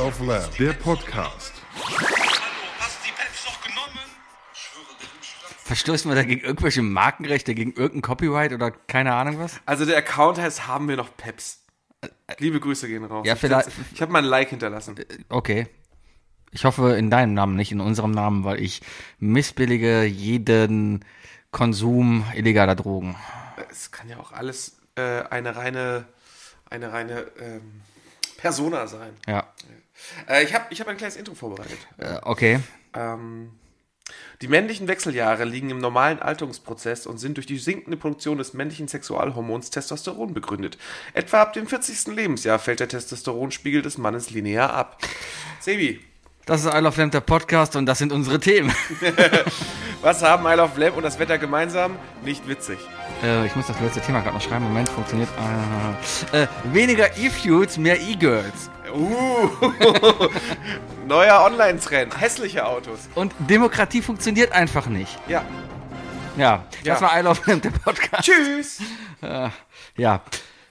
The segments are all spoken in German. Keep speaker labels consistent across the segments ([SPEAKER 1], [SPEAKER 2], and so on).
[SPEAKER 1] auf Lab, der Podcast.
[SPEAKER 2] Hast die Peps doch genommen? Ich schwöre, der Hübsch
[SPEAKER 3] Verstoßen wir da gegen irgendwelche Markenrechte, gegen irgendein Copyright oder keine Ahnung was?
[SPEAKER 4] Also der Account heißt haben wir noch Peps. Liebe Grüße gehen raus.
[SPEAKER 3] Ja,
[SPEAKER 4] Ich
[SPEAKER 3] vielleicht-
[SPEAKER 4] setz- Ich habe mal ein Like hinterlassen.
[SPEAKER 3] Okay. Ich hoffe in deinem Namen, nicht in unserem Namen, weil ich missbillige jeden Konsum illegaler Drogen.
[SPEAKER 4] Es kann ja auch alles äh, eine reine, eine reine ähm, Persona sein.
[SPEAKER 3] Ja.
[SPEAKER 4] Äh, ich habe ich hab ein kleines Intro vorbereitet.
[SPEAKER 3] Äh, okay.
[SPEAKER 4] Ähm, die männlichen Wechseljahre liegen im normalen Alterungsprozess und sind durch die sinkende Produktion des männlichen Sexualhormons Testosteron begründet. Etwa ab dem 40. Lebensjahr fällt der Testosteronspiegel des Mannes linear ab. Sebi,
[SPEAKER 3] Das ist I Love Lamp, der Podcast und das sind unsere Themen.
[SPEAKER 4] was haben Isle of Lab und das Wetter gemeinsam? Nicht witzig.
[SPEAKER 3] Äh, ich muss das letzte Thema gerade noch schreiben. Moment, funktioniert. Äh, äh, weniger E-Fuels, mehr E-Girls.
[SPEAKER 4] Uh, neuer Online-Trend. Hässliche Autos.
[SPEAKER 3] Und Demokratie funktioniert einfach nicht.
[SPEAKER 4] Ja.
[SPEAKER 3] Ja, das
[SPEAKER 4] Ja.
[SPEAKER 3] war I Love Lamp, der Podcast.
[SPEAKER 4] Tschüss.
[SPEAKER 3] Äh, ja.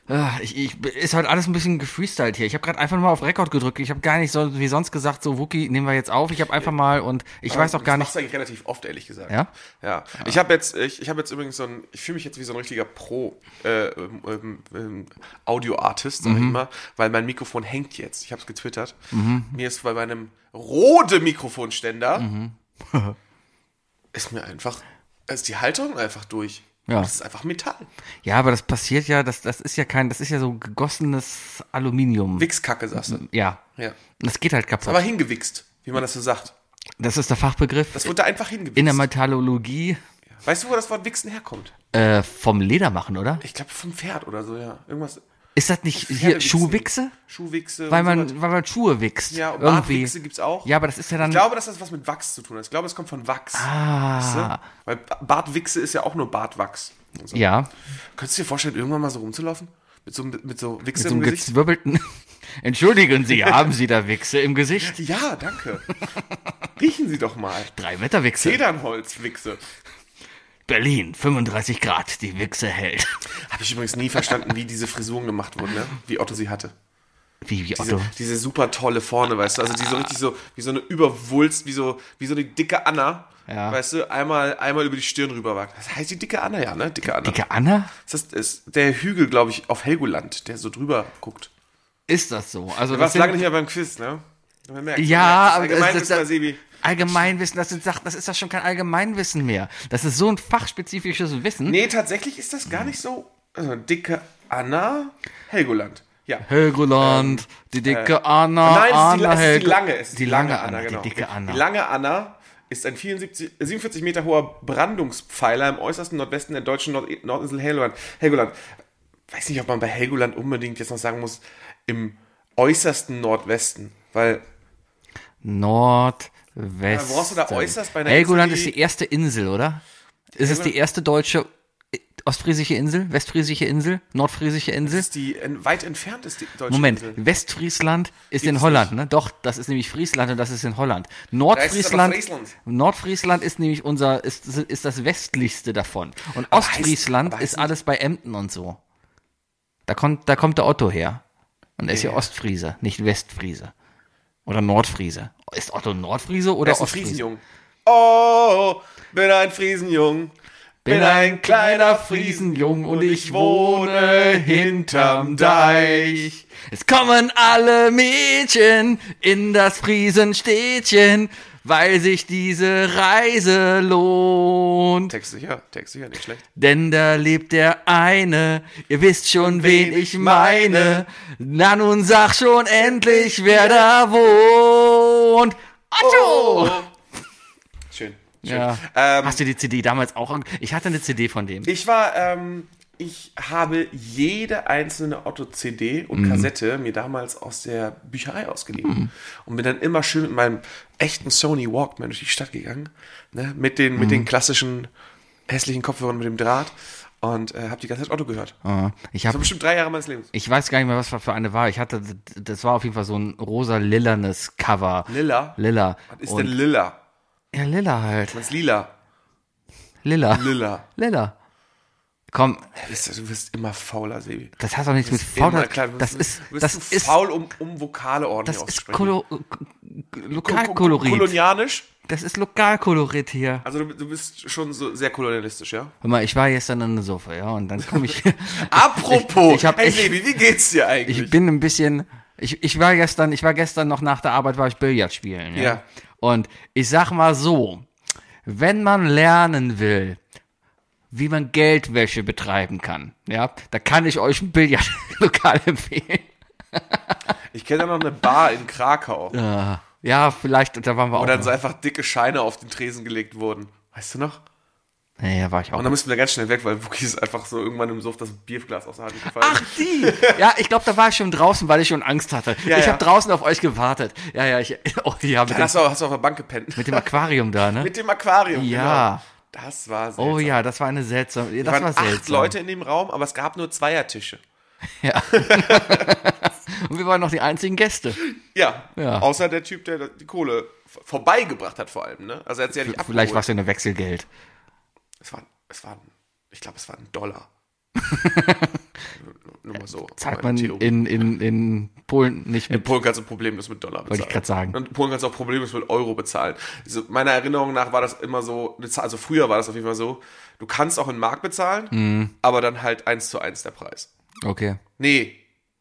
[SPEAKER 3] Äh, Ich, ich, ist heute alles ein bisschen gefreestylt hier. Ich habe gerade einfach mal auf Rekord gedrückt. Ich habe gar nicht so wie sonst gesagt, so Wookie, nehmen wir jetzt auf. Ich habe einfach mal und ich weiß auch gar
[SPEAKER 4] Das machst
[SPEAKER 3] nicht.
[SPEAKER 4] du eigentlich relativ oft, ehrlich gesagt.
[SPEAKER 3] Ja?
[SPEAKER 4] Ja. Ich habe jetzt, ich, ich habe jetzt übrigens so ein, ich fühle mich jetzt wie so ein richtiger Pro äh, ähm, ähm, ähm, Audio-Artist, sag
[SPEAKER 3] Mhm.
[SPEAKER 4] ich mal, weil mein Mikrofon hängt jetzt. Ich habe es getwittert. Mir ist bei meinem rote Mikrofonständer
[SPEAKER 3] Mhm.
[SPEAKER 4] ist mir einfach, ist die Halterung einfach durch.
[SPEAKER 3] Ja.
[SPEAKER 4] Das ist einfach Metall.
[SPEAKER 3] Ja, aber das passiert ja, das, das ist ja kein, das ist ja so gegossenes Aluminium.
[SPEAKER 4] Wichskacke, sagst du.
[SPEAKER 3] Ja.
[SPEAKER 4] Ja.
[SPEAKER 3] Das geht halt kaputt.
[SPEAKER 4] Aber hingewichst, wie man das so sagt.
[SPEAKER 3] das ist der Fachbegriff
[SPEAKER 4] Das wurde einfach hingewichst.
[SPEAKER 3] Äh, in der Metallologie
[SPEAKER 4] weißt du, wo das Wort Wichsen herkommt?
[SPEAKER 3] äh, vom Ledermachen, oder?
[SPEAKER 4] Ich glaube vom Pferd oder so, ja. Irgendwas.
[SPEAKER 3] Ist das nicht hier
[SPEAKER 4] Pferdewichsen.
[SPEAKER 3] Schuhwichse?
[SPEAKER 4] Schuhwichse.
[SPEAKER 3] Weil
[SPEAKER 4] und
[SPEAKER 3] man,
[SPEAKER 4] so weiter.
[SPEAKER 3] weil man Schuhe wichst.
[SPEAKER 4] ja, und
[SPEAKER 3] irgendwie.
[SPEAKER 4] Bartwichse gibt's auch.
[SPEAKER 3] Ja, aber das ist ja dann.
[SPEAKER 4] ich glaube, dass das was mit Wachs zu tun hat. Ich glaube, es kommt von Wachs. Ah. Weil Ba- Bartwichse ist ja auch nur Bartwachs. Und so.
[SPEAKER 3] ja.
[SPEAKER 4] Könntest du dir vorstellen, irgendwann mal so rumzulaufen? Mit so, einem- mit so Wichse
[SPEAKER 3] Mit so einem
[SPEAKER 4] im Gesicht?
[SPEAKER 3] gezwirbelten. Entschuldigen Sie, haben Sie da Wichse im Gesicht?
[SPEAKER 4] Ja, danke. Riechen Sie doch mal.
[SPEAKER 3] Drei Meter Wichse.
[SPEAKER 4] Federnholz-Wichse.
[SPEAKER 3] Berlin, 35 Grad, die Wichse hält.
[SPEAKER 4] Habe ich übrigens nie verstanden, wie diese Frisuren gemacht wurden, ne? wie Otto sie hatte.
[SPEAKER 3] Wie, wie
[SPEAKER 4] Diese,
[SPEAKER 3] Otto.
[SPEAKER 4] diese super tolle vorne, weißt du? Also die
[SPEAKER 3] Ah.
[SPEAKER 4] so richtig so, wie so eine Überwulst, wie so, wie so eine dicke Anna.
[SPEAKER 3] Ja.
[SPEAKER 4] Weißt du, einmal, einmal über die Stirn rüberwagt. Das heißt die dicke Anna, ja, ne? Dicke Anna.
[SPEAKER 3] Dicke Anna?
[SPEAKER 4] Das ist, ist der Hügel, glaube ich, auf Helgoland, der so drüber guckt.
[SPEAKER 3] Ist das so? Also, das
[SPEAKER 4] Du warst
[SPEAKER 3] sind-
[SPEAKER 4] lange nicht mehr beim Quiz, ne? Man merkt,
[SPEAKER 3] Ja,
[SPEAKER 4] man
[SPEAKER 3] aber
[SPEAKER 4] merkt, das allgemein
[SPEAKER 3] es
[SPEAKER 4] ist das, Sebi.
[SPEAKER 3] Allgemeinwissen, das sind Sachen, das ist ja schon kein Allgemeinwissen mehr. Das ist so ein fachspezifisches Wissen.
[SPEAKER 4] Nee, tatsächlich ist das gar nicht so. Also dicke Anna, Helgoland. Ja.
[SPEAKER 3] Helgoland, die dicke Anna,
[SPEAKER 4] Ähm, äh, Nein, es ist die,
[SPEAKER 3] Ah, Anna,
[SPEAKER 4] es ist die
[SPEAKER 3] Helgo-
[SPEAKER 4] lange. Es ist
[SPEAKER 3] die lange Anna,
[SPEAKER 4] genau.
[SPEAKER 3] die dicke Anna.
[SPEAKER 4] Die lange Anna ist ein 74, 47 Meter hoher Brandungspfeiler im äußersten Nordwesten der deutschen Nord Nordinsel Helgoland. Helgoland. Weiß nicht, ob man bei Helgoland unbedingt jetzt noch sagen muss, im äußersten Nordwesten, weil
[SPEAKER 3] Nordwesten.
[SPEAKER 4] Ja, brauchst Äh, du da äußerst bei einer
[SPEAKER 3] Helgoland
[SPEAKER 4] Insel,
[SPEAKER 3] ist
[SPEAKER 4] die-
[SPEAKER 3] die erste Insel, oder? Ist es die erste deutsche äh, ostfriesische Insel, westfriesische Insel, nordfriesische Insel?
[SPEAKER 4] ist die en- weit entfernteste deutsche
[SPEAKER 3] Moment,
[SPEAKER 4] Insel.
[SPEAKER 3] Westfriesland ist
[SPEAKER 4] Gibt's
[SPEAKER 3] in Holland, ne? Doch, das ist nämlich Friesland und das ist in Holland. Nordfriesland,
[SPEAKER 4] Da ist es aber Friesland.
[SPEAKER 3] Nordfriesland ist nämlich unser, ist, ist das westlichste davon. Und
[SPEAKER 4] heißt-
[SPEAKER 3] Ostfriesland
[SPEAKER 4] aber heißt
[SPEAKER 3] ist
[SPEAKER 4] nicht-
[SPEAKER 3] alles bei Emden und so. Da kommt, da kommt der Otto her. Und er ist ja Ostfriese, nicht Westfriese. Oder Nordfriese. Ist Otto Nordfriese
[SPEAKER 4] Er
[SPEAKER 3] oder
[SPEAKER 4] ist ein
[SPEAKER 3] Ostfriese?
[SPEAKER 4] Friesenjung. Oh, bin ein Friesenjung.
[SPEAKER 3] Bin ein kleiner Friesenjung und ich wohne hinterm Deich. Es kommen alle Mädchen in das Friesenstädtchen, weil sich diese Reise lohnt.
[SPEAKER 4] Textsicher, textsicher, nicht schlecht.
[SPEAKER 3] Denn da lebt der eine, ihr wisst schon, wen ich meine. Na nun sag schon endlich, wer da wohnt. Otto!
[SPEAKER 4] Schön. schön.
[SPEAKER 3] Ja.
[SPEAKER 4] Ähm,
[SPEAKER 3] Hast du die CD damals auch? ange- Ich hatte eine CD von dem.
[SPEAKER 4] Ich war, ähm, ich habe jede einzelne Otto-CD und
[SPEAKER 3] Mhm.
[SPEAKER 4] Kassette mir damals aus der Bücherei ausgeliehen und bin dann immer schön mit meinem echten Sony Walkman durch die Stadt gegangen, ne? mit, den,
[SPEAKER 3] Mhm.
[SPEAKER 4] mit den klassischen hässlichen Kopfhörern mit dem Draht und äh, habe die ganze Zeit Otto gehört. Das
[SPEAKER 3] Ah, Ich habe
[SPEAKER 4] war bestimmt drei Jahre meines Lebens.
[SPEAKER 3] Ich weiß gar nicht mehr, was das für eine war. Ich hatte, das war auf jeden Fall so ein rosa lillanes Cover.
[SPEAKER 4] Lilla?
[SPEAKER 3] Lilla.
[SPEAKER 4] Was ist
[SPEAKER 3] Und-
[SPEAKER 4] denn Lilla?
[SPEAKER 3] Ja, lila halt.
[SPEAKER 4] Was ist Lila?
[SPEAKER 3] Lila.
[SPEAKER 4] Lilla.
[SPEAKER 3] Lila. Komm,
[SPEAKER 4] Bist Du du wirst immer fauler, Sebi.
[SPEAKER 3] das hat doch nichts mit
[SPEAKER 4] Immer,
[SPEAKER 3] Faulheit.
[SPEAKER 4] klar, du
[SPEAKER 3] Das
[SPEAKER 4] bist-
[SPEAKER 3] ist,
[SPEAKER 4] du bist
[SPEAKER 3] das
[SPEAKER 4] zu
[SPEAKER 3] ist,
[SPEAKER 4] faul, um, um Vokale ordentlich
[SPEAKER 3] das ist
[SPEAKER 4] auszusprechen.
[SPEAKER 3] Kolo-
[SPEAKER 4] Ko-
[SPEAKER 3] Lokalkolorit.
[SPEAKER 4] Kolonialisch?
[SPEAKER 3] Das ist Lokalkolorit hier.
[SPEAKER 4] Also du, du bist schon so sehr kolonialistisch, ja?
[SPEAKER 3] Hör mal, ich war gestern in der Sofa, ja, und dann komme ich.
[SPEAKER 4] Apropos,
[SPEAKER 3] ich hab
[SPEAKER 4] hey
[SPEAKER 3] echt-
[SPEAKER 4] Sebi, wie geht's dir eigentlich?
[SPEAKER 3] ich bin ein bisschen. Ich, ich war gestern, ich war gestern noch nach der Arbeit, war ich Billard spielen. Ja?
[SPEAKER 4] Ja.
[SPEAKER 3] Und ich sag mal so, wenn man lernen will, wie man Geldwäsche betreiben kann, ja, da kann ich euch ein Billardlokal empfehlen.
[SPEAKER 4] ich kenne da noch eine Bar in Krakau, wo
[SPEAKER 3] Ja, vielleicht, da waren wir auch.
[SPEAKER 4] dann so
[SPEAKER 3] noch.
[SPEAKER 4] einfach dicke Scheine auf den Tresen gelegt wurden. Weißt du noch?
[SPEAKER 3] Nee, da war ich auch.
[SPEAKER 4] Und dann müssen wir ganz schnell weg, weil Wookie ist einfach so irgendwann im Suff das Bierglas aus der Hand gefallen.
[SPEAKER 3] Ach, die! Ja, ich glaube, da war ich schon draußen, weil ich schon Angst hatte.
[SPEAKER 4] Ja,
[SPEAKER 3] ich
[SPEAKER 4] ja.
[SPEAKER 3] habe draußen auf euch gewartet. Ja, ja, ich. Oh, ja, mit,
[SPEAKER 4] Dann
[SPEAKER 3] dem,
[SPEAKER 4] hast du, auch- hast du auf der Bank gepennt.
[SPEAKER 3] mit dem Aquarium da, ne?
[SPEAKER 4] Mit dem Aquarium,
[SPEAKER 3] Ja.
[SPEAKER 4] Genau. Das war seltsam.
[SPEAKER 3] Oh ja, das war eine seltsame.
[SPEAKER 4] Da
[SPEAKER 3] Das
[SPEAKER 4] waren
[SPEAKER 3] war
[SPEAKER 4] acht
[SPEAKER 3] seltsam.
[SPEAKER 4] Leute in dem Raum, aber es gab nur Zweiertische.
[SPEAKER 3] Und wir waren noch die einzigen Gäste.
[SPEAKER 4] Ja,
[SPEAKER 3] Ja.
[SPEAKER 4] außer der Typ, der die Kohle v- vorbeigebracht hat vor allem. Ne? Also er hat sie ja nicht
[SPEAKER 3] Vielleicht war
[SPEAKER 4] abgeholt.
[SPEAKER 3] es ja nur Wechselgeld.
[SPEAKER 4] Es war, es war ein, ich glaube, es war ein Dollar. nur, nur mal so.
[SPEAKER 3] Zahlt
[SPEAKER 4] meine
[SPEAKER 3] man
[SPEAKER 4] Theorie.
[SPEAKER 3] in, in, in Polen nicht
[SPEAKER 4] in
[SPEAKER 3] mit.
[SPEAKER 4] Polen kannst du problemlos mit Dollar bezahlen.
[SPEAKER 3] ich grad sagen.
[SPEAKER 4] Und in Polen kannst du auch problemlos mit Euro bezahlen. Also meiner Erinnerung nach war das immer so, eine Zahl- also früher war das auf jeden Fall so, du kannst auch in Mark bezahlen,
[SPEAKER 3] Mhm.
[SPEAKER 4] aber dann halt eins zu eins der Preis.
[SPEAKER 3] Okay.
[SPEAKER 4] Nee,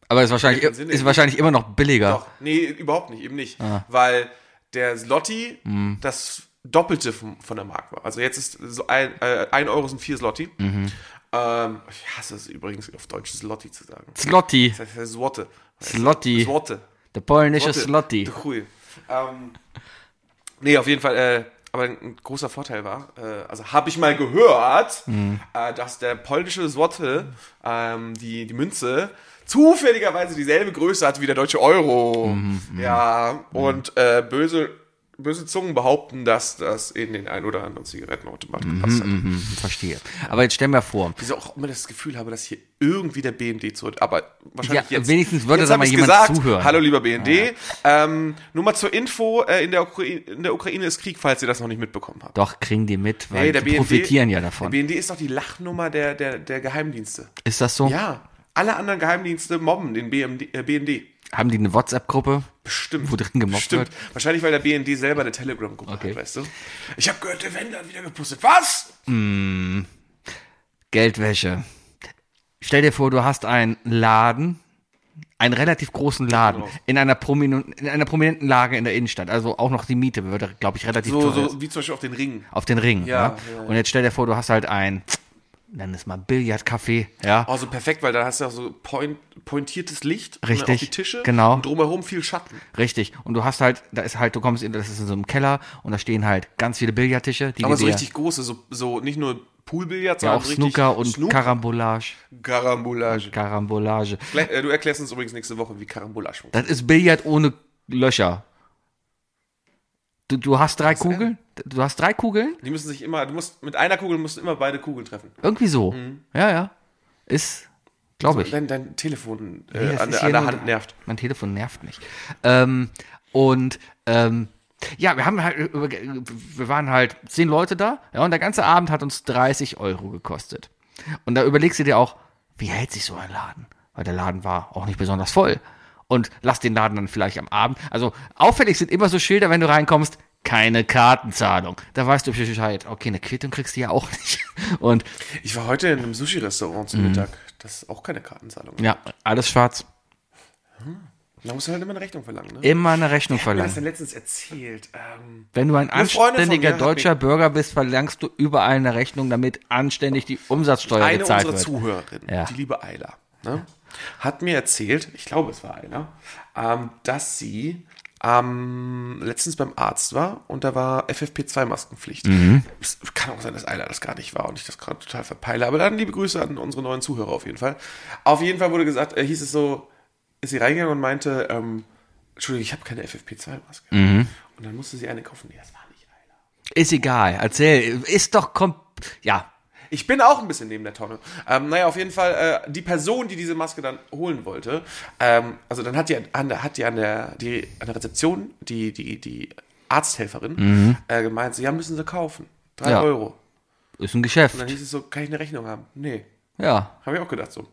[SPEAKER 3] Aber ist wahrscheinlich,
[SPEAKER 4] Macht keinen Sinn,
[SPEAKER 3] ist
[SPEAKER 4] ey.
[SPEAKER 3] wahrscheinlich immer noch billiger.
[SPEAKER 4] Doch, nee, überhaupt nicht, eben nicht. Weil der Slotti das Doppelte von, von der Mark war. Also jetzt ist so ein, äh, ein Euro sind vier Slotti. Ähm, ich hasse es übrigens, auf Deutsch Slotti zu sagen.
[SPEAKER 3] Slotti,
[SPEAKER 4] Das heißt Swotte.
[SPEAKER 3] Zloty.
[SPEAKER 4] Swotte.
[SPEAKER 3] der polnische
[SPEAKER 4] Swotte.
[SPEAKER 3] Slotti.
[SPEAKER 4] Cool. Ähm, nee, auf jeden Fall, äh, aber ein großer Vorteil war, äh, also habe ich mal gehört, äh, dass der polnische Swotte, ähm, die, die Münze, zufälligerweise dieselbe Größe hat wie der deutsche Euro. ja, und äh, böse, böse Zungen behaupten, dass das in den ein oder anderen Zigarettenautomat gepasst hat.
[SPEAKER 3] Hm, verstehe. Aber jetzt stell mir vor,
[SPEAKER 4] Wieso auch immer das Gefühl habe, dass hier irgendwie der BND zuhört. Aber wahrscheinlich
[SPEAKER 3] Ja,
[SPEAKER 4] jetzt.
[SPEAKER 3] wenigstens würde
[SPEAKER 4] jetzt
[SPEAKER 3] da
[SPEAKER 4] hab
[SPEAKER 3] mal
[SPEAKER 4] ich's
[SPEAKER 3] jemand
[SPEAKER 4] gesagt.
[SPEAKER 3] zuhören.
[SPEAKER 4] Hallo, lieber BND. Ähm, nur mal zur Info: äh, in, der Ukraine, in der Ukraine ist Krieg, falls ihr das noch nicht mitbekommen habt.
[SPEAKER 3] doch kriegen die mit, weil
[SPEAKER 4] Ey, der
[SPEAKER 3] die profitieren ja davon.
[SPEAKER 4] Der BND ist doch die Lachnummer der, der, der Geheimdienste.
[SPEAKER 3] Ist das so?
[SPEAKER 4] Ja, alle anderen Geheimdienste mobben den BMD, äh, BND.
[SPEAKER 3] Haben die eine WhatsApp-Gruppe?
[SPEAKER 4] Bestimmt.
[SPEAKER 3] Wo drin gemobbt
[SPEAKER 4] Bestimmt. Wahrscheinlich, weil der BND selber eine Telegram-Gruppe
[SPEAKER 3] Okay.
[SPEAKER 4] hat, weißt du? Ich habe gehört, der Wendler hat wieder gepostet. Was?
[SPEAKER 3] Geldwäsche. Stell dir vor, du hast einen Laden, einen relativ großen Laden,
[SPEAKER 4] Genau.
[SPEAKER 3] in, einer prominen, in einer prominenten Lage in der Innenstadt. Also auch noch die Miete würde, glaube ich, relativ
[SPEAKER 4] So,
[SPEAKER 3] teuer sein.
[SPEAKER 4] so wie zum Beispiel auf den Ring.
[SPEAKER 3] auf den Ring. Ja,
[SPEAKER 4] Ja,
[SPEAKER 3] ja.
[SPEAKER 4] ja,
[SPEAKER 3] Und jetzt stell dir vor, du hast halt ein, nenn es mal Billardcafé, ja.
[SPEAKER 4] Oh, so perfekt, weil da hast du ja so point, pointiertes Licht ne,
[SPEAKER 3] Richtig,
[SPEAKER 4] auf die Tische
[SPEAKER 3] genau.
[SPEAKER 4] und drumherum viel Schatten.
[SPEAKER 3] Richtig. Und du hast halt, da ist halt, du kommst in, das ist in so einem Keller und da stehen halt ganz viele Billardtische, die
[SPEAKER 4] Aber
[SPEAKER 3] du
[SPEAKER 4] so
[SPEAKER 3] dir-
[SPEAKER 4] richtig große, so, so nicht nur Poolbillard,
[SPEAKER 3] ja,
[SPEAKER 4] sondern
[SPEAKER 3] auch
[SPEAKER 4] richtig
[SPEAKER 3] Snooker und
[SPEAKER 4] Snook-
[SPEAKER 3] Karambolage.
[SPEAKER 4] Karambolage.
[SPEAKER 3] Karambolage.
[SPEAKER 4] Gleich- äh, Du erklärst uns übrigens nächste Woche, wie Karambolage
[SPEAKER 3] Das
[SPEAKER 4] funktioniert.
[SPEAKER 3] ist Billard ohne Löcher. Du, du hast drei Kugeln? Du hast drei Kugeln?
[SPEAKER 4] Die müssen sich immer, du musst mit einer Kugel musst du immer beide Kugeln treffen.
[SPEAKER 3] Irgendwie so.
[SPEAKER 4] Mhm.
[SPEAKER 3] Ja, ja. Ist, glaube ich.
[SPEAKER 4] Dein, dein Telefon äh,
[SPEAKER 3] Nee, das ist
[SPEAKER 4] an, der, an
[SPEAKER 3] hier
[SPEAKER 4] der
[SPEAKER 3] nur-
[SPEAKER 4] Hand nervt.
[SPEAKER 3] Mein Telefon nervt mich. Ähm, und ähm, ja, wir haben halt, über- wir waren halt zehn Leute da, ja, und der ganze Abend hat uns 30 Euro gekostet. Und da überlegst du dir auch, wie hält sich so ein Laden? Weil der Laden war auch nicht besonders voll. Und lass den Laden dann vielleicht am Abend. Also auffällig sind immer so Schilder, wenn du reinkommst, keine Kartenzahlung. Da weißt du Bescheid. Okay, eine Quittung kriegst du ja auch nicht. Und
[SPEAKER 4] Ich war heute in einem Sushi-Restaurant zum Mittag. Das ist auch keine Kartenzahlung.
[SPEAKER 3] Mhm. ja, alles schwarz.
[SPEAKER 4] Da musst du halt immer eine Rechnung verlangen, ne?
[SPEAKER 3] Immer eine Rechnung
[SPEAKER 4] Wer hat das
[SPEAKER 3] verlangen.
[SPEAKER 4] denn letztens erzählt? Ähm,
[SPEAKER 3] Wenn du ein
[SPEAKER 4] Eine Freundin von
[SPEAKER 3] anständiger
[SPEAKER 4] mir hat
[SPEAKER 3] deutscher Bürger bist, verlangst du überall eine Rechnung, damit anständig die Umsatzsteuer
[SPEAKER 4] eine
[SPEAKER 3] gezahlt
[SPEAKER 4] unserer
[SPEAKER 3] wird.
[SPEAKER 4] Zuhörerinnen,
[SPEAKER 3] Ja.
[SPEAKER 4] die liebe Ayla, ne, hat mir erzählt, ich glaube, es war Ayla, ähm, dass sie ähm, letztens beim Arzt war und da war FFP2-Maskenpflicht.
[SPEAKER 3] Mhm.
[SPEAKER 4] Es kann auch sein, dass Ayla das gar nicht war und ich das gerade total verpeile, aber dann liebe Grüße an unsere neuen Zuhörer auf jeden Fall. Auf jeden Fall wurde gesagt, äh, hieß es so, ist sie reingegangen und meinte, ähm, Entschuldigung, ich habe keine FFP2-Maske.
[SPEAKER 3] Mhm.
[SPEAKER 4] Und dann musste sie eine kaufen. Nee, das war nicht Ayla.
[SPEAKER 3] Ist egal, erzähl, ist doch kom ja,
[SPEAKER 4] Ich bin auch ein bisschen neben der Tonne. Ähm, naja, auf jeden Fall, äh, die Person, die diese Maske dann holen wollte, ähm, also dann hat die an der, hat die an der, die, an der Rezeption, die, die, die Arzthelferin, äh, gemeint, so, ja, müssen sie kaufen. Drei
[SPEAKER 3] Mhm. Ja.
[SPEAKER 4] Euro.
[SPEAKER 3] ist ein
[SPEAKER 4] Und dann
[SPEAKER 3] Geschäft.
[SPEAKER 4] hieß es so, kann ich eine Rechnung haben? Nee.
[SPEAKER 3] Ja,
[SPEAKER 4] Habe ich auch gedacht so.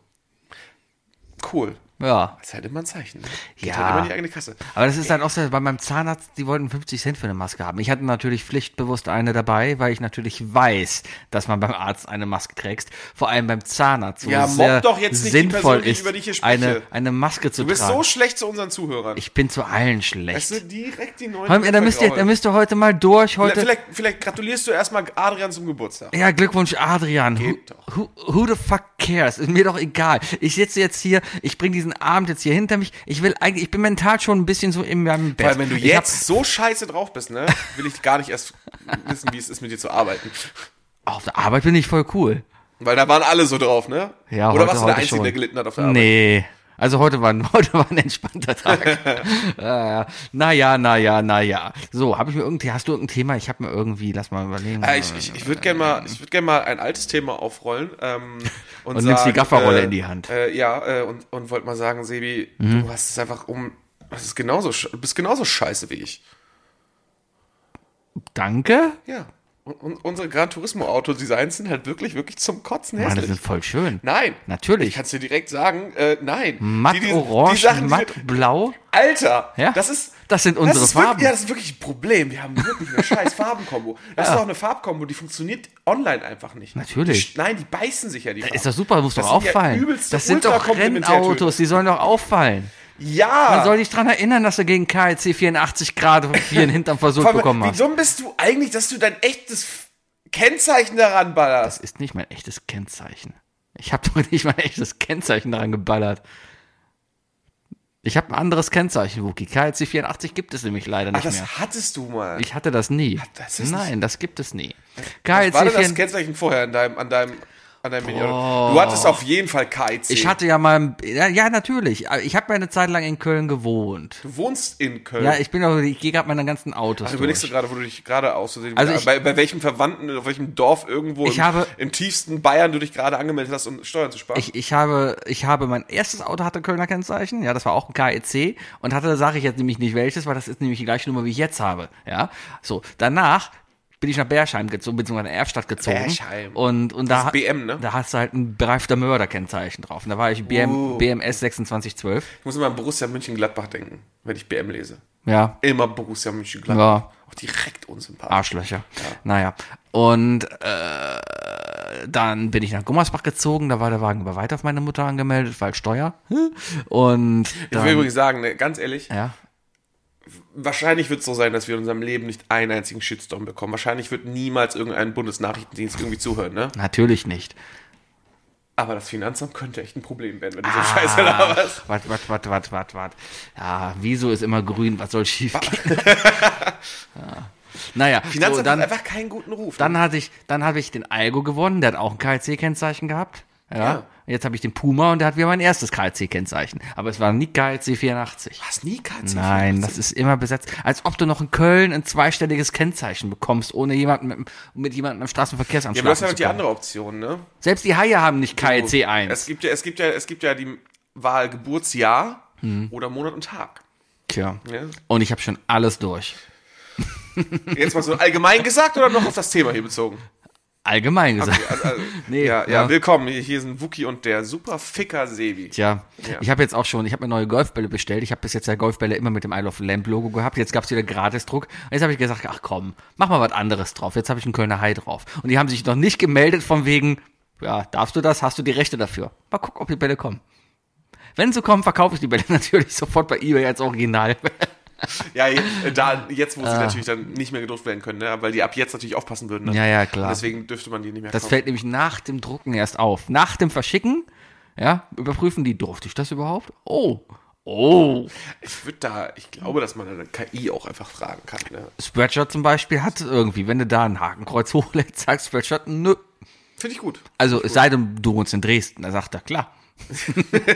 [SPEAKER 4] Cool.
[SPEAKER 3] ja.
[SPEAKER 4] Das ist halt immer ein Zeichen. ne? Geht
[SPEAKER 3] Ja.
[SPEAKER 4] Halt immer in die eigene Kasse.
[SPEAKER 3] Aber das ist dann auch so, bei meinem Zahnarzt, die wollten 50 Cent für eine Maske haben. Ich hatte natürlich pflichtbewusst eine dabei, weil ich natürlich weiß, dass man beim Arzt eine Maske trägst. Vor allem beim Zahnarzt, wo
[SPEAKER 4] Ja,
[SPEAKER 3] es
[SPEAKER 4] mobb
[SPEAKER 3] sehr
[SPEAKER 4] doch jetzt nicht die
[SPEAKER 3] sinnvoll
[SPEAKER 4] Person, die
[SPEAKER 3] ist,
[SPEAKER 4] über die ich hier spreche.
[SPEAKER 3] eine, eine Maske zu
[SPEAKER 4] Du bist
[SPEAKER 3] tragen.
[SPEAKER 4] so schlecht zu unseren Zuhörern.
[SPEAKER 3] ich bin zu allen schlecht.
[SPEAKER 4] weißt du, direkt die neuen.
[SPEAKER 3] Vor allem, ja, da, müsst ihr, da müsst ihr heute mal durch. Heute,
[SPEAKER 4] vielleicht, vielleicht gratulierst du erstmal Adrian zum Geburtstag.
[SPEAKER 3] Ja, Glückwunsch, Adrian. Who,
[SPEAKER 4] Geht doch.
[SPEAKER 3] who, who the fuck cares? Ist mir doch egal. Ich sitze jetzt hier, ich bringe diesen Abend jetzt hier hinter mich. Ich will eigentlich, ich bin mental schon ein bisschen so in meinem Bett.
[SPEAKER 4] Weil wenn du
[SPEAKER 3] Ich
[SPEAKER 4] jetzt so scheiße drauf bist, ne, will ich gar nicht erst wissen, wie es ist, mit dir zu arbeiten.
[SPEAKER 3] Hab, auf der Arbeit bin ich voll cool.
[SPEAKER 4] Weil da waren alle so drauf, ne?
[SPEAKER 3] Ja,
[SPEAKER 4] Oder
[SPEAKER 3] heute,
[SPEAKER 4] warst du der
[SPEAKER 3] heute
[SPEAKER 4] Einzige,
[SPEAKER 3] schon.
[SPEAKER 4] der gelitten hat auf der Arbeit?
[SPEAKER 3] Nee. Also heute war, ein, heute war ein entspannter Tag. äh, naja, naja, naja. So, habe ich mir irgendwie, hast du irgendein Thema? Ich habe mir irgendwie, lass mal überlegen.
[SPEAKER 4] Ja, Ah, ich ich, ich würde gerne mal, ich würd gern mal ein altes Thema aufrollen. Ähm, und
[SPEAKER 3] Und nimmst die Gafferrolle
[SPEAKER 4] äh,
[SPEAKER 3] in die Hand. Mhm.
[SPEAKER 4] Äh, ja, äh, und, und wollte mal sagen, Sebi, du hast es einfach um. Das ist genauso, sch- du bist genauso scheiße wie ich.
[SPEAKER 3] Danke?
[SPEAKER 4] Ja. Und, und unsere Gran Turismo Autodesigns sind halt wirklich, wirklich zum Kotzen
[SPEAKER 3] Mann, das
[SPEAKER 4] hässlich.
[SPEAKER 3] ist voll schön.
[SPEAKER 4] nein.
[SPEAKER 3] Natürlich.
[SPEAKER 4] Ich kann es dir direkt sagen, äh, nein.
[SPEAKER 3] Matt
[SPEAKER 4] Die- die-
[SPEAKER 3] orange,
[SPEAKER 4] die Sachen, die,
[SPEAKER 3] matt blau.
[SPEAKER 4] Alter,
[SPEAKER 3] Ja.
[SPEAKER 4] das ist.
[SPEAKER 3] Das sind unsere
[SPEAKER 4] ist wirklich-
[SPEAKER 3] Farben.
[SPEAKER 4] ja, das ist wirklich ein Problem. Wir haben wirklich eine scheiß Farbenkombo. Das ist auch eine Farbkombo, die funktioniert online einfach nicht.
[SPEAKER 3] Natürlich.
[SPEAKER 4] Die, sch- nein, die beißen sich ja die Farben.
[SPEAKER 3] Ist doch super, muss
[SPEAKER 4] Das
[SPEAKER 3] doch
[SPEAKER 4] sind ja
[SPEAKER 3] auffallen.
[SPEAKER 4] übelste
[SPEAKER 3] das sind doch
[SPEAKER 4] Ultrakomplementärtöne.
[SPEAKER 3] Rennautos, die sollen doch auffallen.
[SPEAKER 4] Ja!
[SPEAKER 3] Man soll dich daran erinnern, dass du gegen KLC 84 Grad und vier hinterm Versuch
[SPEAKER 4] Vor allem,
[SPEAKER 3] bekommen
[SPEAKER 4] Wie
[SPEAKER 3] hast.
[SPEAKER 4] dumm bist du eigentlich, dass du dein echtes F- Kennzeichen daran ballerst?
[SPEAKER 3] Das ist nicht mein echtes Kennzeichen. Ich habe doch nicht mein echtes Kennzeichen daran geballert. Ich habe ein anderes Kennzeichen, Wookie. KLC 84 gibt es nämlich leider
[SPEAKER 4] Ach,
[SPEAKER 3] nicht
[SPEAKER 4] das
[SPEAKER 3] mehr.
[SPEAKER 4] hattest du mal.
[SPEAKER 3] Ich hatte das nie.
[SPEAKER 4] das ist
[SPEAKER 3] Nein, das gibt es nie.
[SPEAKER 4] Was war
[SPEAKER 3] KLC
[SPEAKER 4] denn das
[SPEAKER 3] 84.
[SPEAKER 4] Kennzeichen vorher an deinem, an deinem, an deinem Mini? Du hattest auf jeden Fall KIC.
[SPEAKER 3] Oh. Ich hatte ja mal, ja, ja natürlich. Aber Ich habe ja eine Zeit lang in Köln gewohnt.
[SPEAKER 4] du wohnst in Köln.
[SPEAKER 3] Ja, ich bin auch, ich gehe gerade meine ganzen Autos.
[SPEAKER 4] Du
[SPEAKER 3] durch.
[SPEAKER 4] überlegst du gerade, wo du dich gerade aus Versehen-
[SPEAKER 3] Also ich-
[SPEAKER 4] bei, bei welchem Verwandten, auf welchem Dorf irgendwo
[SPEAKER 3] Ich
[SPEAKER 4] im,
[SPEAKER 3] habe-
[SPEAKER 4] im tiefsten Bayern du dich gerade angemeldet hast, um Steuern zu sparen.
[SPEAKER 3] Ich, ich habe, ich habe mein erstes Auto hatte Kölner Kennzeichen, ja, das war auch ein KEC und hatte, sage ich jetzt nämlich nicht welches, weil das ist nämlich die gleiche Nummer, wie ich jetzt habe, ja. So, danach bin ich nach Berscheim gezogen, beziehungsweise nach Erfstadt gezogen.
[SPEAKER 4] Berscheim.
[SPEAKER 3] Und, und da,
[SPEAKER 4] BM, ne?
[SPEAKER 3] da hast du halt ein bereifter Mörder-Kennzeichen drauf. Und da war ich BM,
[SPEAKER 4] Oh.
[SPEAKER 3] BMS 2612.
[SPEAKER 4] ich muss immer an Borussia München-Gladbach denken, wenn ich BM lese.
[SPEAKER 3] Ja,
[SPEAKER 4] Immer Borussia München-Gladbach.
[SPEAKER 3] Ja.
[SPEAKER 4] Auch direkt unsympathisch.
[SPEAKER 3] Arschlöcher. Naja. Und äh, dann bin ich nach Gummersbach gezogen, da war der Wagen über weit auf meine Mutter angemeldet, weil Steuer. Und
[SPEAKER 4] Ich will
[SPEAKER 3] dann,
[SPEAKER 4] übrigens sagen, ne, ganz ehrlich,
[SPEAKER 3] ja.
[SPEAKER 4] wahrscheinlich wird es so sein, dass wir in unserem Leben nicht einen einzigen Shitstorm bekommen. Wahrscheinlich wird niemals irgendein Bundesnachrichtendienst irgendwie zuhören, ne?
[SPEAKER 3] Natürlich nicht.
[SPEAKER 4] Aber das Finanzamt könnte echt ein Problem werden, wenn du so
[SPEAKER 3] Ah.
[SPEAKER 4] scheiße laberst.
[SPEAKER 3] Wat, wat, wat, wat, wat, wat. Ja, wieso ist immer grün? Was soll schief gehen? ja. Naja,
[SPEAKER 4] Finanzamt
[SPEAKER 3] so, dann,
[SPEAKER 4] hat einfach keinen guten Ruf.
[SPEAKER 3] dann hatte ich, dann habe ich den Algo gewonnen, der hat auch ein KLC-Kennzeichen gehabt. Ja.
[SPEAKER 4] Ja.
[SPEAKER 3] Jetzt habe ich den Puma und der hat wieder mein erstes KLC-Kennzeichen. Aber es war nie KLC 84.
[SPEAKER 4] hast nie KC.
[SPEAKER 3] Nein, das ist immer besetzt. Als ob du noch in Köln ein zweistelliges Kennzeichen bekommst, ohne jemanden mit, mit jemandem am Straßenverkehrsamt
[SPEAKER 4] Ja, aber das ist halt die andere Option, ne?
[SPEAKER 3] Selbst die Haie haben nicht KLC 1.
[SPEAKER 4] Es gibt ja, es gibt ja, es gibt ja die Wahl Geburtsjahr oder Monat und Tag.
[SPEAKER 3] Tja.
[SPEAKER 4] Ja.
[SPEAKER 3] Und ich habe schon alles durch.
[SPEAKER 4] Jetzt mal so allgemein gesagt oder noch auf das Thema hier bezogen?
[SPEAKER 3] Allgemein gesagt. Nee,
[SPEAKER 4] also, ja, ja,
[SPEAKER 3] ja.
[SPEAKER 4] willkommen. Hier- Hier sind Wookie und der Superficker Sebi.
[SPEAKER 3] Tja, ich habe jetzt auch schon, ich habe mir neue Golfbälle bestellt. Ich habe bis jetzt ja Golfbälle immer mit dem Isle of Lamp Logo gehabt. Jetzt gab's wieder Gratisdruck. Und jetzt habe ich gesagt, ach komm, mach mal was anderes drauf. Jetzt habe ich einen Kölner Hai drauf. Und die haben sich noch nicht gemeldet von wegen, ja, darfst du das? Hast du die Rechte dafür? Mal gucken, ob die Bälle kommen. Wenn sie kommen, verkaufe ich die Bälle natürlich sofort bei eBay als Original.
[SPEAKER 4] Ja, je- da, jetzt, wo
[SPEAKER 3] Ah.
[SPEAKER 4] sie natürlich dann nicht mehr gedruckt werden können, ne? weil die ab jetzt natürlich aufpassen würden. Ne?
[SPEAKER 3] Ja, ja, klar.
[SPEAKER 4] Und deswegen dürfte man die nicht mehr
[SPEAKER 3] Das
[SPEAKER 4] kaufen.
[SPEAKER 3] fällt nämlich nach dem Drucken erst auf. Nach dem Verschicken, ja, überprüfen die, durfte ich das überhaupt? Oh, oh.
[SPEAKER 4] Ich würde da, ich glaube, dass man eine KI auch einfach fragen kann. Ne?
[SPEAKER 3] Spreadshirt zum Beispiel hat irgendwie, wenn du da ein Hakenkreuz hochlädst, sagt Spreadshirt, nö.
[SPEAKER 4] Finde ich gut.
[SPEAKER 3] Also es sei denn, du wohnst in Dresden. Da sagt er, klar,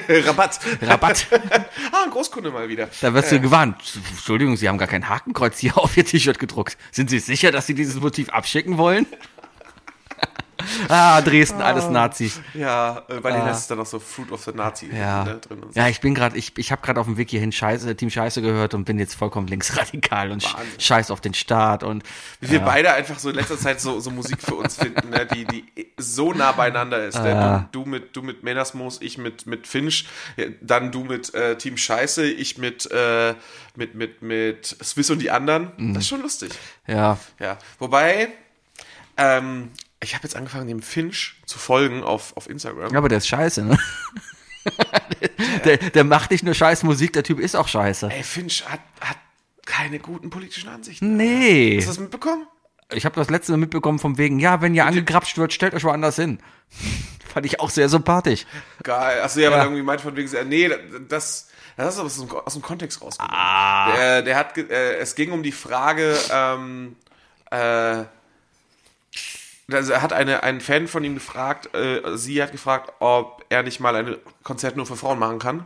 [SPEAKER 4] Rabatt.
[SPEAKER 3] Äh, Rabatt.
[SPEAKER 4] ah, ein Großkunde mal wieder.
[SPEAKER 3] Da wirst du gewarnt. Entschuldigung, Sie haben gar kein Hakenkreuz hier auf Ihr T-Shirt gedruckt. Sind Sie sicher, dass Sie dieses Motiv abschicken wollen? Ah, Dresden, alles Nazis.
[SPEAKER 4] Ja, äh, weil das ist dann auch so Fruit of the Nazi ne,
[SPEAKER 3] Ah. Ja.
[SPEAKER 4] drin. Und so.
[SPEAKER 3] Ja, ich bin gerade, ich, ich habe gerade auf dem Weg hierhin Scheiße, Team Scheiße gehört und bin jetzt vollkommen linksradikal und sch-
[SPEAKER 4] Wahnsinn.
[SPEAKER 3] scheiß auf den Staat und
[SPEAKER 4] Wie wir beide einfach so in letzter Zeit so, so Musik für uns finden, ne, die, die so nah beieinander ist. Ne? Du, du mit, du mit Menasmos, ich mit, mit Finch, ja, dann du mit äh, Team Scheiße, ich mit, äh, mit, mit, mit Swiss und die anderen. Das ist schon lustig.
[SPEAKER 3] ja,
[SPEAKER 4] Ja, wobei, ähm, ich habe jetzt angefangen, dem Finch zu folgen auf, auf Instagram.
[SPEAKER 3] aber der ist scheiße, ne? der, der macht nicht nur scheiß Musik, der Typ ist auch scheiße.
[SPEAKER 4] Ey, Finch hat, hat keine guten politischen Ansichten.
[SPEAKER 3] Nee.
[SPEAKER 4] Hast du das mitbekommen?
[SPEAKER 3] Ich habe das letzte Mal mitbekommen vom wegen, ja, wenn ihr angegrapscht wird, stellt euch woanders hin. Fand ich auch sehr sympathisch.
[SPEAKER 4] Geil. Achso, ja, weil irgendwie meint von wegen, äh, nee, das, das ist aber aus dem, aus dem Kontext rausgekommen. Ah. Der, der hat, ge- äh, es ging um die Frage, ähm, äh, also er hat eine, einen Fan von ihm gefragt, äh, sie hat gefragt, ob er nicht mal ein Konzert nur für Frauen machen kann,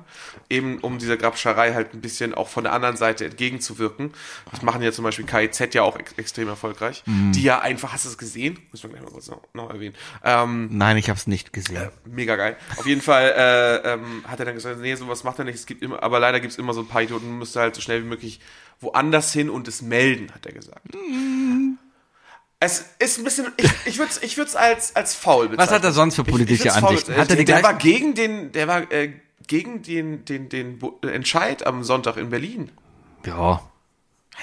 [SPEAKER 4] eben um dieser Grabscherei halt ein bisschen auch von der anderen Seite entgegenzuwirken. Das machen ja zum Beispiel KIZ ja auch ex extrem erfolgreich, die ja einfach, hast du es gesehen? Müssen wir gleich mal kurz noch, noch erwähnen. Ähm,
[SPEAKER 3] Nein, ich habe es nicht gesehen.
[SPEAKER 4] Mega geil. Auf jeden Fall äh, ähm, hat er dann gesagt, nee, sowas macht er nicht. Es gibt immer, aber leider gibt es immer so ein paar Idioten, müsste halt so schnell wie möglich woanders hin und es melden, hat er gesagt.
[SPEAKER 3] Mhm.
[SPEAKER 4] Es ist ein bisschen, ich, ich würde es ich würd's als, als faul bezeichnen.
[SPEAKER 3] hat er sonst für politische
[SPEAKER 4] würd's faul
[SPEAKER 3] Ansichten?
[SPEAKER 4] bezeichnen.
[SPEAKER 3] Hat er die
[SPEAKER 4] der
[SPEAKER 3] gleichen-
[SPEAKER 4] war gegen den, der war äh, gegen den, den, den Bo- Entscheid am Sonntag in Berlin.
[SPEAKER 3] Ja,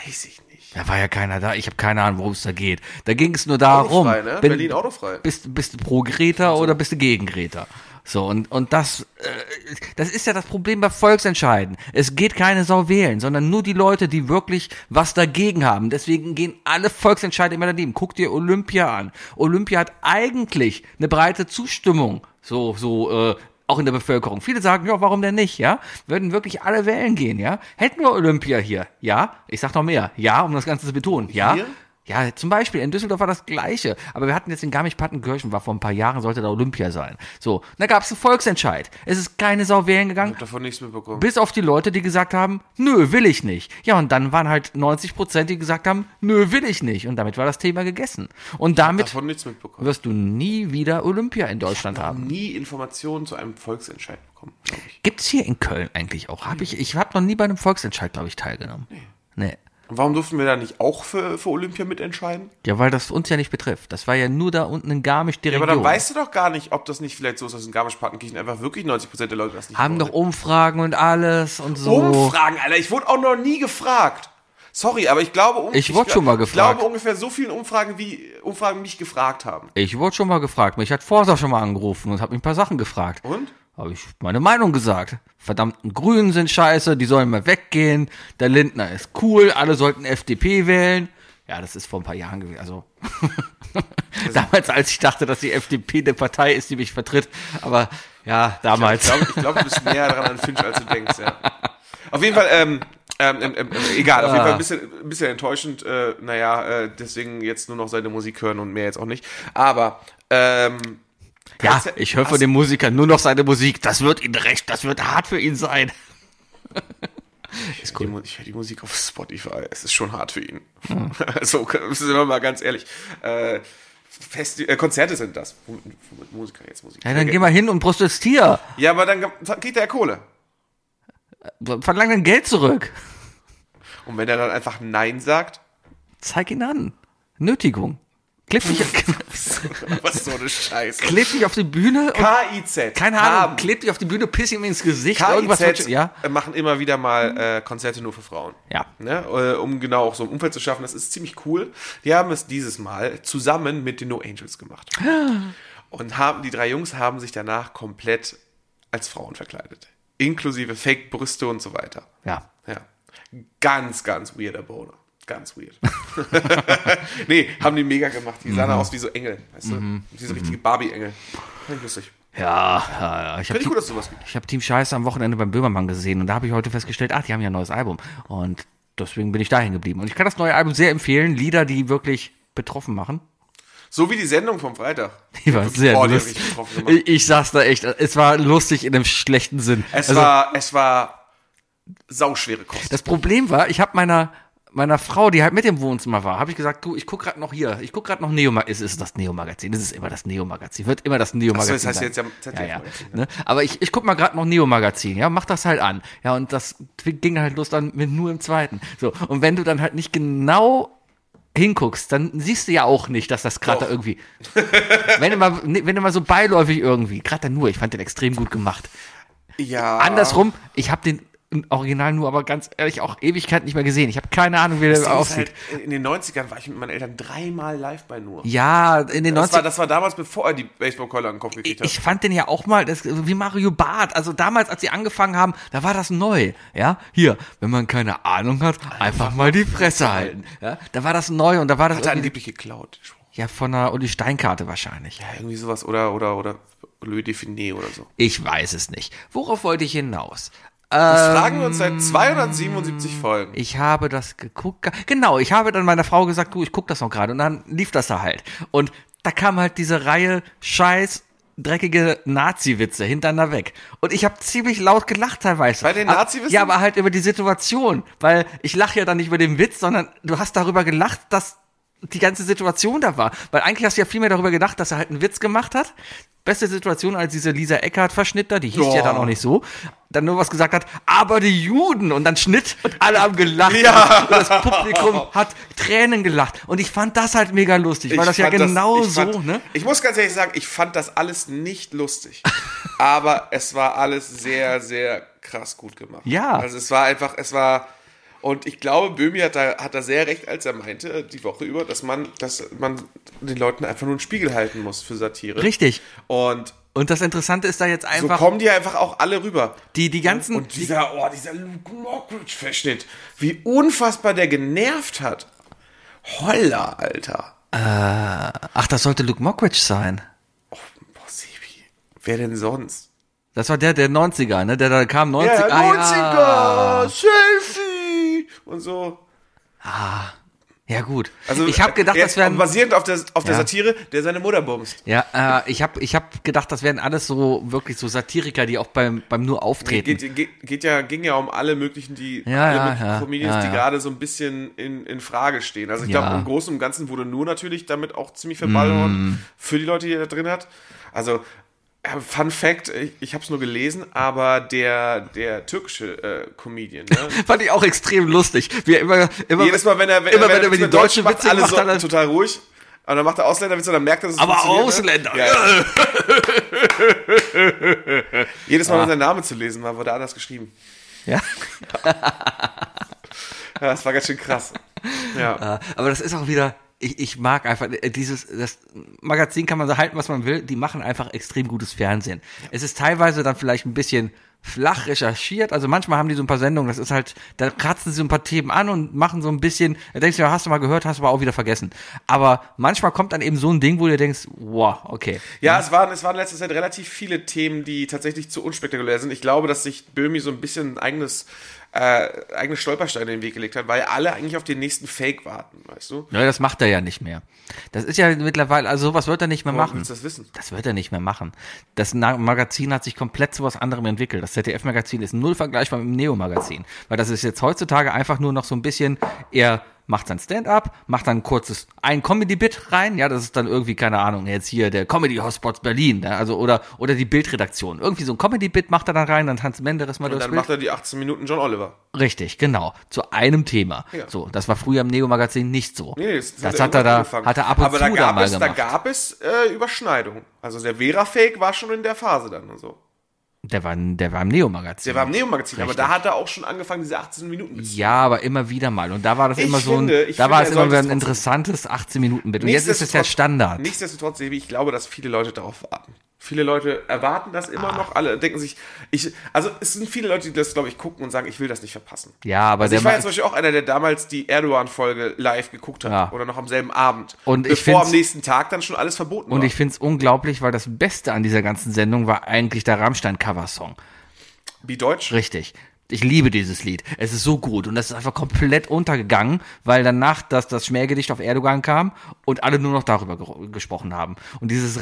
[SPEAKER 4] Weiß ich nicht.
[SPEAKER 3] da war ja keiner da. Ich habe keine Ahnung, worum es da geht. Da ging es nur darum,
[SPEAKER 4] Autofrei, ne?
[SPEAKER 3] bin-
[SPEAKER 4] Berlin autofrei.
[SPEAKER 3] Bist, bist du pro Greta oder bist du gegen Greta? So, und, und das, äh, das ist ja das Problem bei Volksentscheiden. Es geht keine Sau wählen, sondern nur die Leute, die wirklich was dagegen haben. Deswegen gehen alle Volksentscheide immer daneben. Guck dir Olympia an. Olympia hat eigentlich eine breite Zustimmung, so, so, äh, auch in der Bevölkerung. Viele sagen, ja, warum denn nicht, ja? Würden wirklich alle wählen gehen, ja? Hätten wir Olympia hier, ja? Ich sag noch mehr, ja, um das Ganze zu betonen, ja?
[SPEAKER 4] Hier?
[SPEAKER 3] Ja, zum Beispiel, in Düsseldorf war das Gleiche. Aber wir hatten jetzt in Garmisch-Partenkirchen, war vor ein paar Jahren, sollte da Olympia sein. So, da gab es einen Volksentscheid. Es ist keine Sau wählen gegangen,
[SPEAKER 4] Ich hab davon nichts mitbekommen.
[SPEAKER 3] bis auf die Leute, die gesagt haben, nö, will ich nicht. Ja, und dann waren halt 90 Prozent, die gesagt haben, nö, will ich nicht. Und damit war das Thema gegessen. Und damit
[SPEAKER 4] Davon nichts mitbekommen.
[SPEAKER 3] wirst du nie wieder Olympia in Deutschland haben.
[SPEAKER 4] Nie Informationen zu einem Volksentscheid bekommen, glaube ich.
[SPEAKER 3] Gibt's hier in Köln eigentlich auch? Hab ich, ich habe noch nie bei einem Volksentscheid, glaube ich, teilgenommen. Nee.
[SPEAKER 4] Und warum durften wir da nicht auch für, für Olympia mitentscheiden?
[SPEAKER 3] Ja, weil das uns ja nicht betrifft. Das war ja nur da unten in Garmisch die
[SPEAKER 4] Ja,
[SPEAKER 3] Region.
[SPEAKER 4] aber dann weißt du doch gar nicht, ob das nicht vielleicht so ist, dass in Garmisch-Partenkirchen einfach wirklich 90% der Leute das nicht
[SPEAKER 3] Haben doch
[SPEAKER 4] wollen.
[SPEAKER 3] Umfragen und alles und so.
[SPEAKER 4] Umfragen, Alter. Ich wurde auch noch nie gefragt. Sorry, aber ich glaube... Um,
[SPEAKER 3] Ich wurde schon mal
[SPEAKER 4] Ich glaube
[SPEAKER 3] gefragt.
[SPEAKER 4] ungefähr so vielen Umfragen, wie Umfragen mich gefragt haben.
[SPEAKER 3] Ich wurde schon mal gefragt. Mich hat Forsa schon mal angerufen und hat mich ein paar Sachen gefragt.
[SPEAKER 4] Und?
[SPEAKER 3] Habe ich meine Meinung gesagt. Verdammten Grünen sind scheiße, die sollen mal weggehen. Der Lindner ist cool, alle sollten FDP wählen. Ja, das ist vor ein paar Jahren gewesen. Also damals, als ich dachte, dass die FDP eine Partei ist, die mich vertritt. Aber ja,
[SPEAKER 4] Ich
[SPEAKER 3] damals.
[SPEAKER 4] glaube, ich glaube, du bist näher dran an Finch, als du denkst, ja. Auf jeden Fall, ähm, ähm, ähm, ähm, egal, auf jeden
[SPEAKER 3] Ah.
[SPEAKER 4] Fall ein bisschen, ein bisschen enttäuschend. Äh, naja, äh, deswegen jetzt nur noch seine Musik hören und mehr jetzt auch nicht. Aber, ähm...
[SPEAKER 3] ja, ich höre von
[SPEAKER 4] Hast-
[SPEAKER 3] dem Musiker nur noch seine Musik. Das wird ihn recht, das wird hart für ihn sein.
[SPEAKER 4] Die Mu- ich höre die Musik auf Spotify. Es ist schon hart für ihn. Also sind wir mal ganz ehrlich. Äh, Festi äh, Konzerte sind das. Womit, womit Musiker jetzt Musik?
[SPEAKER 3] Ja, dann geh mal hin und protestier.
[SPEAKER 4] Ja, aber dann geht der Kohle.
[SPEAKER 3] Verlang dein Geld zurück.
[SPEAKER 4] Und wenn er dann einfach Nein sagt,
[SPEAKER 3] Zeig ihn an. Nötigung. Klipp dich,
[SPEAKER 4] was so eine Scheiße.
[SPEAKER 3] klipp dich auf die Bühne und,
[SPEAKER 4] KIZ.
[SPEAKER 3] keine Ahnung,
[SPEAKER 4] haben.
[SPEAKER 3] klipp dich auf die Bühne, piss ihm ins Gesicht, irgendwas. wird
[SPEAKER 4] KIZ
[SPEAKER 3] schon- Ja,
[SPEAKER 4] machen immer wieder mal äh, Konzerte nur für Frauen.
[SPEAKER 3] Ja.
[SPEAKER 4] Ne? Äh, Um genau auch so ein Umfeld zu schaffen. Das ist ziemlich cool. Die haben es dieses Mal zusammen mit den No Angels gemacht. Und haben, die drei Jungs haben sich danach komplett als Frauen verkleidet. Inklusive Fake-Brüste und so weiter.
[SPEAKER 3] ja.
[SPEAKER 4] Ja. Ganz, ganz weirder Boner. Ganz weird. nee, haben die mega gemacht. Die
[SPEAKER 3] Mhm.
[SPEAKER 4] sahen aus wie so Engel, weißt du? Wie so richtige Barbie-Engel. Fand ich lustig.
[SPEAKER 3] Ja, ja, ja. Ich habe
[SPEAKER 4] Finde ich
[SPEAKER 3] Team,
[SPEAKER 4] gut, dass sowas gibt.
[SPEAKER 3] ich hab Team Scheiße am Wochenende beim Böhmermann gesehen und da habe ich heute festgestellt, ach, die haben ja ein neues Album. Und deswegen bin ich dahin geblieben. Und ich kann das neue Album sehr empfehlen. Lieder, die wirklich betroffen machen.
[SPEAKER 4] So wie die Sendung vom Freitag. oh,
[SPEAKER 3] Die war sehr
[SPEAKER 4] Boah, die hab ich
[SPEAKER 3] lustig.
[SPEAKER 4] getroffen gemacht.
[SPEAKER 3] Ich, ich saß da echt, es war lustig in einem schlechten Sinn.
[SPEAKER 4] Es
[SPEAKER 3] Also-
[SPEAKER 4] war, es war sauschwere Kost.
[SPEAKER 3] Das Problem war, ich habe meiner meiner Frau, die halt mit im Wohnzimmer war, habe ich gesagt, du, ich guck gerade noch hier, ich guck gerade noch Neo Magazin. Ist es das Neo Magazin? Es ist immer das Neo Magazin. Wird immer das Neo Magazin.
[SPEAKER 4] das heißt
[SPEAKER 3] sein.
[SPEAKER 4] jetzt ja ZDF
[SPEAKER 3] ja, ja.
[SPEAKER 4] Magazin,
[SPEAKER 3] Ne? Aber ich, ich guck mal gerade noch Neo Magazin, ja, mach das halt an. Ja, und das ging halt los dann mit nur im zweiten. So, und wenn du dann halt nicht genau hinguckst, dann siehst du ja auch nicht, dass das gerade da
[SPEAKER 4] Doch.
[SPEAKER 3] irgendwie wenn immer wenn immer so beiläufig irgendwie, gerade der nur, ich fand den extrem gut gemacht.
[SPEAKER 4] Ja.
[SPEAKER 3] Andersrum, ich habe den im Original nur aber ganz ehrlich auch Ewigkeit nicht mehr gesehen. Ich habe keine Ahnung, wie
[SPEAKER 4] Das
[SPEAKER 3] der
[SPEAKER 4] Ding ist
[SPEAKER 3] aussieht.
[SPEAKER 4] halt, in den 90ern war ich mit meinen Eltern dreimal live bei nur.
[SPEAKER 3] Ja, in den
[SPEAKER 4] Das war,
[SPEAKER 3] 90
[SPEAKER 4] das war damals, bevor er die Baseballkeule an den Kopf gekriegt hat.
[SPEAKER 3] ich fand den ja auch mal, das, also wie Mario Barth, also damals, als sie angefangen haben, da war das neu, ja, hier, wenn man keine Ahnung hat, einfach mal die Fresse halten, ja, da war das neu und da war das
[SPEAKER 4] Hat er
[SPEAKER 3] irgendwie-
[SPEAKER 4] angeblich geklaut.
[SPEAKER 3] ja von einer Uli Steinkarte wahrscheinlich,
[SPEAKER 4] Ja, irgendwie sowas. Oder, oder, oder Louis Define oder so.
[SPEAKER 3] ich weiß es nicht, worauf wollte ich hinaus,
[SPEAKER 4] Das
[SPEAKER 3] Ähm,
[SPEAKER 4] fragen wir uns seit 277 Folgen.
[SPEAKER 3] Ich habe das geguckt. ge- Genau, ich habe dann meiner Frau gesagt, du, ich gucke das noch gerade. Und dann lief das da halt. Und da kam halt diese Reihe scheiß dreckige Nazi-Witze hintereinander weg. Und ich habe ziemlich laut gelacht teilweise.
[SPEAKER 4] Bei den
[SPEAKER 3] Aber-
[SPEAKER 4] Nazi-Witzen?
[SPEAKER 3] Ja, aber halt über die Situation. Weil ich lache ja dann nicht über den Witz, sondern du hast darüber gelacht, dass die ganze Situation da war. Weil eigentlich hast du ja viel mehr darüber gedacht, dass er halt einen Witz gemacht hat. Beste Situation als diese Lisa Eckhardt-Verschnitt da, die hieß ja
[SPEAKER 4] Ja.
[SPEAKER 3] dann auch nicht so. Dann nur was gesagt hat, aber die Juden und dann Schnitt und alle haben gelacht.
[SPEAKER 4] Ja.
[SPEAKER 3] Und das Publikum hat Tränen gelacht. Und ich fand das halt mega lustig, weil das ja
[SPEAKER 4] fand
[SPEAKER 3] genau
[SPEAKER 4] ich
[SPEAKER 3] so,
[SPEAKER 4] fand,
[SPEAKER 3] ne?
[SPEAKER 4] Ich muss ganz ehrlich sagen, ich fand das alles nicht lustig. aber es war alles sehr, sehr krass gut gemacht.
[SPEAKER 3] Ja.
[SPEAKER 4] Also es war einfach, es war. Und ich glaube, Böhmi hat da, hat da sehr recht, als er meinte, äh, die Woche über, dass man, dass man den Leuten einfach nur einen Spiegel halten muss für Satire.
[SPEAKER 3] Richtig.
[SPEAKER 4] Und
[SPEAKER 3] Und das Interessante ist da jetzt
[SPEAKER 4] so
[SPEAKER 3] einfach,
[SPEAKER 4] kommen die einfach auch alle rüber.
[SPEAKER 3] die, die ganzen,
[SPEAKER 4] Und dieser, oh, dieser Luke Mockridge-Verschnitt, wie unfassbar der genervt hat. Holla, Alter.
[SPEAKER 3] ach, das sollte Luke Mockridge sein.
[SPEAKER 4] Oh, boah, Sebi. Wer denn sonst?
[SPEAKER 3] Das war der, der 90er, ne? Der da kam 90er.
[SPEAKER 4] Ja,
[SPEAKER 3] ah,
[SPEAKER 4] 90er, Selfie und so.
[SPEAKER 3] Ja, ja gut. Also, ich habe gedacht,
[SPEAKER 4] er-
[SPEAKER 3] das wären
[SPEAKER 4] äh, basierend auf der, auf der
[SPEAKER 3] Ja.
[SPEAKER 4] Satire, der seine Mutter bumst.
[SPEAKER 3] Ja, äh, ich habe ich hab gedacht, das wären alles so wirklich so Satiriker, die auch beim, beim nur auftreten.
[SPEAKER 4] Geht, geht, geht ja, ging ja um alle möglichen, die
[SPEAKER 3] Ja,
[SPEAKER 4] alle
[SPEAKER 3] ja,
[SPEAKER 4] möglichen
[SPEAKER 3] ja,
[SPEAKER 4] Comedians,
[SPEAKER 3] ja,
[SPEAKER 4] die
[SPEAKER 3] ja.
[SPEAKER 4] gerade so ein bisschen in, in Frage stehen. Also ich
[SPEAKER 3] Ja.
[SPEAKER 4] glaube, im Großen und Ganzen wurde nur natürlich damit auch ziemlich verballhornt
[SPEAKER 3] Mhm.
[SPEAKER 4] für die Leute, die er da drin hat. Also äh, Fun Fact, ich, ich habe es nur gelesen, aber der, der türkische äh, Comedian, ne?
[SPEAKER 3] Fand ich auch extrem lustig. Wie er immer, immer,
[SPEAKER 4] jedes Mal, wenn er wenn,
[SPEAKER 3] immer
[SPEAKER 4] wenn
[SPEAKER 3] über
[SPEAKER 4] er nichts
[SPEAKER 3] die
[SPEAKER 4] mehr
[SPEAKER 3] deutschen
[SPEAKER 4] Deutsch
[SPEAKER 3] Witze
[SPEAKER 4] alle
[SPEAKER 3] macht,
[SPEAKER 4] so
[SPEAKER 3] dann,
[SPEAKER 4] total ruhig. Aber dann macht der Ausländerwitze und dann merkt er, dass es
[SPEAKER 3] aber
[SPEAKER 4] funktioniert,
[SPEAKER 3] Ausländer.
[SPEAKER 4] Ne? Ja, ja. Jedes
[SPEAKER 3] Ah.
[SPEAKER 4] Mal, wenn sein Name zu lesen war, wurde anders geschrieben.
[SPEAKER 3] Ja.
[SPEAKER 4] Ja, das war ganz schön krass. Ja.
[SPEAKER 3] Aber das ist auch wieder, ich, ich mag einfach äh, dieses, das Magazin kann man so halten, was man will. Die machen einfach extrem gutes Fernsehen. Es ist teilweise dann vielleicht ein bisschen flach recherchiert. Also manchmal haben die so ein paar Sendungen, das ist halt, da kratzen sie so ein paar Themen an und machen so ein bisschen, da denkst du, ja, hast du mal gehört, hast du aber auch wieder vergessen. Aber manchmal kommt dann eben so ein Ding, wo du denkst, wow, okay.
[SPEAKER 4] Ja, es waren, es waren in letzter Zeit relativ viele Themen, die tatsächlich zu unspektakulär sind. Ich glaube, dass sich Böhmi so ein bisschen ein eigenes, äh, eigenes Stolperstein in den Weg gelegt hat, weil alle eigentlich auf den nächsten Fake warten, weißt du?
[SPEAKER 3] Ja, das macht er ja nicht mehr. Das ist ja mittlerweile, also sowas wird er nicht mehr
[SPEAKER 4] Warum
[SPEAKER 3] machen.
[SPEAKER 4] willst du das wissen?
[SPEAKER 3] Das wird er nicht mehr machen. Das Na- Magazin hat sich komplett zu was anderem entwickelt. Das ZDF-Magazin ist null vergleichbar mit dem Neo-Magazin. Weil das ist jetzt heutzutage einfach nur noch so ein bisschen, er macht sein Stand-up, macht dann ein kurzes, ein Comedy-Bit rein. Ja, das ist dann irgendwie, keine Ahnung, jetzt hier der Comedy-Hotspots Berlin. Ne? Also, oder, oder die Bildredaktion. Irgendwie so ein Comedy-Bit macht er dann rein, dann Hans Menderes mal
[SPEAKER 4] Und
[SPEAKER 3] durchs
[SPEAKER 4] dann
[SPEAKER 3] Bild.
[SPEAKER 4] macht er die 18 Minuten John Oliver.
[SPEAKER 3] Richtig, genau. Zu einem Thema.
[SPEAKER 4] Ja.
[SPEAKER 3] So, das war früher im Neo-Magazin nicht so.
[SPEAKER 4] Nee,
[SPEAKER 3] das
[SPEAKER 4] sind
[SPEAKER 3] hat
[SPEAKER 4] irgendwann
[SPEAKER 3] er da,
[SPEAKER 4] angefangen.
[SPEAKER 3] hat er ab und
[SPEAKER 4] Aber
[SPEAKER 3] zu
[SPEAKER 4] da
[SPEAKER 3] da,
[SPEAKER 4] gab
[SPEAKER 3] mal
[SPEAKER 4] es,
[SPEAKER 3] gemacht.
[SPEAKER 4] Da gab es äh, Überschneidungen. Also der Vera-Fake war schon in der Phase dann und so.
[SPEAKER 3] der war, der war im Neo-Magazin.
[SPEAKER 4] Der war im Neo-Magazin, aber
[SPEAKER 3] Hm, Richtig.
[SPEAKER 4] da hat er auch schon angefangen, diese 18 Minuten Witze.
[SPEAKER 3] ja, aber immer wieder mal. Und da war das
[SPEAKER 4] Ich
[SPEAKER 3] immer so ein,
[SPEAKER 4] finde- ich
[SPEAKER 3] da
[SPEAKER 4] finde,
[SPEAKER 3] war
[SPEAKER 4] er
[SPEAKER 3] es immer
[SPEAKER 4] sollte
[SPEAKER 3] wieder
[SPEAKER 4] es
[SPEAKER 3] ein
[SPEAKER 4] trotzdem-
[SPEAKER 3] interessantes 18 Minuten Bit. Und jetzt ist es ja
[SPEAKER 4] Nichtsdestotrotz-
[SPEAKER 3] Standard.
[SPEAKER 4] Nichtsdestotrotz, Sebi, ich glaube, dass viele Leute darauf warten. Viele Leute erwarten das
[SPEAKER 3] Ah.
[SPEAKER 4] immer noch. Alle denken sich, ich, also es sind viele Leute, die das, glaube ich, gucken und sagen, ich will das nicht verpassen.
[SPEAKER 3] Ja, aber
[SPEAKER 4] Also
[SPEAKER 3] der
[SPEAKER 4] ich war
[SPEAKER 3] Ma-
[SPEAKER 4] ja zum Beispiel auch einer, der damals die Erdogan-Folge live geguckt hat.
[SPEAKER 3] Ja.
[SPEAKER 4] Oder noch am selben Abend.
[SPEAKER 3] Und ich
[SPEAKER 4] bevor am
[SPEAKER 3] find's-
[SPEAKER 4] nächsten Tag dann schon alles verboten
[SPEAKER 3] und
[SPEAKER 4] war.
[SPEAKER 3] ich find's unglaublich, weil das Beste an dieser ganzen Sendung war eigentlich der Rammstein-Cover-Song.
[SPEAKER 4] Wie deutsch?
[SPEAKER 3] Richtig. Ich liebe dieses Lied. Es ist so gut. Und das ist einfach komplett untergegangen, weil danach das, das Schmähgedicht auf Erdogan kam und alle nur noch darüber gero- gesprochen haben. Und dieses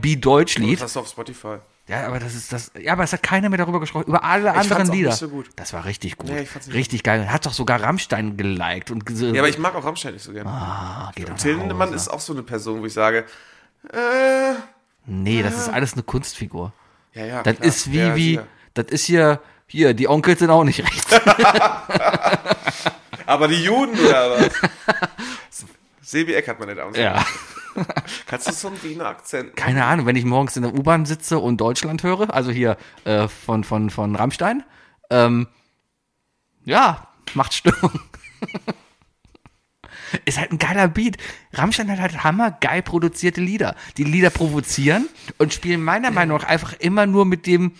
[SPEAKER 3] Rammstein-Be-Deutsch-Lied.
[SPEAKER 4] Das auf Spotify.
[SPEAKER 3] Ja, aber das ist das. Ja, aber es hat keiner mehr darüber gesprochen. Über alle
[SPEAKER 4] fand's
[SPEAKER 3] anderen
[SPEAKER 4] auch nicht
[SPEAKER 3] Lieder.
[SPEAKER 4] so gut.
[SPEAKER 3] Das war richtig gut.
[SPEAKER 4] Nee, ich fand's nicht
[SPEAKER 3] richtig geil. Hat doch sogar Rammstein geliked und gesagt,
[SPEAKER 4] Ja, aber ich mag auch Rammstein nicht so gerne.
[SPEAKER 3] Ah, geht doch nach
[SPEAKER 4] Tillendemann
[SPEAKER 3] Hause.
[SPEAKER 4] ist auch so eine Person, wo ich sage, äh,
[SPEAKER 3] Nee, das ist alles eine Kunstfigur.
[SPEAKER 4] ja, ja.
[SPEAKER 3] Das
[SPEAKER 4] klar.
[SPEAKER 3] ist wie,
[SPEAKER 4] Ja,
[SPEAKER 3] wie,
[SPEAKER 4] sicher.
[SPEAKER 3] das ist hier, hier, die Onkels sind auch nicht rechts.
[SPEAKER 4] Aber die Juden oder was? Sebi Eckert, meine Damen und Herren.
[SPEAKER 3] ja.
[SPEAKER 4] Kannst du so einen Wiener Akzent?
[SPEAKER 3] Keine Ahnung, wenn ich morgens in der U-Bahn sitze und Deutschland höre, also hier äh, von, von, von Rammstein, ähm, ja, macht Stimmung. Ist halt ein geiler Beat. Rammstein hat halt hammergeil produzierte Lieder. Die Lieder provozieren und spielen meiner Meinung nach einfach immer nur mit dem,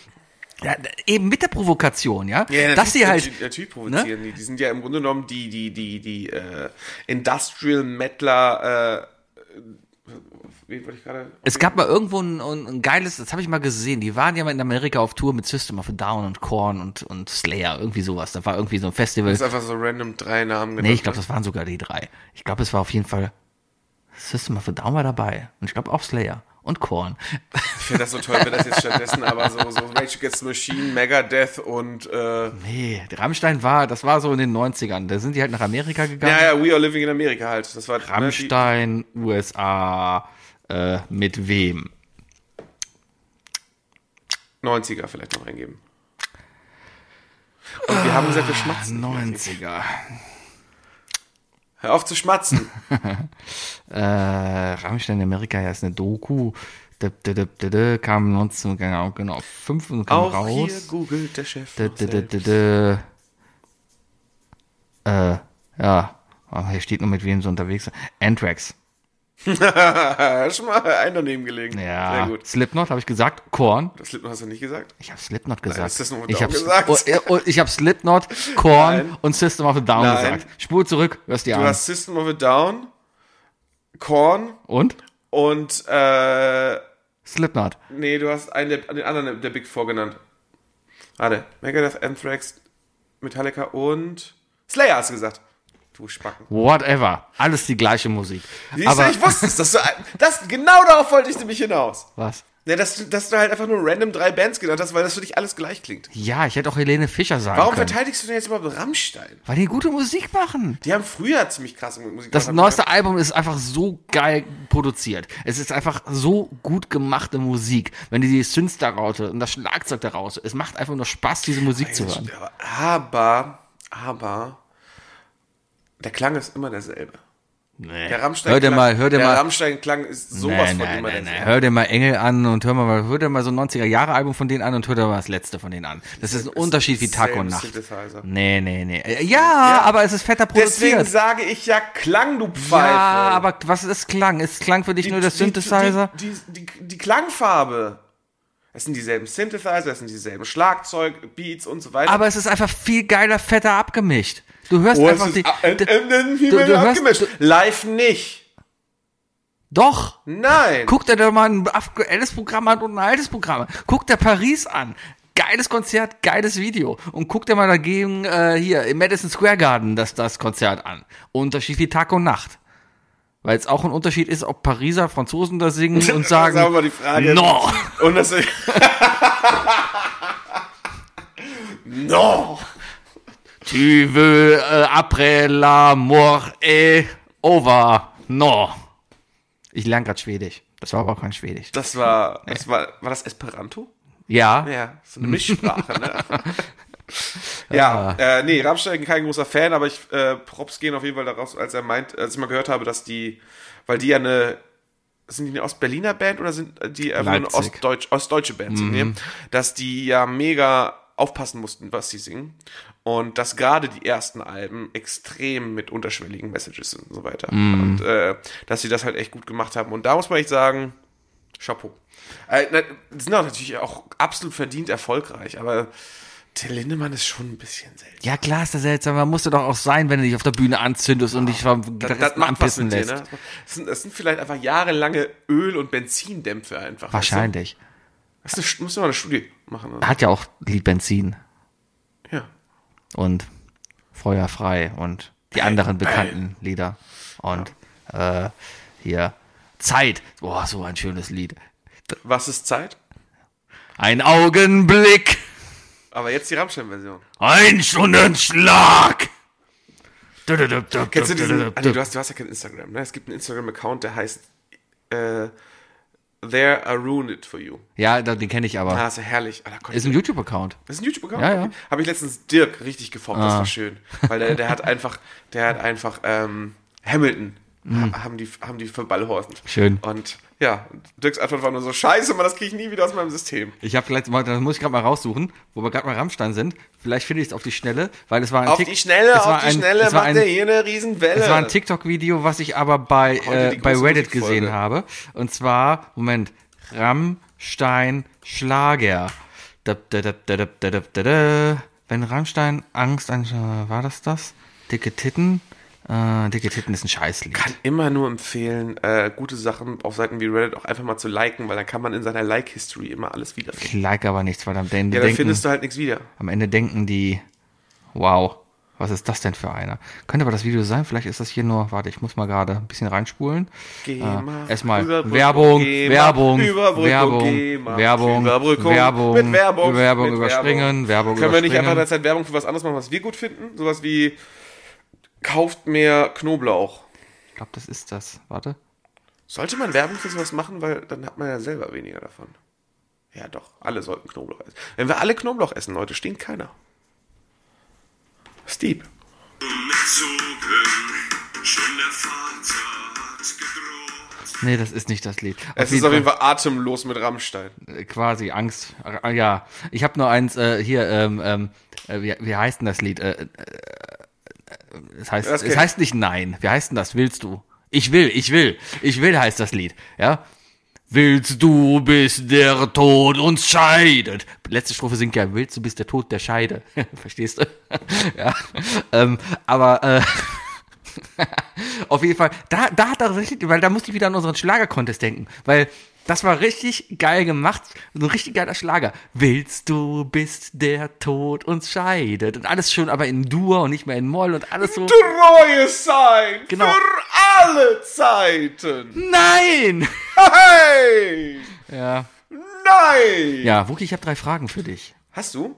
[SPEAKER 3] ja, eben mit der Provokation, ja?
[SPEAKER 4] Ja,
[SPEAKER 3] Dass sie halt,
[SPEAKER 4] natürlich, natürlich provozieren die. Die sind ja im Grunde genommen die, die, die, die äh, Industrial Mettler, äh, wen wollte ich gerade?
[SPEAKER 3] Es gab mal irgendwo ein, ein, ein geiles, das habe ich mal gesehen, die waren ja mal in Amerika auf Tour mit System of a Down und Korn und, und Slayer, irgendwie sowas. Da war irgendwie so ein Festival.
[SPEAKER 4] Das ist einfach so random drei Namen genannt.
[SPEAKER 3] Nee, ich glaube, das waren sogar die drei. Ich glaube, es war auf jeden Fall System of a Down war dabei. Und ich glaube auch Slayer und Korn.
[SPEAKER 4] Ich finde das so toll, wenn das jetzt stattdessen aber so, so Rage Against the Machine, Megadeth und äh,
[SPEAKER 3] Nee, Rammstein war, das war so in den 90ern. Da sind die halt nach Amerika gegangen.
[SPEAKER 4] ja, ja, We Are Living in America halt. Das war ne, die-
[SPEAKER 3] Rammstein, USA, äh, mit wem?
[SPEAKER 4] 90er vielleicht noch eingeben. Und wir haben sehr viel Schmatzen.
[SPEAKER 3] Ah, 90er.
[SPEAKER 4] Hör auf zu schmatzen.
[SPEAKER 3] äh, Rammstein in Amerika, ja, ist eine Doku. Da, da, da, da, da, kam 19, genau, genau, 5 und kam
[SPEAKER 4] Auch hier
[SPEAKER 3] raus.
[SPEAKER 4] googelt der Chef.
[SPEAKER 3] Da,
[SPEAKER 4] noch
[SPEAKER 3] da, da,
[SPEAKER 4] selbst.
[SPEAKER 3] da, da. Äh, ja, oh, hier steht nur, mit wem sie unterwegs sind. Anthrax,
[SPEAKER 4] Schon mal ein daneben gelegen.
[SPEAKER 3] ja,
[SPEAKER 4] Sehr gut.
[SPEAKER 3] Slipknot, habe ich gesagt, Korn,
[SPEAKER 4] Das Slipknot hast du nicht gesagt?
[SPEAKER 3] ich habe Slipknot gesagt.
[SPEAKER 4] hast du das nur mit
[SPEAKER 3] ich habe
[SPEAKER 4] Down gesagt?
[SPEAKER 3] oh, oh, ich hab Slipknot, Korn
[SPEAKER 4] Nein.
[SPEAKER 3] und System of a Down
[SPEAKER 4] Nein.
[SPEAKER 3] gesagt. Spur zurück, hörst dir
[SPEAKER 4] Du
[SPEAKER 3] an.
[SPEAKER 4] hast System of a Down, Korn
[SPEAKER 3] und?
[SPEAKER 4] und äh,
[SPEAKER 3] Slipknot.
[SPEAKER 4] nee, du hast einen der, den anderen der Big Four genannt. Warte, Megadeth, Anthrax, Metallica und Slayer hast du gesagt. Du Spacken.
[SPEAKER 3] Whatever. Alles die gleiche Musik.
[SPEAKER 4] Siehst
[SPEAKER 3] Aber,
[SPEAKER 4] du, ich wusste es. Dass du, ein- das, genau darauf wollte ich nämlich hinaus.
[SPEAKER 3] was?
[SPEAKER 4] Ja, dass, du- dass du halt einfach nur random drei Bands genannt hast, weil das für dich alles gleich klingt.
[SPEAKER 3] Ja, ich hätte auch Helene Fischer sagen
[SPEAKER 4] Warum
[SPEAKER 3] können.
[SPEAKER 4] verteidigst du denn jetzt überhaupt Rammstein?
[SPEAKER 3] Weil die gute Musik machen.
[SPEAKER 4] Die haben früher ziemlich krasse Musik
[SPEAKER 3] Das
[SPEAKER 4] gemacht.
[SPEAKER 3] neueste Album ist einfach so geil produziert. Es ist einfach so gut gemachte Musik. Wenn die die Synths da raute und das Schlagzeug da raus, es macht einfach nur Spaß, diese Musik zu hören.
[SPEAKER 4] Aber, aber, aber, der Klang ist immer derselbe.
[SPEAKER 3] Nee.
[SPEAKER 4] Der Rammstein
[SPEAKER 3] hör dir mal, hör dir
[SPEAKER 4] der
[SPEAKER 3] mal,
[SPEAKER 4] Rammstein-Klang ist sowas
[SPEAKER 3] nein,
[SPEAKER 4] von
[SPEAKER 3] nein,
[SPEAKER 4] immer
[SPEAKER 3] nein, nein.
[SPEAKER 4] derselbe.
[SPEAKER 3] hör dir mal Engel an und hör mal, hör dir mal so ein 90er-Jahre-Album von denen an und hör dir mal das letzte von denen an. Das ist ein Unterschied wie Tag und
[SPEAKER 4] Selbe
[SPEAKER 3] Nacht.
[SPEAKER 4] Synthesizer.
[SPEAKER 3] Nee, nee, nee. Äh, Ja, aber es ist fetter
[SPEAKER 4] Deswegen
[SPEAKER 3] produziert.
[SPEAKER 4] sage ich ja Klang, du Pfeife.
[SPEAKER 3] Ja, aber was ist Klang? Ist Klang für dich nur der Synthesizer?
[SPEAKER 4] Die, die, die, die Klangfarbe. Es sind dieselben Synthesizer, es sind dieselben Schlagzeug, Beats und so weiter.
[SPEAKER 3] Aber es ist einfach viel geiler, fetter abgemischt. Du hörst
[SPEAKER 4] Oh, es
[SPEAKER 3] einfach
[SPEAKER 4] ist
[SPEAKER 3] die.
[SPEAKER 4] a-
[SPEAKER 3] d-
[SPEAKER 4] ähm, ähm,
[SPEAKER 3] du- du hörst-
[SPEAKER 4] abgemischt.
[SPEAKER 3] du-
[SPEAKER 4] Live nicht.
[SPEAKER 3] Doch!
[SPEAKER 4] Nein.
[SPEAKER 3] Guck dir doch mal ein aktuelles Programm an und ein altes Programm an. Guck dir Paris an. Geiles Konzert, geiles Video. Und guck dir mal dagegen äh, hier im Madison Square Garden das, das Konzert an. Unterschied wie Tag und Nacht. Weil es auch ein Unterschied ist, ob Pariser Franzosen da singen und sagen,
[SPEAKER 4] Das ist aber die Frage.
[SPEAKER 3] no.
[SPEAKER 4] Und das No.
[SPEAKER 3] Tu veux äh, après la mort est over. No. Ich lerne gerade Schwedisch. Das war aber auch kein Schwedisch.
[SPEAKER 4] Das war, das war, war das Esperanto?
[SPEAKER 3] Ja.
[SPEAKER 4] Ja, so eine Mischsprache, ne? ja,
[SPEAKER 3] Ah.
[SPEAKER 4] äh, nee, Rammstein kein großer Fan, aber ich äh, Props gehen auf jeden Fall daraus, als er meint, als ich mal gehört habe, dass die, weil die ja eine, sind die eine Ostberliner Band oder sind die äh, eine
[SPEAKER 3] Leipzig. Mhm.
[SPEAKER 4] Ostdeutsch, ostdeutsche Band sind, ne? dass die ja mega aufpassen mussten, was sie singen. Und dass gerade die ersten Alben extrem mit unterschwelligen Messages sind und so weiter.
[SPEAKER 3] Mhm.
[SPEAKER 4] Und äh, dass sie das halt echt gut gemacht haben. Und da muss man echt sagen, Chapeau. Äh, na, die sind auch natürlich auch absolut verdient erfolgreich, aber Till Lindemann ist schon ein bisschen selten.
[SPEAKER 3] Ja, klar ist das seltsam. Man musste doch auch sein, wenn du dich auf der Bühne anzündest und dich vom
[SPEAKER 4] Das, das
[SPEAKER 3] Gitarristen
[SPEAKER 4] macht was
[SPEAKER 3] anpissen
[SPEAKER 4] mit dir,
[SPEAKER 3] lässt.
[SPEAKER 4] ne? Das sind, das sind vielleicht einfach jahrelange Öl- und Benzindämpfe einfach.
[SPEAKER 3] Wahrscheinlich.
[SPEAKER 4] Weißt du? Das ist eine, musst du mal eine Studie machen. Ne?
[SPEAKER 3] Hat ja auch Lied Benzin.
[SPEAKER 4] Ja.
[SPEAKER 3] und Feuerfrei und die anderen bekannten Lieder. Und äh, hier Zeit. Boah, so ein schönes Lied.
[SPEAKER 4] Was ist Zeit?
[SPEAKER 3] Ein Augenblick,
[SPEAKER 4] Aber jetzt die Rammstein-Version.
[SPEAKER 3] ein Stundenschlag.
[SPEAKER 4] Kennst du diesen? Ah, nee, du, hast, du hast ja kein Instagram, ne? Es gibt einen Instagram-Account, der heißt äh, There I Ruined It For You.
[SPEAKER 3] Ja, da- den kenne ich aber.
[SPEAKER 4] Ah, ist ja herrlich. Ah, da konnte
[SPEAKER 3] Ist ein YouTube-Account.
[SPEAKER 4] Das ist ein YouTube-Account.
[SPEAKER 3] Ja, Ah. ja.
[SPEAKER 4] Habe ich letztens Dirk richtig gefoppt, das war schön. Weil der, der hat einfach, der hat einfach ähm, Hamilton ha- haben die haben die verballhorsen.
[SPEAKER 3] Mhm. Schön.
[SPEAKER 4] Und ja, Dirks Antwort war nur so Scheiße, Mann, das kriege ich nie wieder aus meinem System.
[SPEAKER 3] Ich habe vielleicht, mal- das muss ich gerade mal raussuchen, wo wir gerade mal Rammstein sind. Vielleicht finde ich es auf die Schnelle, weil es war ein
[SPEAKER 4] Auf
[SPEAKER 3] Tik-
[SPEAKER 4] die Schnelle,
[SPEAKER 3] es war
[SPEAKER 4] auf die
[SPEAKER 3] ein-
[SPEAKER 4] Schnelle
[SPEAKER 3] es war
[SPEAKER 4] macht
[SPEAKER 3] ein,
[SPEAKER 4] der hier eine Riesenwelle.
[SPEAKER 3] Es war ein TikTok-Video, was ich aber bei,
[SPEAKER 4] Heute
[SPEAKER 3] äh,
[SPEAKER 4] die
[SPEAKER 3] bei
[SPEAKER 4] große
[SPEAKER 3] Reddit
[SPEAKER 4] Musikfolge.
[SPEAKER 3] gesehen habe. Und zwar, Moment, Rammstein Schlager. Da, da, da, da, da, da, da, da, da. Wenn Rammstein Angst, ein- äh, war das das? Dicke Titten? Äh, dicke Titten ist ein Scheißlied.
[SPEAKER 4] kann immer nur empfehlen, äh, gute Sachen auf Seiten wie Reddit auch einfach mal zu liken, weil dann kann man in seiner Like-History immer alles wiederfinden.
[SPEAKER 3] ich like aber nichts, weil am Ende,
[SPEAKER 4] Ja, dann
[SPEAKER 3] denken,
[SPEAKER 4] findest du halt nichts wieder.
[SPEAKER 3] am Ende denken die, wow, was ist das denn für einer? Könnte aber das Video sein, vielleicht ist das hier nur, warte, ich muss mal gerade ein bisschen reinspulen.
[SPEAKER 4] Geh
[SPEAKER 3] Ah,
[SPEAKER 4] mal.
[SPEAKER 3] Erstmal
[SPEAKER 4] Überbrückung,
[SPEAKER 3] Werbung,
[SPEAKER 4] geh mal.
[SPEAKER 3] Werbung,
[SPEAKER 4] Überbrückung, geh
[SPEAKER 3] Werbung,
[SPEAKER 4] mal.
[SPEAKER 3] Werbung,
[SPEAKER 4] Überbrückung,
[SPEAKER 3] Werbung,
[SPEAKER 4] mit Werbung,
[SPEAKER 3] Werbung
[SPEAKER 4] mit
[SPEAKER 3] überspringen, Werbung
[SPEAKER 4] Können wir nicht einfach
[SPEAKER 3] überspringen.
[SPEAKER 4] derzeit Werbung für was anderes machen, was wir gut finden? Sowas wie kauft mehr Knoblauch.
[SPEAKER 3] Ich glaube, das ist das. Warte.
[SPEAKER 4] Sollte man Werbung für sowas machen, weil dann hat man ja selber weniger davon. Ja, doch. Alle sollten Knoblauch essen. Wenn wir alle Knoblauch essen, Leute, stinkt keiner. Steve.
[SPEAKER 2] Mitzogen, schon der Vater hat gedroht.
[SPEAKER 3] Nee, das ist nicht das Lied. Auf
[SPEAKER 4] Es ist auf jeden Fall atemlos mit Rammstein.
[SPEAKER 3] Fall, äh, quasi Angst. Ah, Ja, ich habe nur eins äh, hier. Ähm, ähm, äh, wie, wie heißt denn das Lied? Äh, äh, äh, es heißt,
[SPEAKER 4] Das
[SPEAKER 3] es
[SPEAKER 4] kenn-
[SPEAKER 3] heißt nicht Nein. Wie heißt denn das? Willst du? Ich will, ich will, ich will heißt das Lied. Ja. Willst du, bis der Tod uns scheidet? Letzte Strophe singt ja, willst du, bis der Tod der scheide. Verstehst du? ja. Ähm, aber äh, auf jeden Fall, da, da hat er richtig, weil da musste ich wieder an unseren Schlager-Contest denken, weil das war richtig geil gemacht, so ein richtig geiler Schlager. Willst du, bis der Tod uns scheidet. Und alles schön, aber in Dur und nicht mehr in Moll und alles so.
[SPEAKER 4] Treue sein
[SPEAKER 3] Genau.
[SPEAKER 4] für alle Zeiten.
[SPEAKER 3] Nein!
[SPEAKER 4] Hey!
[SPEAKER 3] Ja.
[SPEAKER 4] Nein!
[SPEAKER 3] Ja, Wuki, ich habe drei Fragen für dich.
[SPEAKER 4] Hast du?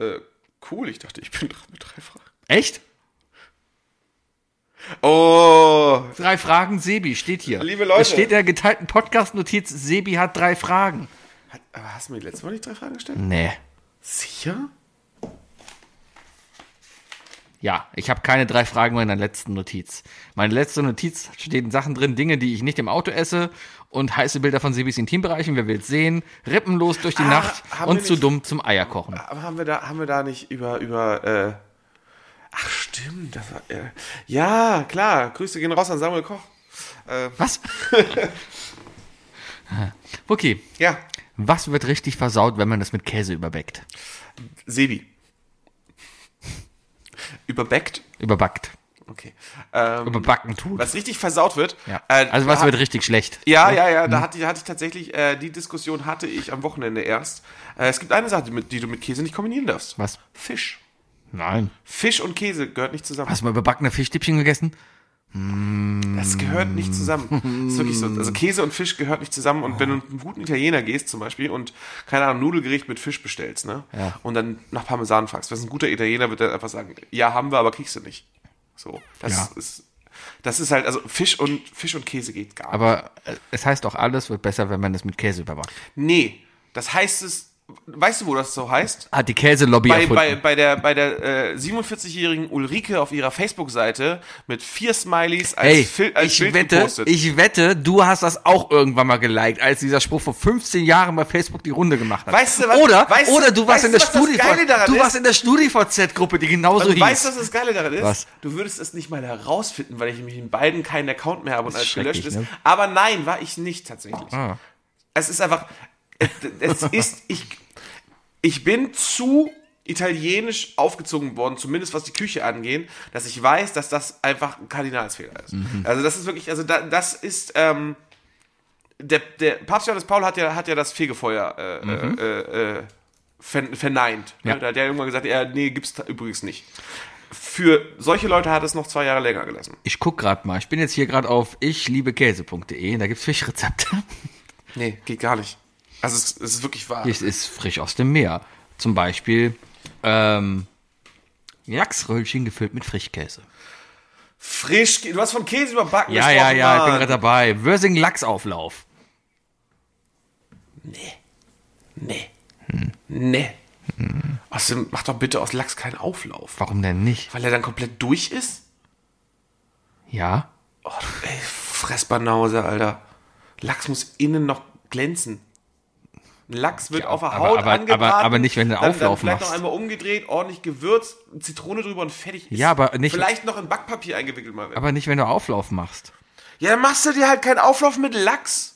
[SPEAKER 4] Äh, cool, ich dachte, ich bin dran mit drei Fragen.
[SPEAKER 3] Echt?
[SPEAKER 4] Oh,
[SPEAKER 3] Drei Fragen, Sebi, steht hier.
[SPEAKER 4] Liebe Leute.
[SPEAKER 3] Es steht in der geteilten Podcast-Notiz, Sebi hat drei Fragen.
[SPEAKER 4] hat, aber hast du mir letztes Mal nicht drei Fragen gestellt?
[SPEAKER 3] Nee.
[SPEAKER 4] Sicher?
[SPEAKER 3] Ja, ich habe keine drei Fragen meiner letzten Notiz. Meine letzte Notiz stehen Sachen drin, Dinge, die ich nicht im Auto esse und heiße Bilder von Sebis Intimbereichen, wer will's sehen, rippenlos durch die Nacht
[SPEAKER 4] Ah, haben wir
[SPEAKER 3] und zu
[SPEAKER 4] nicht- Ah.
[SPEAKER 3] dumm zum Eierkochen.
[SPEAKER 4] Aber haben wir da, haben wir da nicht über, über, äh, ach stimmt, das war, äh, ja, klar, Grüße gehen raus an Samuel Koch. Äh,
[SPEAKER 3] Was? okay,
[SPEAKER 4] ja,
[SPEAKER 3] was wird richtig versaut, wenn man das mit Käse überbackt?
[SPEAKER 4] Sebi. Überbackt.
[SPEAKER 3] Überbackt.
[SPEAKER 4] Okay. Ähm,
[SPEAKER 3] Überbacken tut.
[SPEAKER 4] was richtig versaut wird.
[SPEAKER 3] Ja.
[SPEAKER 4] äh,
[SPEAKER 3] also was
[SPEAKER 4] da-
[SPEAKER 3] wird richtig Mhm. schlecht?
[SPEAKER 4] Ja, ja, ja, da hatte, da hatte ich tatsächlich, äh, die Diskussion hatte ich am Wochenende erst. Äh, es gibt eine Sache, die, mit- die du mit Käse nicht kombinieren darfst.
[SPEAKER 3] Was?
[SPEAKER 4] Fisch.
[SPEAKER 3] Nein.
[SPEAKER 4] Fisch und Käse gehört nicht zusammen.
[SPEAKER 3] Hast du mal überbackene Fischstäbchen gegessen?
[SPEAKER 4] Das gehört nicht zusammen. Das ist wirklich so. Also Käse und Fisch gehört nicht zusammen. Und wenn du mit einem guten Italiener gehst zum Beispiel und, keine Ahnung, Nudelgericht mit Fisch bestellst, ne?
[SPEAKER 3] Ja.
[SPEAKER 4] Und dann nach Parmesan fragst, was ein guter Italiener wird dann einfach sagen, ja, haben wir, aber kriegst du nicht. So. Das
[SPEAKER 3] Ja.
[SPEAKER 4] ist, das ist halt, also Fisch und, Fisch und Käse geht gar nicht.
[SPEAKER 3] Aber äh, es heißt auch, alles wird besser, wenn man das mit Käse überbackt.
[SPEAKER 4] Nee, das heißt es weißt du, wo das so heißt?
[SPEAKER 3] Hat Ah, die Käselobby
[SPEAKER 4] Bei,
[SPEAKER 3] erfunden.
[SPEAKER 4] bei, bei der, bei der äh, 47-jährigen Ulrike auf ihrer Facebook-Seite mit vier Smileys als,
[SPEAKER 3] Ey,
[SPEAKER 4] Fil als
[SPEAKER 3] ich
[SPEAKER 4] Bild
[SPEAKER 3] wette,
[SPEAKER 4] gepostet.
[SPEAKER 3] ich wette, du hast das auch irgendwann mal geliked, als dieser Spruch vor 15 Jahren bei Facebook die Runde gemacht hat.
[SPEAKER 4] Weißt du, was-
[SPEAKER 3] oder,
[SPEAKER 4] weißt du-
[SPEAKER 3] oder du
[SPEAKER 4] weißt
[SPEAKER 3] warst in
[SPEAKER 4] du,
[SPEAKER 3] der
[SPEAKER 4] was das
[SPEAKER 3] Studi
[SPEAKER 4] Geile daran
[SPEAKER 3] du
[SPEAKER 4] ist?
[SPEAKER 3] warst in der StudiVZ-Gruppe, die genauso
[SPEAKER 4] Und
[SPEAKER 3] hieß.
[SPEAKER 4] weißt Also, du, was das Geile daran ist?
[SPEAKER 3] Was?
[SPEAKER 4] Du würdest es nicht mal herausfinden, weil ich nämlich in beiden keinen Account mehr habe und alles gelöscht
[SPEAKER 3] schrecklich,
[SPEAKER 4] ist.
[SPEAKER 3] ne? Ah.
[SPEAKER 4] Aber nein, war ich nicht tatsächlich. Es ist einfach, äh, es ist, ich, ich bin zu italienisch aufgezogen worden, zumindest was die Küche angeht, dass ich weiß, dass das einfach ein Kardinalsfehler ist.
[SPEAKER 3] Mhm.
[SPEAKER 4] Also das ist wirklich, also da, das ist, ähm, der, der Papst Johannes Paul hat ja, hat ja das Fegefeuer äh, äh, äh, ver, verneint.
[SPEAKER 3] Mhm. Ja.
[SPEAKER 4] Ne? Da hat er irgendwann gesagt, ja, nee, gibt's da übrigens nicht. Für solche Leute hat es noch zwei Jahre länger gelassen.
[SPEAKER 3] Ich guck gerade mal. Ich bin jetzt hier gerade auf ichliebekäse.de. Da gibt's Fischrezepte.
[SPEAKER 4] Nee, geht gar nicht. Also es, es ist wirklich wahr.
[SPEAKER 3] es ist frisch aus dem Meer. Zum Beispiel ähm, Lachsröllchen gefüllt mit Frischkäse.
[SPEAKER 4] Frisch, du hast von Käse überbacken
[SPEAKER 3] Ja, ja, ja, ich bin gerade dabei. Würsing Lachsauflauf.
[SPEAKER 4] Nee.
[SPEAKER 3] Hm.
[SPEAKER 4] Nee. Außerdem mach doch bitte aus Lachs keinen Auflauf.
[SPEAKER 3] Warum denn nicht?
[SPEAKER 4] Weil er dann komplett durch ist?
[SPEAKER 3] Ja.
[SPEAKER 4] Oh, du- ey, Fressbanause, Alter. Lachs muss innen noch glänzen. Ein Lachs wird
[SPEAKER 3] Ja,
[SPEAKER 4] auf der
[SPEAKER 3] aber-
[SPEAKER 4] Haut
[SPEAKER 3] aber-
[SPEAKER 4] angebraten.
[SPEAKER 3] aber- aber nicht, wenn du
[SPEAKER 4] dann, dann
[SPEAKER 3] Auflauf
[SPEAKER 4] vielleicht
[SPEAKER 3] machst.
[SPEAKER 4] noch einmal umgedreht, ordentlich gewürzt, Zitrone drüber und fertig ist.
[SPEAKER 3] Ja, aber nicht-
[SPEAKER 4] Vielleicht noch in Backpapier eingewickelt mal.
[SPEAKER 3] Aber nicht, wenn du Auflauf machst.
[SPEAKER 4] ja, dann machst du dir halt keinen Auflauf mit Lachs.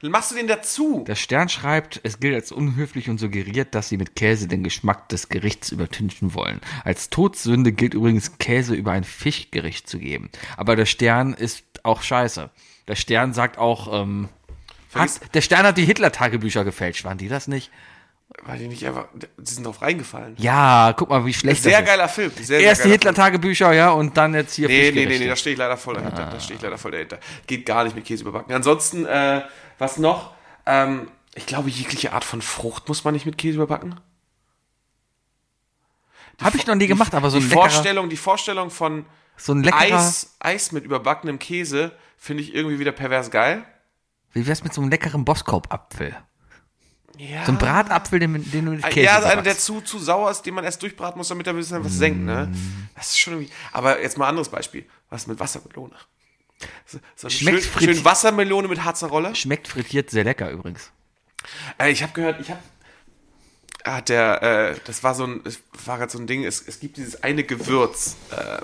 [SPEAKER 4] Dann machst du den dazu.
[SPEAKER 3] Der Stern schreibt, es gilt als unhöflich und suggeriert, dass sie mit Käse den Geschmack des Gerichts übertünchen wollen. Als Todsünde gilt übrigens, Käse über ein Fischgericht zu geben. Aber der Stern ist auch scheiße. Der Stern sagt auch, ähm,
[SPEAKER 4] Vergiss-
[SPEAKER 3] hat, der Stern hat die Hitler-Tagebücher gefälscht. Waren die das nicht?
[SPEAKER 4] Weil die nicht einfach. Die sind drauf reingefallen.
[SPEAKER 3] Ja, guck mal, wie schlecht
[SPEAKER 4] Sehr
[SPEAKER 3] das
[SPEAKER 4] geiler Film. Sehr,
[SPEAKER 3] ist.
[SPEAKER 4] sehr
[SPEAKER 3] Erst die
[SPEAKER 4] geiler
[SPEAKER 3] Hitler-Tagebücher, ja, und dann jetzt hier
[SPEAKER 4] Nee, nee,
[SPEAKER 3] Fischgerichte.
[SPEAKER 4] nee, nee, da stehe ich leider voll dahinter. Da
[SPEAKER 3] Ah.
[SPEAKER 4] stehe ich leider voll dahinter. Geht gar nicht mit Käse überbacken. Ansonsten, äh, was noch? Ähm, ich glaube, jegliche Art von Frucht muss man nicht mit Käse überbacken.
[SPEAKER 3] Hab ich noch nie gemacht, aber so ein
[SPEAKER 4] die
[SPEAKER 3] leckerer,
[SPEAKER 4] Vorstellung, die Vorstellung von
[SPEAKER 3] so ein leckerer,
[SPEAKER 4] Eis, Eis mit überbackenem Käse finde ich irgendwie wieder pervers geil.
[SPEAKER 3] wie wär's mit so einem leckeren Boskop-Apfel?
[SPEAKER 4] Ja.
[SPEAKER 3] So ein Bratapfel, den, den du mit Käse
[SPEAKER 4] Ah. ja, also einer, der
[SPEAKER 3] überbackst.
[SPEAKER 4] zu, zu sauer ist, den man erst durchbraten muss, damit er ein bisschen was senkt, ne?
[SPEAKER 3] Mm.
[SPEAKER 4] Das ist schon irgendwie. Aber jetzt mal ein anderes Beispiel. Was mit Wassermelone? So, so eine schön,
[SPEAKER 3] Schmeckt frittiert.
[SPEAKER 4] schön Wassermelone mit Harzer Rolle.
[SPEAKER 3] Schmeckt frittiert sehr lecker übrigens.
[SPEAKER 4] Äh, ich habe gehört, ich habe hat der, äh, das war so ein, es war gerade so ein Ding, es, es gibt dieses eine Gewürz. Ähm,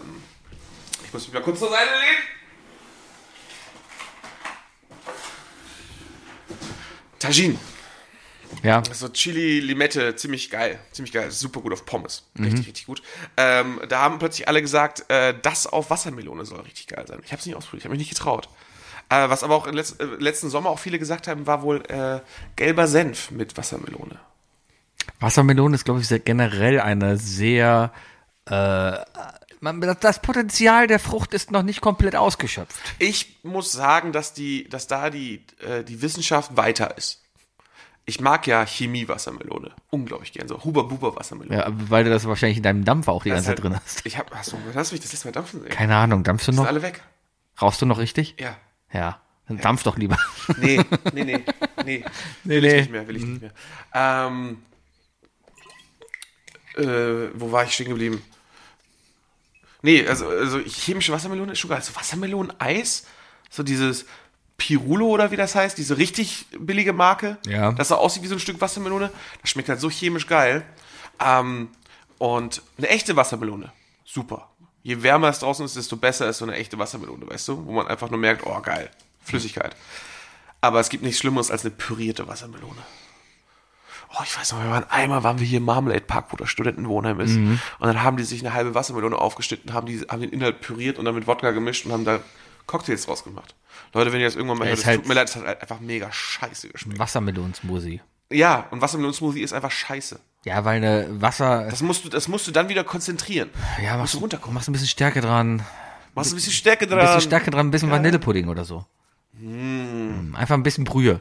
[SPEAKER 4] ich muss mich mal kurz zur Seite legen. Tajin.
[SPEAKER 3] Ja.
[SPEAKER 4] So Chili Limette, ziemlich geil. Ziemlich geil. Super gut auf Pommes.
[SPEAKER 3] Mhm.
[SPEAKER 4] Richtig, richtig gut. Ähm, da haben plötzlich alle gesagt, äh, das auf Wassermelone soll richtig geil sein. Ich habe es nicht ausprobiert, ich habe mich nicht getraut. Äh, was aber auch im letz äh, letzten Sommer auch viele gesagt haben, war wohl äh, gelber Senf mit Wassermelone.
[SPEAKER 3] Wassermelone ist, glaube ich, sehr generell eine sehr. Äh, man, das- das Potenzial der Frucht ist noch nicht komplett ausgeschöpft.
[SPEAKER 4] Ich muss sagen, dass, die, dass da die, äh, die Wissenschaft weiter ist. Ich mag ja Chemie-Wassermelone. Unglaublich gern. So Huber-Buber-Wassermelone.
[SPEAKER 3] Ja, weil du das wahrscheinlich in deinem Dampfer auch die
[SPEAKER 4] Das
[SPEAKER 3] ganze
[SPEAKER 4] ist
[SPEAKER 3] Zeit drin
[SPEAKER 4] halt-
[SPEAKER 3] hast.
[SPEAKER 4] Ich hab, hast du, hast du mich das letzte Mal dampfen sehen?
[SPEAKER 3] Keine Ahnung, dampfst du
[SPEAKER 4] Sind
[SPEAKER 3] noch?
[SPEAKER 4] alle weg?
[SPEAKER 3] Rauchst du noch richtig?
[SPEAKER 4] Ja.
[SPEAKER 3] Ja. Dann dampf doch lieber.
[SPEAKER 4] Nee, nee, nee, nee.
[SPEAKER 3] Nee,
[SPEAKER 4] will ich
[SPEAKER 3] nee.
[SPEAKER 4] nicht mehr, will ich nicht mehr. Ähm, äh, wo war ich stehen geblieben? Nee, also, also chemische Wassermelone ist schon geil. So Wassermeloneneis, so dieses Pirulo oder wie das heißt, diese richtig billige Marke,
[SPEAKER 3] Ja.
[SPEAKER 4] das so aussieht wie so ein Stück Wassermelone. Das schmeckt halt so chemisch geil. Ähm, und eine echte Wassermelone, super. Je wärmer es draußen ist, desto besser ist so eine echte Wassermelone, weißt du? Wo man einfach nur merkt, oh geil, Flüssigkeit. Aber es gibt nichts Schlimmeres als eine pürierte Wassermelone. Oh, ich weiß noch, wir waren einmal waren wir hier im Marmalade Park, wo das Studentenwohnheim ist.
[SPEAKER 3] Mhm.
[SPEAKER 4] Und dann haben die sich eine halbe Wassermelone aufgeschnitten, haben, die, haben den Inhalt püriert und dann mit Wodka gemischt und haben da Cocktails draus gemacht. Leute, wenn ihr das irgendwann mal
[SPEAKER 3] Ja,
[SPEAKER 4] hört,
[SPEAKER 3] ist
[SPEAKER 4] es
[SPEAKER 3] halt-
[SPEAKER 4] tut mir leid, es hat halt einfach mega scheiße geschmeckt.
[SPEAKER 3] Wassermelonsmoothie.
[SPEAKER 4] Ja, und Wassermelonen-Smoothie ist einfach scheiße.
[SPEAKER 3] Ja, weil eine Wasser.
[SPEAKER 4] Das musst du, das musst du dann wieder konzentrieren.
[SPEAKER 3] ja,
[SPEAKER 4] musst
[SPEAKER 3] machst
[SPEAKER 4] du runterkommen.
[SPEAKER 3] Machst ein bisschen Stärke dran.
[SPEAKER 4] Machst ein bisschen Stärke dran.
[SPEAKER 3] Ein Hm, bisschen Stärke dran, ein bisschen Vanillepudding oder so. Mm, Einfach ein bisschen Brühe.
[SPEAKER 4] Hm.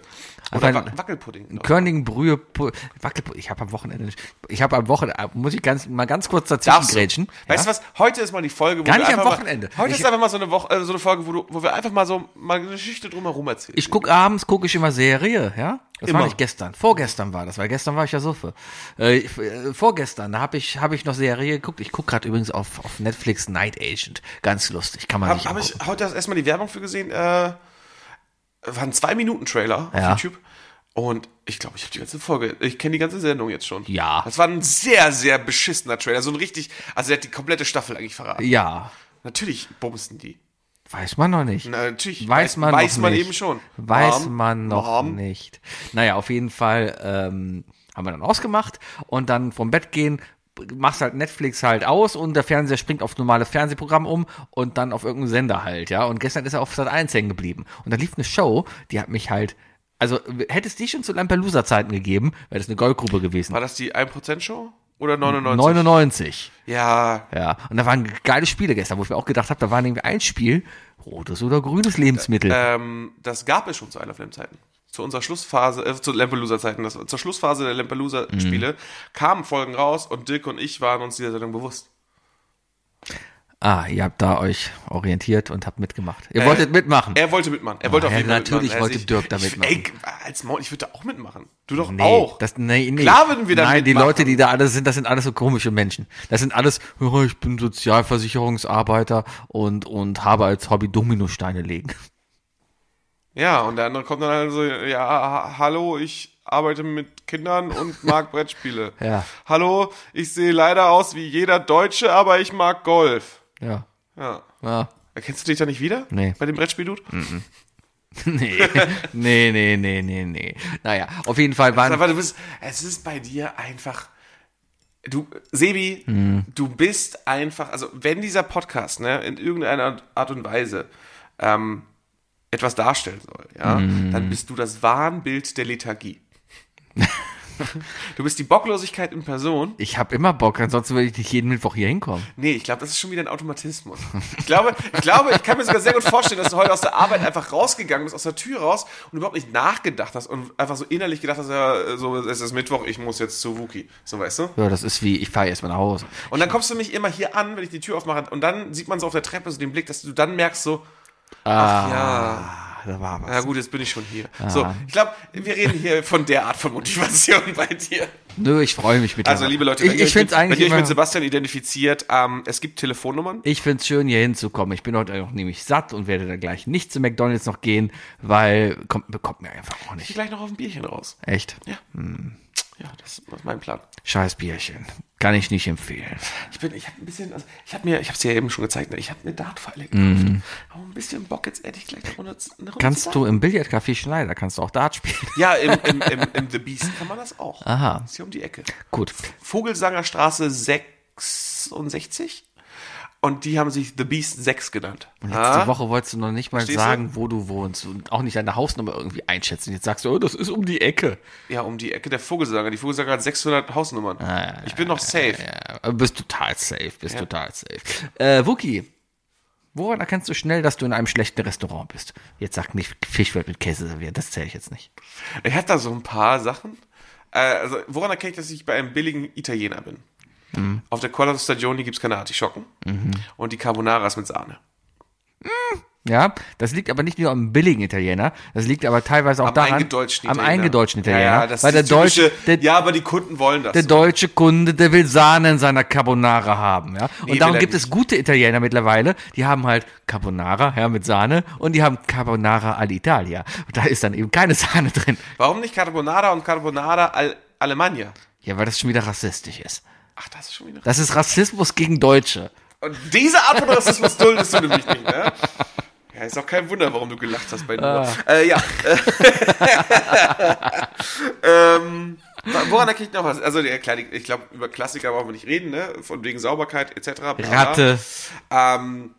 [SPEAKER 4] Oder
[SPEAKER 3] Einfach-
[SPEAKER 4] Wac- Wackelpudding. glaub ich.
[SPEAKER 3] Körnigen Brühe, Pu- Wackelpudding. Ich habe am Wochenende, ich habe am Wochenende, äh, muss ich ganz, mal ganz kurz dazwischen
[SPEAKER 4] Darfst du.
[SPEAKER 3] grätschen.
[SPEAKER 4] Weißt du
[SPEAKER 3] ja?
[SPEAKER 4] was? Heute ist mal die Folge, wo
[SPEAKER 3] Gar
[SPEAKER 4] wir
[SPEAKER 3] nicht am
[SPEAKER 4] einfach
[SPEAKER 3] Wochenende.
[SPEAKER 4] Mal, heute
[SPEAKER 3] Ich-
[SPEAKER 4] ist einfach mal so eine, Woche, äh, so eine Folge, wo, du, wo wir einfach mal so mal eine Geschichte drumherum erzählen.
[SPEAKER 3] Ich guck abends, gucke ich immer Serie, ja? Das war
[SPEAKER 4] Immer.
[SPEAKER 3] nicht gestern. Vorgestern war das, weil gestern war ich ja Suffe. Äh, ich- äh, vorgestern, da habe ich, hab ich noch Serie geguckt. Ich gucke gerade übrigens auf, auf Netflix Night Agent. Ganz lustig, kann man
[SPEAKER 4] Habe
[SPEAKER 3] nicht
[SPEAKER 4] hab ich
[SPEAKER 3] angucken.
[SPEAKER 4] heute erstmal die Werbung für gesehen. Äh, war ein zwei Minuten Trailer
[SPEAKER 3] Ja.
[SPEAKER 4] auf YouTube. Und ich glaube, ich habe die ganze Folge, ich kenne die ganze Sendung jetzt schon.
[SPEAKER 3] Ja.
[SPEAKER 4] Das war ein sehr, sehr beschissener Trailer. So ein richtig, also der hat die komplette Staffel eigentlich verraten.
[SPEAKER 3] Ja,
[SPEAKER 4] Natürlich bumsen die.
[SPEAKER 3] weiß man noch nicht.
[SPEAKER 4] Na, natürlich
[SPEAKER 3] Weiß man,
[SPEAKER 4] weiß
[SPEAKER 3] noch
[SPEAKER 4] man
[SPEAKER 3] nicht.
[SPEAKER 4] eben schon.
[SPEAKER 3] Weiß
[SPEAKER 4] Mom,
[SPEAKER 3] man noch
[SPEAKER 4] Mom.
[SPEAKER 3] nicht. Naja, auf jeden Fall ähm, haben wir dann ausgemacht und dann vom Bett gehen machst halt Netflix halt aus und der Fernseher springt auf normales Fernsehprogramm um und dann auf irgendeinen Sender halt, ja. Und gestern ist er auf Sat 1 hängen geblieben. Und da lief eine Show, die hat mich halt, also hätte es die schon zu Lampelusa-Zeiten gegeben, wäre das eine Goldgrube gewesen.
[SPEAKER 4] War das die 1%-Show? Oder 99?
[SPEAKER 3] 99.
[SPEAKER 4] Ja,
[SPEAKER 3] Ja, und da waren geile Spiele gestern, wo ich mir auch gedacht habe, da waren irgendwie ein Spiel, rotes oder grünes Lebensmittel.
[SPEAKER 4] ähm, das gab es schon zu Isle of Lamp Zeiten. Zu unserer Schlussphase, äh, zu Lampelusa Zeiten, das, zur Schlussphase der Lampelusa Spiele
[SPEAKER 3] Mhm.
[SPEAKER 4] kamen Folgen raus und Dirk und ich waren uns dieser Sendung bewusst.
[SPEAKER 3] Ah, ihr habt da euch orientiert und habt mitgemacht. Ihr wolltet mitmachen.
[SPEAKER 4] Äh, Er wollte mitmachen. Er wollte
[SPEAKER 3] ja,
[SPEAKER 4] auf jeden Fall
[SPEAKER 3] natürlich
[SPEAKER 4] mitmachen. Er
[SPEAKER 3] wollte
[SPEAKER 4] sich-
[SPEAKER 3] Dirk da
[SPEAKER 4] ich-
[SPEAKER 3] mitmachen.
[SPEAKER 4] Ey, als Maul, ich würde da auch mitmachen. Du doch auch.
[SPEAKER 3] Das, nee, nee.
[SPEAKER 4] Klar würden wir da
[SPEAKER 3] Nein, die
[SPEAKER 4] mitmachen.
[SPEAKER 3] Leute, die da alle sind, das sind alles so komische Menschen. Das sind alles, "Ja, ich bin Sozialversicherungsarbeiter und, und habe als Hobby Dominosteine legen.
[SPEAKER 4] ja, und der andere kommt dann halt so, ja, ha- hallo, ich arbeite mit Kindern und mag Brettspiele.
[SPEAKER 3] Ja.
[SPEAKER 4] Hallo, ich sehe leider aus wie jeder Deutsche, aber ich mag Golf.
[SPEAKER 3] Ja.
[SPEAKER 4] Ja.
[SPEAKER 3] ja.
[SPEAKER 4] Erkennst du dich da nicht wieder?
[SPEAKER 3] Nee.
[SPEAKER 4] Bei dem Brettspiel-Dude?
[SPEAKER 3] Nee. nee, nee, nee, nee, nee. Naja, auf jeden Fall waren.
[SPEAKER 4] Aber du bist, es ist bei dir einfach. Du, Sebi, du bist einfach, also wenn dieser Podcast ne, in irgendeiner Art und Weise ähm, etwas darstellen soll, ja, dann bist du das Wahnbild der Lethargie. du bist die Bocklosigkeit in Person.
[SPEAKER 3] Ich habe immer Bock, ansonsten würde ich nicht jeden Mittwoch hier hinkommen.
[SPEAKER 4] Nee, ich glaube, das ist schon wieder ein Automatismus. Ich glaube, ich glaube, ich kann mir sogar sehr gut vorstellen, dass du heute aus der Arbeit einfach rausgegangen bist, aus der Tür raus und überhaupt nicht nachgedacht hast und einfach so innerlich gedacht hast, ja, äh, so, es ist Mittwoch, ich muss jetzt zu Wookie. So, weißt du?
[SPEAKER 3] Ja, das ist wie, ich fahre erstmal nach Hause.
[SPEAKER 4] Und dann kommst du mich immer hier an, wenn ich die Tür aufmache und dann sieht man so auf der Treppe so den Blick, dass du dann merkst so, ach ja,
[SPEAKER 3] Ah, da war was.
[SPEAKER 4] na gut, jetzt bin ich schon hier. So, ich glaube, wir reden hier von der Art von Motivation bei dir.
[SPEAKER 3] Nö, ich freue mich mit
[SPEAKER 4] Also, liebe Leute,
[SPEAKER 3] ich, ich
[SPEAKER 4] euch mit,
[SPEAKER 3] finde es eigentlich
[SPEAKER 4] wenn ihr euch
[SPEAKER 3] immer-
[SPEAKER 4] mit Sebastian identifiziert, ähm, es gibt Telefonnummern.
[SPEAKER 3] Ich find's schön, hier hinzukommen. Ich bin heute noch nämlich satt und werde dann gleich nicht zu McDonalds noch gehen, weil kommt, bekommt mir einfach auch
[SPEAKER 4] Ich
[SPEAKER 3] nicht.
[SPEAKER 4] gehe gleich noch auf ein Bierchen raus.
[SPEAKER 3] Echt?
[SPEAKER 4] Ja, das ist mein Plan.
[SPEAKER 3] Scheiß Bierchen. Kann ich nicht empfehlen.
[SPEAKER 4] Ich bin, ich habe ein bisschen, also ich habe mir, ich habe es ja eben schon gezeigt, ne, ich habe eine Dartpfeile gekauft. Aber ein bisschen Bock jetzt ehrlich gleich eine Runde, zu- eine Runde zu
[SPEAKER 3] Mhm. Kannst du
[SPEAKER 4] Dart.
[SPEAKER 3] im Billardcafé Schneider, kannst du auch Dart spielen?
[SPEAKER 4] Ja, im, im, im, im The Beast kann man das auch. Aha. Ist hier um die Ecke.
[SPEAKER 3] Gut.
[SPEAKER 4] Vogelsanger Straße 66. Und die haben sich The Beast 6 genannt.
[SPEAKER 3] Letzte
[SPEAKER 4] Ah,
[SPEAKER 3] Woche wolltest du noch nicht mal
[SPEAKER 4] Verstehst du?
[SPEAKER 3] sagen, wo du wohnst und auch nicht deine Hausnummer irgendwie einschätzen. Jetzt sagst du, oh, das ist um die Ecke.
[SPEAKER 4] ja, um die Ecke der Vogelsanger. Die Vogelsanger hat 600 Hausnummern. ich bin noch safe.
[SPEAKER 3] Ah, Ja, bist total safe, bist total safe. Äh, Wookie, woran erkennst du schnell, dass du in einem schlechten Restaurant bist? Jetzt sag nicht Fischwelt mit Käse serviert, das zähle ich jetzt nicht.
[SPEAKER 4] Ich habe da so ein paar Sachen. Äh, also, woran erkenne ich, dass ich bei einem billigen Italiener bin?
[SPEAKER 3] Mhm.
[SPEAKER 4] Auf der Cola Stagioni gibt es keine Artischocken. Und die Carbonara ist mit Sahne.
[SPEAKER 3] Ja, das liegt aber nicht nur am billigen Italiener, das liegt aber teilweise auch daran
[SPEAKER 4] eingedeutschten
[SPEAKER 3] am eingedeutschten Italiener, ne?
[SPEAKER 4] Ja, ja, das
[SPEAKER 3] weil der
[SPEAKER 4] ist die
[SPEAKER 3] deutsche
[SPEAKER 4] typische-
[SPEAKER 3] der,
[SPEAKER 4] ja, aber die Kunden wollen das.
[SPEAKER 3] der
[SPEAKER 4] so.
[SPEAKER 3] deutsche Kunde, der will Sahne in seiner Carbonara haben, ja. Und
[SPEAKER 4] will
[SPEAKER 3] darum
[SPEAKER 4] er
[SPEAKER 3] gibt es
[SPEAKER 4] nicht.
[SPEAKER 3] gute Italiener mittlerweile, die haben halt Carbonara, ja, mit Sahne und die haben Carbonara all'Italia. Und da ist dann eben keine Sahne drin.
[SPEAKER 4] Warum nicht Carbonara und Carbonara al Alemannia?
[SPEAKER 3] Ja, weil das schon wieder rassistisch ist.
[SPEAKER 4] Ach, das ist schon wieder.
[SPEAKER 3] Das ist Rassismus gegen Deutsche.
[SPEAKER 4] Und diese Art von Rassismus duldest du nämlich nicht, ne? Ja, ist auch kein Wunder, warum du gelacht hast bei dir.
[SPEAKER 3] Ah.
[SPEAKER 4] Äh, ja. ähm, woran erkenne ich noch was? Also, ja, klar, die- ich glaube, über Klassiker brauchen wir nicht reden, ne? Von wegen Sauberkeit etc. bla, bla.
[SPEAKER 3] Ratte.
[SPEAKER 4] Ähm,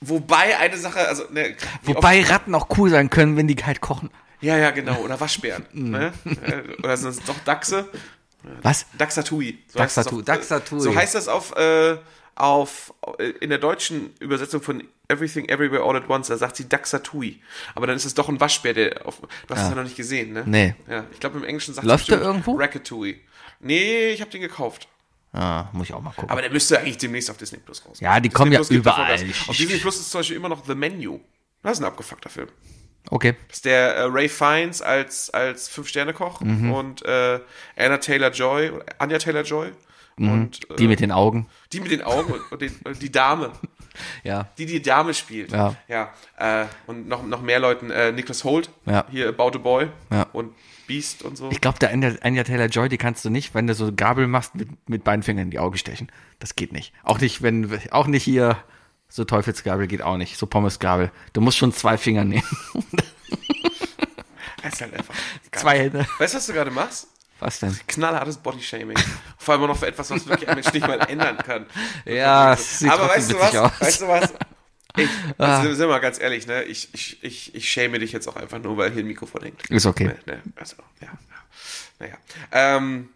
[SPEAKER 4] wobei eine Sache, also, ne, wie oft-
[SPEAKER 3] Wobei Ratten auch cool sein können, wenn die halt kochen. Hm.
[SPEAKER 4] Ja, ja, genau. Oder Waschbären. ne? Äh, Oder sind es doch Dachse?
[SPEAKER 3] Was?
[SPEAKER 4] Daxatui. So
[SPEAKER 3] Daxatui-
[SPEAKER 4] heißt das auf- äh,
[SPEAKER 3] Daxatui.
[SPEAKER 4] So heißt das auf, äh, auf, äh, in der deutschen Übersetzung von Everything Everywhere All at Once. Da sagt sie Daxatui. Aber dann ist es doch ein Waschbär, der auf, du hast es ja noch nicht gesehen, ne?
[SPEAKER 3] Ah. Nee.
[SPEAKER 4] Ja, ich glaube im Englischen sagt
[SPEAKER 3] Läuft
[SPEAKER 4] bestimmt
[SPEAKER 3] der irgendwo?
[SPEAKER 4] Rackatui. Nee, ich habe den gekauft.
[SPEAKER 3] Ah, muss ich auch mal gucken.
[SPEAKER 4] Aber der müsste eigentlich demnächst auf Disney Plus raus.
[SPEAKER 3] Ja, die
[SPEAKER 4] Disney
[SPEAKER 3] kommen ja
[SPEAKER 4] Plus gibt davon
[SPEAKER 3] überall.
[SPEAKER 4] Gas. Auf Disney Plus ist zum Beispiel immer noch The Menu. Das ist ein abgefuckter Film.
[SPEAKER 3] okay.
[SPEAKER 4] Das ist der äh, Ray Fiennes als, als Fünf-Sterne-Koch
[SPEAKER 3] Mhm.
[SPEAKER 4] und äh, Anna Taylor-Joy, Anja Taylor-Joy und äh,
[SPEAKER 3] Mhm. Die mit den Augen.
[SPEAKER 4] die mit den Augen und, und, den, und die Dame,
[SPEAKER 3] Ja.
[SPEAKER 4] die die Dame spielt.
[SPEAKER 3] Ja.
[SPEAKER 4] ja äh, und noch, noch mehr Leuten, äh, Nicholas Holt,
[SPEAKER 3] Ja.
[SPEAKER 4] hier About a Boy
[SPEAKER 3] Ja.
[SPEAKER 4] und Beast und so.
[SPEAKER 3] Ich glaube, der Anya, Anya Taylor Joy, die kannst du nicht, wenn du so Gabel machst, mit, mit beiden Fingern in die Augen stechen. Das geht nicht. Auch nicht, wenn, auch nicht hier, so Teufelsgabel geht auch nicht. So Pommesgabel. Du musst schon zwei Finger nehmen.
[SPEAKER 4] Das ist halt einfach geil.
[SPEAKER 3] zwei Hände.
[SPEAKER 4] Weißt du, was du gerade machst?
[SPEAKER 3] Was denn?
[SPEAKER 4] knallhartes Bodyshaming. Vor allem auch noch für etwas, was wirklich ein Mensch nicht mal ändern kann.
[SPEAKER 3] Ja, es sieht
[SPEAKER 4] Aber
[SPEAKER 3] trotzdem
[SPEAKER 4] weißt du
[SPEAKER 3] witzig
[SPEAKER 4] was?
[SPEAKER 3] aus. Ah.
[SPEAKER 4] Weißt du was? Ich, also, sind wir mal ganz ehrlich, ne? Ich, ich, ich, ich schäme dich jetzt auch einfach nur, weil hier ein Mikrofon hängt.
[SPEAKER 3] Ist okay.
[SPEAKER 4] Ne, ne, also, ja. ja. Naja. Ähm,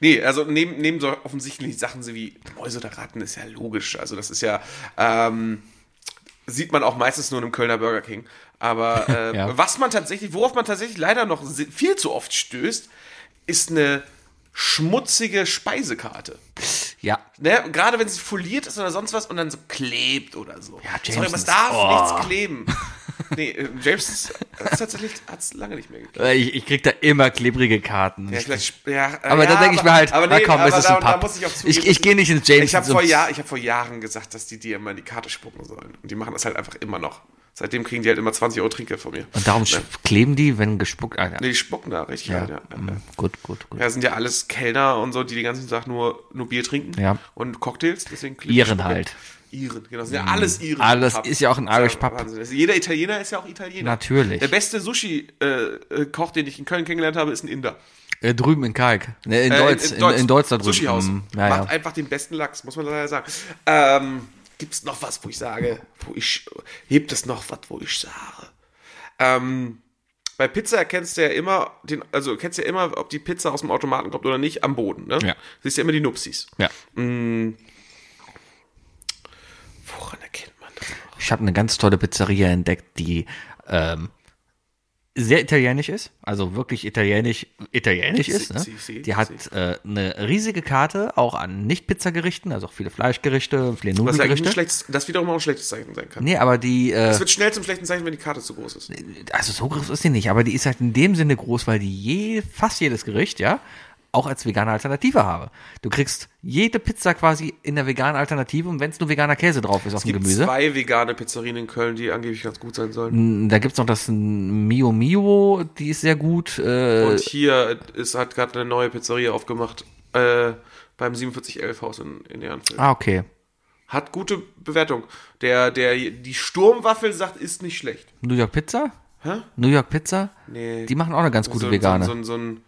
[SPEAKER 4] nee, also neben, neben so offensichtlich Sachen so wie Mäuse oder Ratten ist ja logisch. Also das ist ja, ähm, sieht man auch meistens nur in einem Kölner Burger King. Aber äh,
[SPEAKER 3] Ja.
[SPEAKER 4] was man tatsächlich, worauf man tatsächlich leider noch si- viel zu oft stößt, ist eine schmutzige Speisekarte.
[SPEAKER 3] Ja.
[SPEAKER 4] Ne? Und gerade wenn sie foliert ist oder sonst was und dann so klebt oder so. Ja,
[SPEAKER 3] Jamesons.
[SPEAKER 4] Sorry, aber es darf
[SPEAKER 3] Oh.
[SPEAKER 4] nichts kleben. Nee, äh, James ist ist tatsächlich hat es lange nicht mehr geklebt.
[SPEAKER 3] Äh, Ich, ich krieg da immer klebrige Karten.
[SPEAKER 4] Ja, vielleicht, ja, äh,
[SPEAKER 3] aber
[SPEAKER 4] ja,
[SPEAKER 3] dann denke ich mir halt,
[SPEAKER 4] aber
[SPEAKER 3] na
[SPEAKER 4] nee,
[SPEAKER 3] komm, es
[SPEAKER 4] aber
[SPEAKER 3] ist
[SPEAKER 4] da,
[SPEAKER 3] ein
[SPEAKER 4] da
[SPEAKER 3] Pub.
[SPEAKER 4] muss ich auch zugeben,
[SPEAKER 3] ich ich gehe nicht ins James.
[SPEAKER 4] Ich habe vor, Jahr, ich hab vor Jahren gesagt, dass die dir immer in die Karte spucken sollen. Und die machen das halt einfach immer noch. Seitdem kriegen die halt immer 20 Euro Trinkgeld von mir.
[SPEAKER 3] Und darum sch- kleben die, wenn gespuckt. Ah, ja.
[SPEAKER 4] Nee, die spucken da richtig. Ja,
[SPEAKER 3] ja.
[SPEAKER 4] halt, ja. ja.
[SPEAKER 3] Mm, Gut, gut, gut.
[SPEAKER 4] ja sind ja alles Kellner und so, die den ganzen Tag nur, nur Bier trinken
[SPEAKER 3] Ja.
[SPEAKER 4] und Cocktails. Deswegen kleben die
[SPEAKER 3] Iren
[SPEAKER 4] Spucke.
[SPEAKER 3] halt. Mm.
[SPEAKER 4] Iren, genau. Das sind ja alles Iren.
[SPEAKER 3] Alles
[SPEAKER 4] Pub.
[SPEAKER 3] ist ja auch ein Irish Pub.
[SPEAKER 4] Wahnsinn. Das- Jeder Italiener ist ja auch Italiener.
[SPEAKER 3] Natürlich.
[SPEAKER 4] Der beste Sushi-Koch, den ich in Köln kennengelernt habe, ist ein Inder.
[SPEAKER 3] Äh, drüben in Kalk. Ne, in
[SPEAKER 4] Äh,
[SPEAKER 3] Deutsch. In, in, Deutsch da drüben.
[SPEAKER 4] Sushihaus.
[SPEAKER 3] Mm, Ja,
[SPEAKER 4] Macht
[SPEAKER 3] ja.
[SPEAKER 4] einfach den besten Lachs, muss man leider sagen. Ähm, Gibt es noch was, wo ich sage, wo ich, gibt es noch was, wo ich sage? Ähm, bei Pizza erkennst du ja immer, den, also erkennst du ja immer, ob die Pizza aus dem Automaten kommt oder nicht, am Boden. Ne?
[SPEAKER 3] Ja.
[SPEAKER 4] Siehst ja immer die Nupsis.
[SPEAKER 3] ja.
[SPEAKER 4] Woran erkennt man das noch?
[SPEAKER 3] Ich habe eine ganz tolle Pizzeria entdeckt, die ähm, sehr italienisch ist, also wirklich italienisch, italienisch ist. Ne?
[SPEAKER 4] Si, si,
[SPEAKER 3] Die hat äh, eine riesige Karte, auch an Nicht-Pizza-Gerichten, also auch viele Fleischgerichte, viele
[SPEAKER 4] Was ja eigentlich ein
[SPEAKER 3] Nudelgerichte.
[SPEAKER 4] schlechtes, das wiederum auch ein schlechtes Zeichen sein kann.
[SPEAKER 3] Nee, aber die, äh,
[SPEAKER 4] Es wird schnell zum schlechten Zeichen, wenn die Karte zu groß ist.
[SPEAKER 3] also so groß ist die nicht, aber die ist halt in dem Sinne groß, weil die je, fast jedes Gericht, ja, auch als vegane Alternative habe. Du kriegst jede Pizza quasi in der veganen Alternative und wenn es nur veganer Käse drauf ist auf dem
[SPEAKER 4] gibt
[SPEAKER 3] Gemüse.
[SPEAKER 4] zwei vegane Pizzerien in Köln, die angeblich ganz gut sein sollen.
[SPEAKER 3] Da gibt's noch das Mio Mio, die ist sehr gut. Äh,
[SPEAKER 4] Und hier ist, hat gerade eine neue Pizzeria aufgemacht äh, beim 4711 Haus in, in Ehrenfeld.
[SPEAKER 3] ah, okay.
[SPEAKER 4] Hat gute Bewertung. Der, der, die Sturmwaffel sagt, ist nicht schlecht.
[SPEAKER 3] New York Pizza?
[SPEAKER 4] Hä?
[SPEAKER 3] New York Pizza?
[SPEAKER 4] Nee.
[SPEAKER 3] Die machen auch eine ganz gute
[SPEAKER 4] so, ein-
[SPEAKER 3] vegane.
[SPEAKER 4] So, ein- so ein, so ein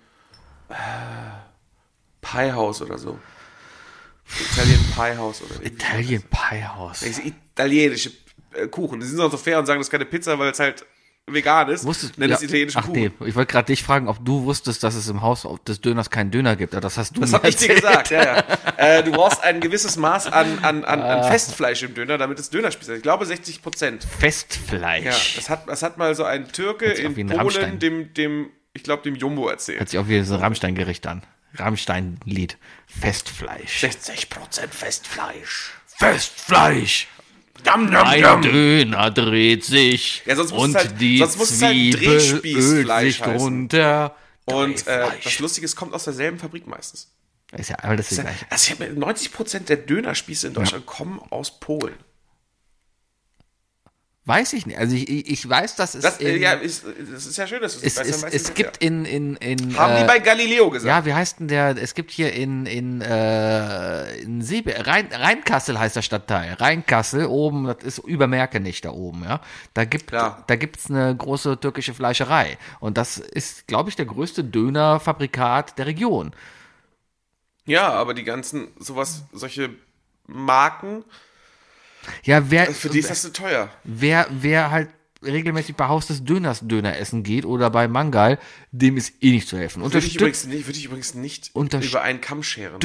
[SPEAKER 4] äh, Pie House oder so. Italian Pie House oder irgendwie.
[SPEAKER 3] Italian Pie House.
[SPEAKER 4] Diese italienische äh, Kuchen. Die sind auch so fair und sagen, das ist keine Pizza, weil es halt vegan ist.
[SPEAKER 3] Wusstest
[SPEAKER 4] Nennen
[SPEAKER 3] ja.
[SPEAKER 4] es italienischen
[SPEAKER 3] Ach
[SPEAKER 4] Kuchen.
[SPEAKER 3] nee, ich wollte gerade dich fragen, ob du wusstest, dass es im Haus des Döners keinen Döner gibt. Aber Das hast du
[SPEAKER 4] Das
[SPEAKER 3] mir
[SPEAKER 4] hab ich dir
[SPEAKER 3] erzählt.
[SPEAKER 4] gesagt, ja, ja. Äh, du brauchst ein gewisses Maß an, an, an,
[SPEAKER 3] Ah.
[SPEAKER 4] an Festfleisch im Döner, damit es Dönerspieß ist. Ich glaube 60 Prozent. Ja,
[SPEAKER 3] Festfleisch.
[SPEAKER 4] das hat, das hat mal so ein Türke
[SPEAKER 3] sich auch
[SPEAKER 4] in
[SPEAKER 3] wie ein
[SPEAKER 4] Polen
[SPEAKER 3] Rammstein.
[SPEAKER 4] dem, dem, ich glaube, dem Jumbo erzählt.
[SPEAKER 3] Hört sich auch wie so ein Rammstein-Gericht an. Rammstein-Lied. Festfleisch.
[SPEAKER 4] 60 Prozent Festfleisch.
[SPEAKER 3] Festfleisch!
[SPEAKER 4] Dam,
[SPEAKER 3] Ein Döner dreht sich
[SPEAKER 4] Ja, sonst muss
[SPEAKER 3] und
[SPEAKER 4] es halt-
[SPEAKER 3] die
[SPEAKER 4] sonst muss es halt
[SPEAKER 3] Zwiebel ölt
[SPEAKER 4] Drehspießfleisch
[SPEAKER 3] sich
[SPEAKER 4] heißen.
[SPEAKER 3] runter.
[SPEAKER 4] Und äh,
[SPEAKER 3] Drehfleisch.
[SPEAKER 4] das Lustige ist, kommt aus derselben Fabrik meistens.
[SPEAKER 3] ist ja aber das ist ja gleich.
[SPEAKER 4] Also ich hab, 90 Prozent der Dönerspieße in Deutschland kommen aus Polen.
[SPEAKER 3] Weiß ich nicht. Also ich, ich ich weiß, dass es
[SPEAKER 4] Das, äh,
[SPEAKER 3] in-
[SPEAKER 4] ja, ist, das ist ja schön, dass du
[SPEAKER 3] es,
[SPEAKER 4] weißt,
[SPEAKER 3] es,
[SPEAKER 4] dann weißt du
[SPEAKER 3] es
[SPEAKER 4] das
[SPEAKER 3] gibt in in in
[SPEAKER 4] ja. Haben die
[SPEAKER 3] äh,
[SPEAKER 4] bei Galileo gesagt?
[SPEAKER 3] ja, wie heißt denn der? Es gibt hier in in äh, in Seebe, Rhein, Rheinkassel heißt der Stadtteil. Rheinkassel oben, das ist über Merkenich da oben, ja. Da gibt
[SPEAKER 4] Klar.
[SPEAKER 3] da gibt's eine große türkische Fleischerei und das ist, glaube ich, der größte Dönerfabrikat der Region.
[SPEAKER 4] Ja, aber die ganzen, sowas, solche Marken,
[SPEAKER 3] Ja, wer
[SPEAKER 4] für Äh, die ist das zu teuer.
[SPEAKER 3] wer wer halt regelmäßig bei Haus des Döners Döner essen geht oder bei Mangal, dem ist eh nicht zu helfen.
[SPEAKER 4] Würde ich,
[SPEAKER 3] Unterstütze
[SPEAKER 4] übrigens nicht, würde ich übrigens nicht
[SPEAKER 3] Unterstütz-
[SPEAKER 4] über einen Kamm scheren.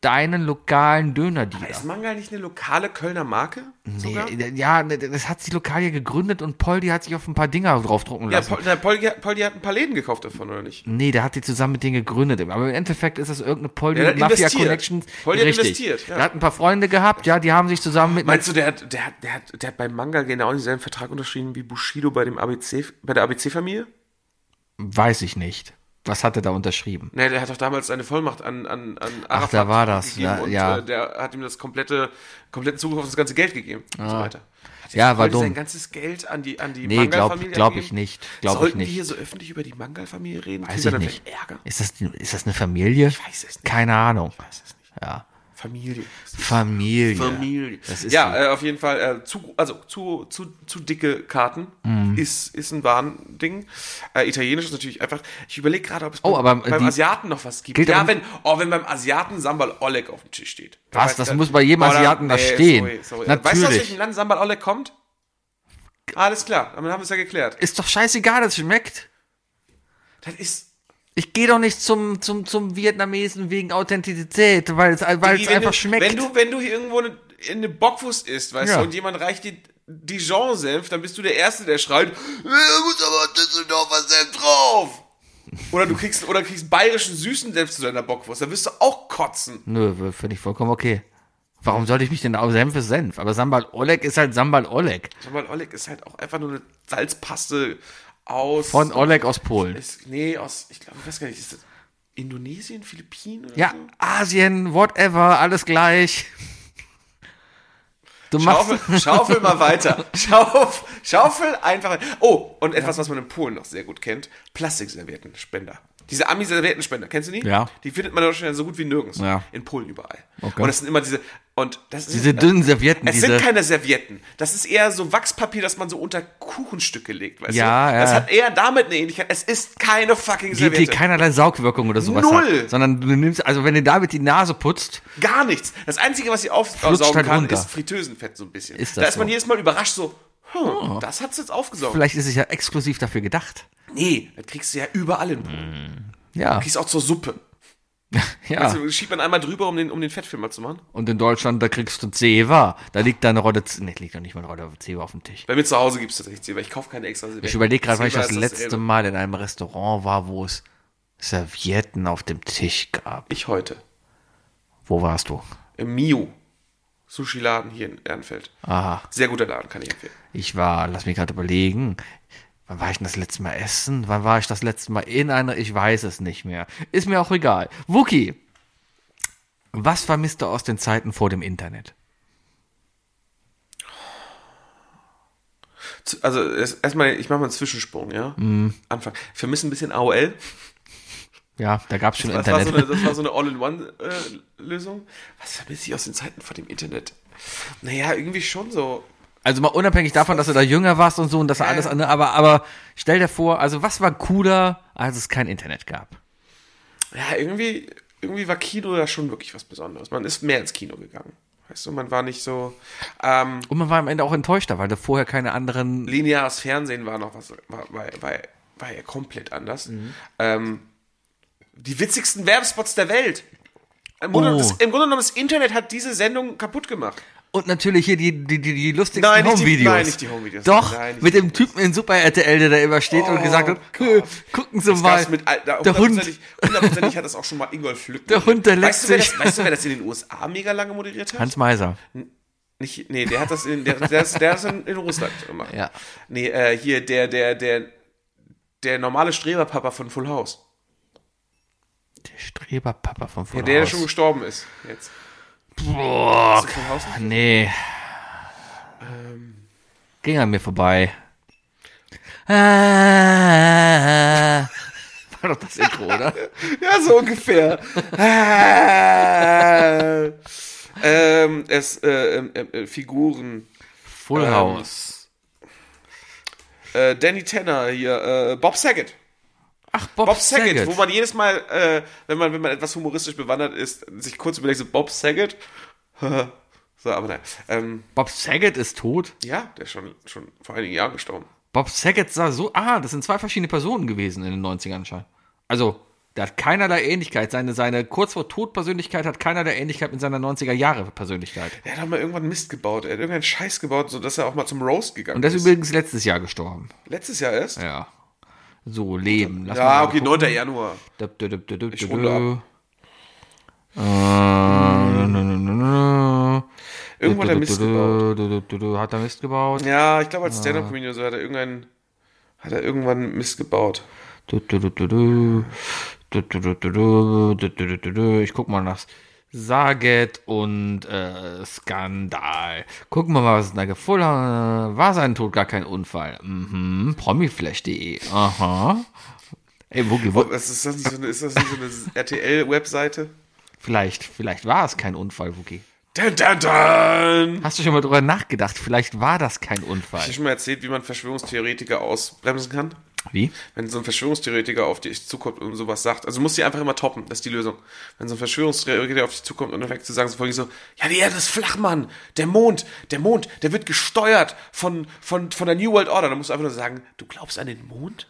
[SPEAKER 3] deinen lokalen Dönerdealer.
[SPEAKER 4] Ist Mangal nicht eine lokale Kölner Marke? Sogar?
[SPEAKER 3] Nee, ja, ne, das hat die lokal hier gegründet und Poldi hat sich auf ein paar Dinger draufdrucken
[SPEAKER 4] Ja,
[SPEAKER 3] lassen.
[SPEAKER 4] Pol, nein, Poldi, Poldi hat ein paar Läden gekauft davon, oder nicht?
[SPEAKER 3] Nee, der hat die zusammen mit denen gegründet. Aber im Endeffekt ist das irgendeine Poldi
[SPEAKER 4] Der hat
[SPEAKER 3] mit Mafia
[SPEAKER 4] investiert.
[SPEAKER 3] Connections.
[SPEAKER 4] Poldi hat
[SPEAKER 3] Richtig.
[SPEAKER 4] investiert, ja.
[SPEAKER 3] Der hat ein paar Freunde gehabt, ja, die haben sich zusammen mit
[SPEAKER 4] Meinst du, der hat, der hat, der hat, der hat bei Mangal genau denselben Vertrag unterschrieben wie Bushido bei dem ABC, bei der ABC-Familie?
[SPEAKER 3] weiß ich nicht. Was hat er da unterschrieben?
[SPEAKER 4] Ne, der hat doch damals seine Vollmacht an, an, an Arafat
[SPEAKER 3] da war das,
[SPEAKER 4] gegeben
[SPEAKER 3] ja,
[SPEAKER 4] Und,
[SPEAKER 3] ja.
[SPEAKER 4] Äh, der hat ihm das komplette, kompletten Zugriff auf das ganze Geld gegeben und so weiter. Hat der
[SPEAKER 3] Ah. Ja,
[SPEAKER 4] Poldi
[SPEAKER 3] war dumm.
[SPEAKER 4] sein ganzes Geld an die, an die
[SPEAKER 3] Nee, glaub-
[SPEAKER 4] Mangal-Familie
[SPEAKER 3] glaub ich
[SPEAKER 4] gegeben?
[SPEAKER 3] nicht, glaub ich
[SPEAKER 4] Sollten
[SPEAKER 3] nicht.
[SPEAKER 4] wir hier so öffentlich über die Mangal-Familie reden?
[SPEAKER 3] Weiß
[SPEAKER 4] Kriegen wir
[SPEAKER 3] ich
[SPEAKER 4] dann
[SPEAKER 3] nicht.
[SPEAKER 4] vielleicht Ärger?
[SPEAKER 3] Ist das, ist das eine Familie? Ich
[SPEAKER 4] weiß es nicht.
[SPEAKER 3] Keine Ahnung.
[SPEAKER 4] Weiß es nicht.
[SPEAKER 3] Ja.
[SPEAKER 4] Familie.
[SPEAKER 3] Familie.
[SPEAKER 4] Familie.
[SPEAKER 3] Das ist
[SPEAKER 4] ja,
[SPEAKER 3] so.
[SPEAKER 4] äh, auf jeden Fall äh, zu, also zu, zu, zu dicke Karten
[SPEAKER 3] Mhm.
[SPEAKER 4] ist, ist ein Warnding. Äh, Italienisch ist natürlich einfach. Ich überlege gerade, ob es
[SPEAKER 3] Oh,
[SPEAKER 4] beim,
[SPEAKER 3] aber
[SPEAKER 4] beim
[SPEAKER 3] die-
[SPEAKER 4] Asiaten noch was gibt.
[SPEAKER 3] gilt
[SPEAKER 4] ja,
[SPEAKER 3] aber-
[SPEAKER 4] wenn, oh, wenn beim Asiaten Sambal Oleg auf dem Tisch steht.
[SPEAKER 3] Was?
[SPEAKER 4] Weißt
[SPEAKER 3] Das
[SPEAKER 4] du,
[SPEAKER 3] muss bei jedem
[SPEAKER 4] oder-
[SPEAKER 3] Asiaten da stehen.
[SPEAKER 4] Sorry, sorry. Weißt du, aus
[SPEAKER 3] Natürlich.
[SPEAKER 4] welchem Land Sambal Oleg kommt? Alles klar, dann haben wir es ja geklärt.
[SPEAKER 3] Ist doch scheißegal, das schmeckt.
[SPEAKER 4] Das ist.
[SPEAKER 3] Ich gehe doch nicht zum, zum, zum Vietnamesen wegen Authentizität, weil es, weil es
[SPEAKER 4] wenn
[SPEAKER 3] einfach
[SPEAKER 4] du,
[SPEAKER 3] schmeckt.
[SPEAKER 4] Wenn du, wenn du hier irgendwo eine, eine Bockwurst isst, weißt
[SPEAKER 3] Ja.
[SPEAKER 4] du, und jemand reicht dir Dijon-Senf, dann bist du der Erste, der schreit, "Äh, muss aber Düsseldorfer Senf drauf. Oder du kriegst, oder kriegst bayerischen süßen Senf zu deiner Bockwurst, dann wirst du auch kotzen.
[SPEAKER 3] Nö, finde ich vollkommen okay. Warum sollte ich mich denn auf Senf ist Senf? Aber Sambal Oleg ist halt Sambal Oleg.
[SPEAKER 4] Schau mal, Oleg ist halt auch einfach nur eine Salzpaste aus.
[SPEAKER 3] Von Oleg aus Polen.
[SPEAKER 4] ist, nee, aus, ich glaube, ich weiß gar nicht, ist das Indonesien, Philippinen oder
[SPEAKER 3] Ja,
[SPEAKER 4] so?
[SPEAKER 3] Asien, whatever, alles gleich. Du machst.
[SPEAKER 4] Schaufel, schaufel mal weiter. Schauf, schaufel einfach. weiter. Oh, und etwas, was man in Polen noch sehr gut kennt: Plastikservietten-Spender. Diese Ami-Serviettenspender, kennst du die?
[SPEAKER 3] Ja.
[SPEAKER 4] Die findet man in Deutschland so gut wie nirgends.
[SPEAKER 3] Ja.
[SPEAKER 4] In Polen überall.
[SPEAKER 3] Okay.
[SPEAKER 4] Und das sind immer diese. Und das ist,
[SPEAKER 3] Diese dünnen Servietten,
[SPEAKER 4] Es
[SPEAKER 3] diese-
[SPEAKER 4] sind keine Servietten. Das ist eher so Wachspapier, das man so unter Kuchenstücke legt, weißt
[SPEAKER 3] Ja,
[SPEAKER 4] du?
[SPEAKER 3] ja.
[SPEAKER 4] Das hat eher damit eine Ähnlichkeit. Es ist keine fucking
[SPEAKER 3] Die, die
[SPEAKER 4] Serviette.
[SPEAKER 3] keinerlei Saugwirkung oder sowas
[SPEAKER 4] Null.
[SPEAKER 3] hat. Sondern du nimmst, also wenn du damit die Nase putzt,
[SPEAKER 4] Gar nichts. Das Einzige, was sie aufsaugen
[SPEAKER 3] halt
[SPEAKER 4] kann,
[SPEAKER 3] runter.
[SPEAKER 4] ist Fritteusenfett so ein bisschen.
[SPEAKER 3] Ist
[SPEAKER 4] da
[SPEAKER 3] das
[SPEAKER 4] ist man
[SPEAKER 3] so? Oh.
[SPEAKER 4] jedes Mal überrascht so, hm, das hat's jetzt aufgesaugt.
[SPEAKER 3] vielleicht ist es ja exklusiv dafür gedacht.
[SPEAKER 4] Nee, Eh, das kriegst du ja überall in
[SPEAKER 3] Mhm.
[SPEAKER 4] Polen.
[SPEAKER 3] Ja,
[SPEAKER 4] Kriegst auch zur Suppe.
[SPEAKER 3] ja.
[SPEAKER 4] Also schiebt man einmal drüber, um den, um den Fettfilmer zu machen.
[SPEAKER 3] Und in Deutschland, da kriegst du Zewa. Da liegt da eine Rolle, Z- nee, liegt doch nicht mal eine Rolle Zewa auf dem Tisch.
[SPEAKER 4] Bei mir zu Hause gibt es tatsächlich Zwiebel. Ich kaufe keine extra Zwiebel.
[SPEAKER 3] Ich überlege gerade, wann ich
[SPEAKER 4] Zwiebel
[SPEAKER 3] das
[SPEAKER 4] ist
[SPEAKER 3] letzte
[SPEAKER 4] dasselbe.
[SPEAKER 3] Mal in einem Restaurant war, wo es Servietten auf dem Tisch gab.
[SPEAKER 4] Ich heute.
[SPEAKER 3] Wo warst du?
[SPEAKER 4] Im Mio. Sushi-Laden hier in Ehrenfeld.
[SPEAKER 3] Aha.
[SPEAKER 4] Sehr guter Laden, kann ich empfehlen.
[SPEAKER 3] Ich war, lass mich gerade überlegen, wann war ich denn das letzte Mal essen? Wann war ich das letzte Mal in einer? Ich weiß es nicht mehr. Ist mir auch egal. Wookie, was vermisst du aus den Zeiten vor dem Internet?
[SPEAKER 4] Zu- Also es- erstmal, ich mache mal einen Zwischensprung, ja?
[SPEAKER 3] Mhm.
[SPEAKER 4] Anfang. Vermisse ein bisschen AOL.
[SPEAKER 3] Ja, da gab es schon
[SPEAKER 4] Das war
[SPEAKER 3] Internet.
[SPEAKER 4] so eine, das war so eine All-in-One-Lösung. Was vermisse ich aus den Zeiten vor dem Internet? Naja, irgendwie schon so.
[SPEAKER 3] also mal unabhängig davon, dass du da jünger warst und so und dass
[SPEAKER 4] Ja,
[SPEAKER 3] alles
[SPEAKER 4] ja.
[SPEAKER 3] andere, aber, aber stell dir vor, also was war cooler, als es kein Internet gab?
[SPEAKER 4] Ja, irgendwie, irgendwie war Kino ja schon wirklich was Besonderes. Man ist mehr ins Kino gegangen. Weißt du, man war nicht so. Ähm,
[SPEAKER 3] Und man war am Ende auch enttäuschter, weil du vorher keine anderen.
[SPEAKER 4] lineares Fernsehen war noch was, war, war, war, war ja komplett anders.
[SPEAKER 3] Mhm.
[SPEAKER 4] Ähm, die witzigsten Werbespots der Welt. Im Grunde,
[SPEAKER 3] Oh.
[SPEAKER 4] das, Im Grunde genommen, das Internet hat diese Sendung kaputt gemacht.
[SPEAKER 3] Und natürlich hier die, die, die, die lustigsten
[SPEAKER 4] Nein, nicht die-
[SPEAKER 3] Homevideos.
[SPEAKER 4] nein, nicht die Homevideos.
[SPEAKER 3] Doch,
[SPEAKER 4] Nein, nicht
[SPEAKER 3] mit
[SPEAKER 4] die Oh
[SPEAKER 3] dem Typen in Super RTL, der da immer steht und gesagt hat: "Hö, gucken Sie
[SPEAKER 4] Das
[SPEAKER 3] mal.
[SPEAKER 4] gab's mit, all- da,
[SPEAKER 3] der Hund.
[SPEAKER 4] hundertprozentig- hundertprozentig hat das auch schon mal Ingolf Lück.
[SPEAKER 3] Der Hund, der
[SPEAKER 4] weißt du, wer
[SPEAKER 3] lässt
[SPEAKER 4] das, weißt du, wer das in den USA mega lange moderiert hat?
[SPEAKER 3] Hans Meiser.
[SPEAKER 4] Nicht, nee, der hat das in, der, der, ist, der ist in, in Russland gemacht.
[SPEAKER 3] Ja.
[SPEAKER 4] Nee, äh, hier, der, der, der, der normale Streberpapa von Full House.
[SPEAKER 3] Der Streberpapa von
[SPEAKER 4] Ja,
[SPEAKER 3] vorne.
[SPEAKER 4] der, der
[SPEAKER 3] aus.
[SPEAKER 4] schon gestorben ist. Jetzt.
[SPEAKER 3] Boah,
[SPEAKER 4] Full House?
[SPEAKER 3] nee. Ging an mir vorbei. Ah, war doch das Intro, oder?
[SPEAKER 4] Ja, so ungefähr. Ah. ähm, es, äh, ähm, äh, Figuren.
[SPEAKER 3] Full
[SPEAKER 4] Ähm,
[SPEAKER 3] House.
[SPEAKER 4] Äh, Danny Tanner hier, äh, Bob Saget.
[SPEAKER 3] Ach, Bob,
[SPEAKER 4] Bob Saget, wo man jedes Mal, äh, wenn man, wenn man etwas humoristisch bewandert ist, sich kurz überlegt, so Bob Saget. so, aber nein. Ähm,
[SPEAKER 3] Bob Saget ist tot.
[SPEAKER 4] ja, der ist schon, schon vor einigen Jahren gestorben.
[SPEAKER 3] Bob Saget sah so, ah, das sind zwei verschiedene Personen gewesen in den 90ern schon. Also, der hat keinerlei Ähnlichkeit. Seine, seine kurz vor Tod Persönlichkeit hat keinerlei Ähnlichkeit mit seiner 90er Jahre Persönlichkeit.
[SPEAKER 4] Er hat auch mal irgendwann Mist gebaut. Er hat irgendeinen Scheiß gebaut, sodass er auch mal zum Roast gegangen
[SPEAKER 3] Und das ist
[SPEAKER 4] ist.
[SPEAKER 3] übrigens letztes Jahr gestorben.
[SPEAKER 4] Letztes Jahr erst?
[SPEAKER 3] Ja. So, Leben. Lass
[SPEAKER 4] Ja,
[SPEAKER 3] mal
[SPEAKER 4] okay,
[SPEAKER 3] gucken.
[SPEAKER 4] 9. Januar.
[SPEAKER 3] Döp, dö, döp, dö, döp, dö,
[SPEAKER 4] runde
[SPEAKER 3] dö. Äh, nö, nö, nö, nö, nö.
[SPEAKER 4] Irgendwo hat er
[SPEAKER 3] Dö, dö,
[SPEAKER 4] Mist
[SPEAKER 3] dö, dö,
[SPEAKER 4] gebaut.
[SPEAKER 3] dö, dö, dö, dö. Hat er Mist gebaut?
[SPEAKER 4] Ja, ich glaube,
[SPEAKER 3] Ah.
[SPEAKER 4] als Stand-Up-Comedian oder so hat er irgendeinen, hat er irgendwann Mist gebaut.
[SPEAKER 3] Du, du, du, du, du. Du, du, du, du, du. Du, du, du, du, du. Ich guck mal nach Saget und äh, Skandal. Gucken wir mal, was da gefunden hat. War sein Tod gar kein Unfall? Mhm. Promiflash.de. Aha. Ey, wo, wo,
[SPEAKER 4] Was ist das nicht so eine, ist das nicht so eine RTL-Webseite?
[SPEAKER 3] vielleicht, vielleicht war es kein Unfall, Wookie.
[SPEAKER 4] Dun, dun, dun.
[SPEAKER 3] Hast du schon mal drüber nachgedacht? Vielleicht war das kein
[SPEAKER 4] Hab
[SPEAKER 3] Unfall.
[SPEAKER 4] ich dir schon mal erzählt, wie man Verschwörungstheoretiker ausbremsen kann?
[SPEAKER 3] Wie?
[SPEAKER 4] Wenn so ein Verschwörungstheoretiker auf dich zukommt und sowas sagt, also musst du die einfach immer toppen, das ist die Lösung. Wenn so ein Verschwörungstheoretiker auf dich zukommt und direkt zu sagen, so folgendes so, ja, die Erde ist flach, Mann, der Mond, der Mond, der wird gesteuert von, von, von der New World Order, dann musst du einfach nur sagen, du glaubst an den Mond?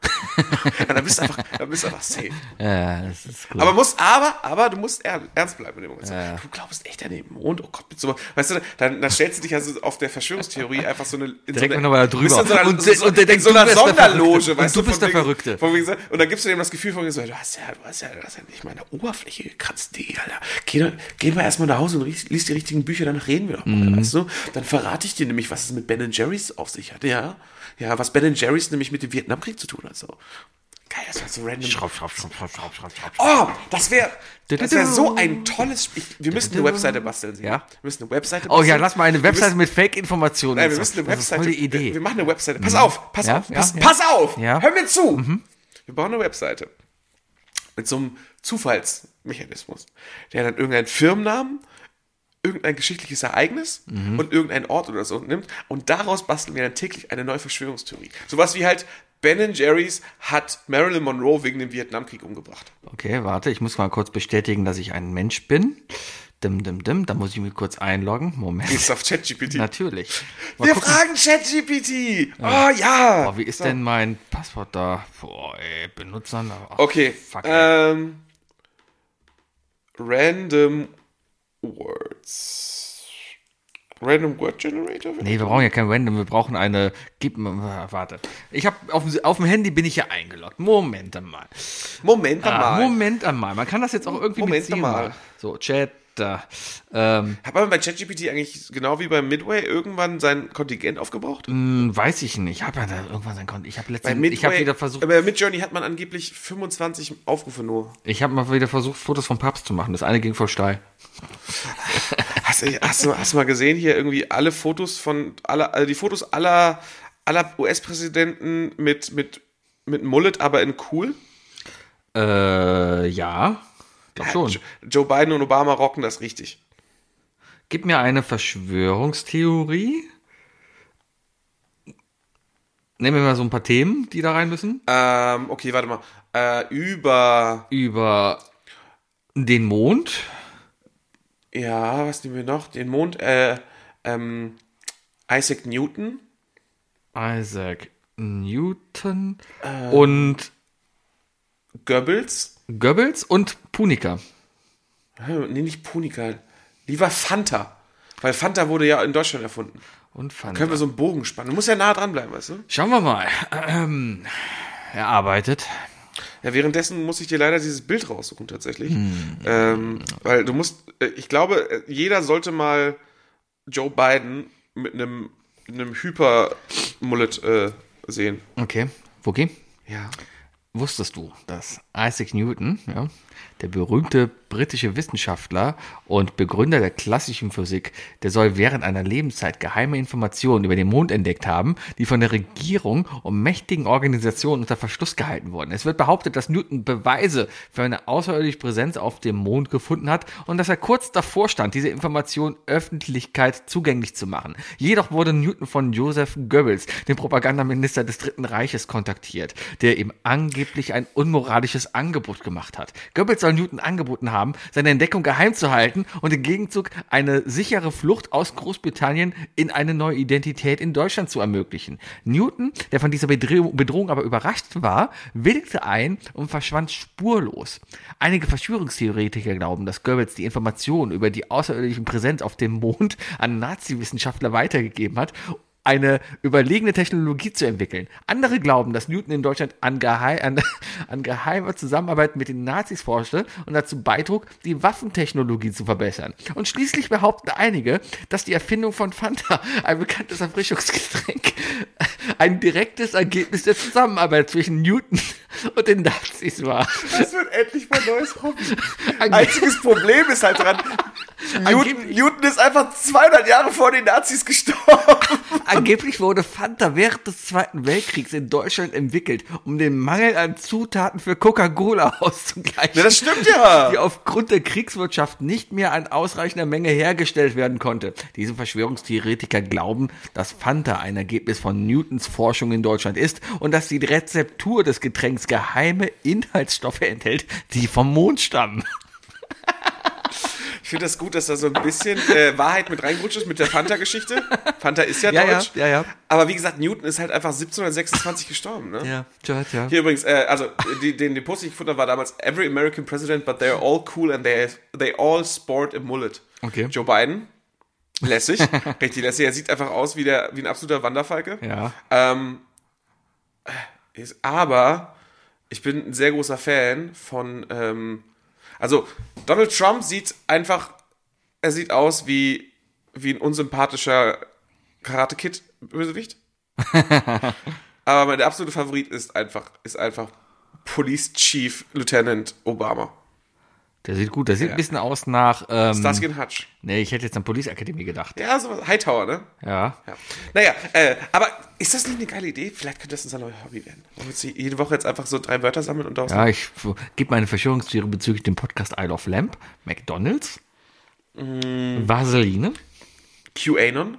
[SPEAKER 4] Und dann bist du einfach, dann bist du einfach safe.
[SPEAKER 3] Ja, das ist gut.
[SPEAKER 4] Aber musst, aber, aber du musst er- ernst bleiben in dem Moment. So, Du glaubst echt an den Mond, oh Gott, mit sowas. Weißt du, dann, dann stellst du dich also auf der Verschwörungstheorie einfach so eine. In
[SPEAKER 3] Direkt
[SPEAKER 4] so eine,
[SPEAKER 3] nochmal da drüber.
[SPEAKER 4] bist in So einer,
[SPEAKER 3] Und
[SPEAKER 4] so,
[SPEAKER 3] der-
[SPEAKER 4] so,
[SPEAKER 3] und der
[SPEAKER 4] in
[SPEAKER 3] denkt,
[SPEAKER 4] so
[SPEAKER 3] du
[SPEAKER 4] einer
[SPEAKER 3] bist der
[SPEAKER 4] Sonderloge,
[SPEAKER 3] Verrückte.
[SPEAKER 4] weißt
[SPEAKER 3] Und du bist
[SPEAKER 4] von
[SPEAKER 3] der
[SPEAKER 4] wegen-
[SPEAKER 3] Verrückte.
[SPEAKER 4] Von wegen, so- und dann gibst du dem das Gefühl von wegen so, du hast ja, du hast ja, du hast ja nicht mal an der Oberfläche gekratzt, die, Alter. Geh, doch- geh mal erstmal nach Hause und liest, liest die richtigen Bücher, dann reden wir doch mal,
[SPEAKER 3] Mhm.
[SPEAKER 4] weißt du? Dann verrate ich dir nämlich, was es mit Ben Jerry's auf sich hat, ja. Ja, was Ben Jerry's nämlich mit dem Vietnamkrieg zu tun hat, so. Geil, das war so random.
[SPEAKER 3] Schraub, schraub, schraub, schraub, schraub, schraub, schraub.
[SPEAKER 4] Oh, das wäre das wär
[SPEAKER 3] du.
[SPEAKER 4] so ein tolles Spiel. Wir müssen eine Webseite basteln. Sie.
[SPEAKER 3] Ja?
[SPEAKER 4] Wir müssen eine Webseite
[SPEAKER 3] Oh ja,
[SPEAKER 4] basteln.
[SPEAKER 3] lass mal eine
[SPEAKER 4] Wir
[SPEAKER 3] Webseite
[SPEAKER 4] müssen-
[SPEAKER 3] mit Fake-Informationen.
[SPEAKER 4] Nein, wir
[SPEAKER 3] jetzt
[SPEAKER 4] müssen eine
[SPEAKER 3] machen. Das ist
[SPEAKER 4] Webseite.
[SPEAKER 3] eine tolle Idee. Mhm.
[SPEAKER 4] Wir, wir machen eine Webseite. Pass auf, pass
[SPEAKER 3] Ja,
[SPEAKER 4] auf,
[SPEAKER 3] ja,
[SPEAKER 4] pass,
[SPEAKER 3] ja.
[SPEAKER 4] pass auf.
[SPEAKER 3] Ja. Mhm.
[SPEAKER 4] Hör mir zu. Wir bauen eine Webseite. Mit so einem Zufallsmechanismus. Der dann irgendeinen Firmennamen, irgendein geschichtliches Ereignis
[SPEAKER 3] Mhm.
[SPEAKER 4] und irgendeinen Ort oder so nimmt. Und daraus basteln wir dann täglich eine neue Verschwörungstheorie. Sowas wie halt Ben Jerry's hat Marilyn Monroe wegen dem Vietnamkrieg umgebracht.
[SPEAKER 3] Okay, warte, ich muss mal kurz bestätigen, dass ich ein Mensch bin. Dim, dim, dim, da muss ich mich kurz einloggen.
[SPEAKER 4] Ist
[SPEAKER 3] Moment.
[SPEAKER 4] auf ChatGPT.
[SPEAKER 3] Natürlich. Mal
[SPEAKER 4] Wir
[SPEAKER 3] gucken.
[SPEAKER 4] fragen ChatGPT. Oh ja.
[SPEAKER 3] Boah, wie ist denn mein Passwort da? Boah, ey, Benutzername. Ach,
[SPEAKER 4] Okay.
[SPEAKER 3] Fuck, ey.
[SPEAKER 4] ähm, random Words. Random Word Generator?
[SPEAKER 3] Nee, wir brauchen ja kein Random, wir brauchen eine. Gib mir. Warte. Ich habe auf, dem- auf dem Handy bin ich ja eingeloggt. Moment mal.
[SPEAKER 4] Moment
[SPEAKER 3] Ah,
[SPEAKER 4] mal.
[SPEAKER 3] Moment einmal. Man kann das jetzt auch irgendwie
[SPEAKER 4] Moment
[SPEAKER 3] beziehen.
[SPEAKER 4] einmal.
[SPEAKER 3] Mal. So, Chat. Da. Ähm,
[SPEAKER 4] Hat man bei ChatGPT eigentlich genau wie bei Midway irgendwann sein Kontingent aufgebraucht?
[SPEAKER 3] hm, weiß ich nicht. Ich habe ja da irgendwann sein Konto. Ich habe
[SPEAKER 4] Bei
[SPEAKER 3] letztens.
[SPEAKER 4] Midway,
[SPEAKER 3] Ich habe wieder versucht.
[SPEAKER 4] Bei Midjourney hat man angeblich 25 Aufrufe nur.
[SPEAKER 3] Ich habe mal wieder versucht, Fotos vom Papst zu machen. Das eine ging voll steil.
[SPEAKER 4] Hast, du- hast, du, hast du mal gesehen hier irgendwie alle Fotos von aller, also die Fotos aller, aller US-Präsidenten mit, mit, mit Mullet, aber in cool?
[SPEAKER 3] Äh, ja. Glaub schon.
[SPEAKER 4] Jo- Joe Biden und Obama rocken das richtig.
[SPEAKER 3] Gib mir eine Verschwörungstheorie. Nehmen wir mal so ein paar Themen, die da rein müssen.
[SPEAKER 4] Ähm, okay, warte mal. Äh, über.
[SPEAKER 3] Über den Mond.
[SPEAKER 4] Ja, was nehmen wir noch? Den Mond, äh, ähm, Isaac Newton.
[SPEAKER 3] Isaac Newton
[SPEAKER 4] Ähm.
[SPEAKER 3] und
[SPEAKER 4] Goebbels.
[SPEAKER 3] Goebbels und Punica.
[SPEAKER 4] Hä, Nee, nicht Punica. Lieber Fanta. Weil Fanta wurde ja in Deutschland erfunden.
[SPEAKER 3] Und Fanta.
[SPEAKER 4] Können wir so einen Bogen spannen. Du musst ja nah dran bleiben, weißt du?
[SPEAKER 3] Schauen wir mal. Ähm, er arbeitet.
[SPEAKER 4] Ja, währenddessen muss ich dir leider dieses Bild raussuchen, tatsächlich.
[SPEAKER 3] Hm.
[SPEAKER 4] Ähm, weil du musst, äh, ich glaube, äh, jeder sollte mal Joe Biden mit einem, einem Hyper-Mullet äh, sehen.
[SPEAKER 3] Okay. Wookie,
[SPEAKER 4] Ja.
[SPEAKER 3] wusstest du, dass Isaac Newton, ja, der berühmte britische Wissenschaftler und Begründer der klassischen Physik, der soll während einer Lebenszeit geheime Informationen über den Mond entdeckt haben, die von der Regierung und mächtigen Organisationen unter Verschluss gehalten wurden. Es wird behauptet, dass Newton Beweise für eine außerirdische Präsenz auf dem Mond gefunden hat und dass er kurz davor stand, diese Information Öffentlichkeit zugänglich zu machen. Jedoch wurde Newton von Joseph Goebbels, dem Propagandaminister des Dritten Reiches, kontaktiert, der ihm angeblich ein unmoralisches politisches Angebot gemacht hat. Goebbels soll Newton angeboten haben, seine Entdeckung geheim zu halten und im Gegenzug eine sichere Flucht aus Großbritannien in eine neue Identität in Deutschland zu ermöglichen. Newton, der von dieser Bedrohung Bedrohung aber überrascht war, willigte ein und verschwand spurlos. Einige Verschwörungstheoretiker glauben, dass Goebbels die Informationen über die außerirdischen Präsenz auf dem Mond an Nazi-Wissenschaftler weitergegeben hat, eine überlegene Technologie zu entwickeln. Andere glauben, dass Newton in Deutschland an, Geheim, an, an geheimer Zusammenarbeit mit den Nazis forschte und dazu beitrug, die Waffentechnologie zu verbessern. Und schließlich behaupten einige, dass die Erfindung von Fanta, ein bekanntes Erfrischungsgetränk, ein direktes Ergebnis der Zusammenarbeit zwischen Newton und den Nazis war.
[SPEAKER 4] Das wird endlich mein neues Hobby.
[SPEAKER 3] Ange-
[SPEAKER 4] Einziges Problem ist halt dran, Newton,
[SPEAKER 3] Angeblich-
[SPEAKER 4] Newton ist einfach 200 Jahre vor den Nazis gestorben.
[SPEAKER 3] Angeblich wurde Fanta während des Zweiten Weltkriegs in Deutschland entwickelt, um den Mangel an Zutaten für Coca-Cola auszugleichen.
[SPEAKER 4] Ja, das stimmt ja.
[SPEAKER 3] Die aufgrund der Kriegswirtschaft nicht mehr an ausreichender Menge hergestellt werden konnte. Diese Verschwörungstheoretiker glauben, dass Fanta ein Ergebnis von Newtons Forschung in Deutschland ist und dass die Rezeptur des Getränks geheime Inhaltsstoffe enthält, die vom Mond stammen.
[SPEAKER 4] Ich finde das gut, dass da so ein bisschen äh, Wahrheit mit reingerutscht ist mit der Fanta-Geschichte. Fanta ist ja,
[SPEAKER 3] Ja, ja,
[SPEAKER 4] deutsch.
[SPEAKER 3] ja, ja.
[SPEAKER 4] Aber wie gesagt, Newton ist halt einfach 1726 gestorben. Ne?
[SPEAKER 3] tja, tja.
[SPEAKER 4] Hier übrigens, äh, also die, den, den Post, den ich gefunden habe, war damals Every American President, but they're all cool and they, they all sport a mullet.
[SPEAKER 3] Okay.
[SPEAKER 4] Joe Biden, lässig, richtig lässig. Er sieht einfach aus wie, der, wie ein absoluter Wanderfalke.
[SPEAKER 3] Ja.
[SPEAKER 4] Ähm, ist, aber ich bin ein sehr großer Fan von. Ähm, also, Donald Trump sieht einfach. Er sieht aus wie, wie ein unsympathischer Karate-Kid-Bösewicht. aber mein absoluter Favorit ist einfach, ist einfach Police Chief Lieutenant Obama.
[SPEAKER 3] Der sieht gut, der sieht ein bisschen aus nach. Ähm,
[SPEAKER 4] Starsky und Hutch.
[SPEAKER 3] Nee, ich hätte jetzt an Police Akademie gedacht.
[SPEAKER 4] Ja, sowas. Hightower, ne?
[SPEAKER 3] Ja.
[SPEAKER 4] Ja. Naja, äh, aber ist das nicht eine geile Idee? Vielleicht könnte das unser neues Hobby werden. Wollen wir jetzt jede Woche jetzt einfach so drei Wörter sammeln und daraus
[SPEAKER 3] Ja, ich gebe meine Verschwörungstheorie bezüglich dem Podcast Isle of Lamp, McDonalds, Mm. Vaseline.
[SPEAKER 4] QAnon?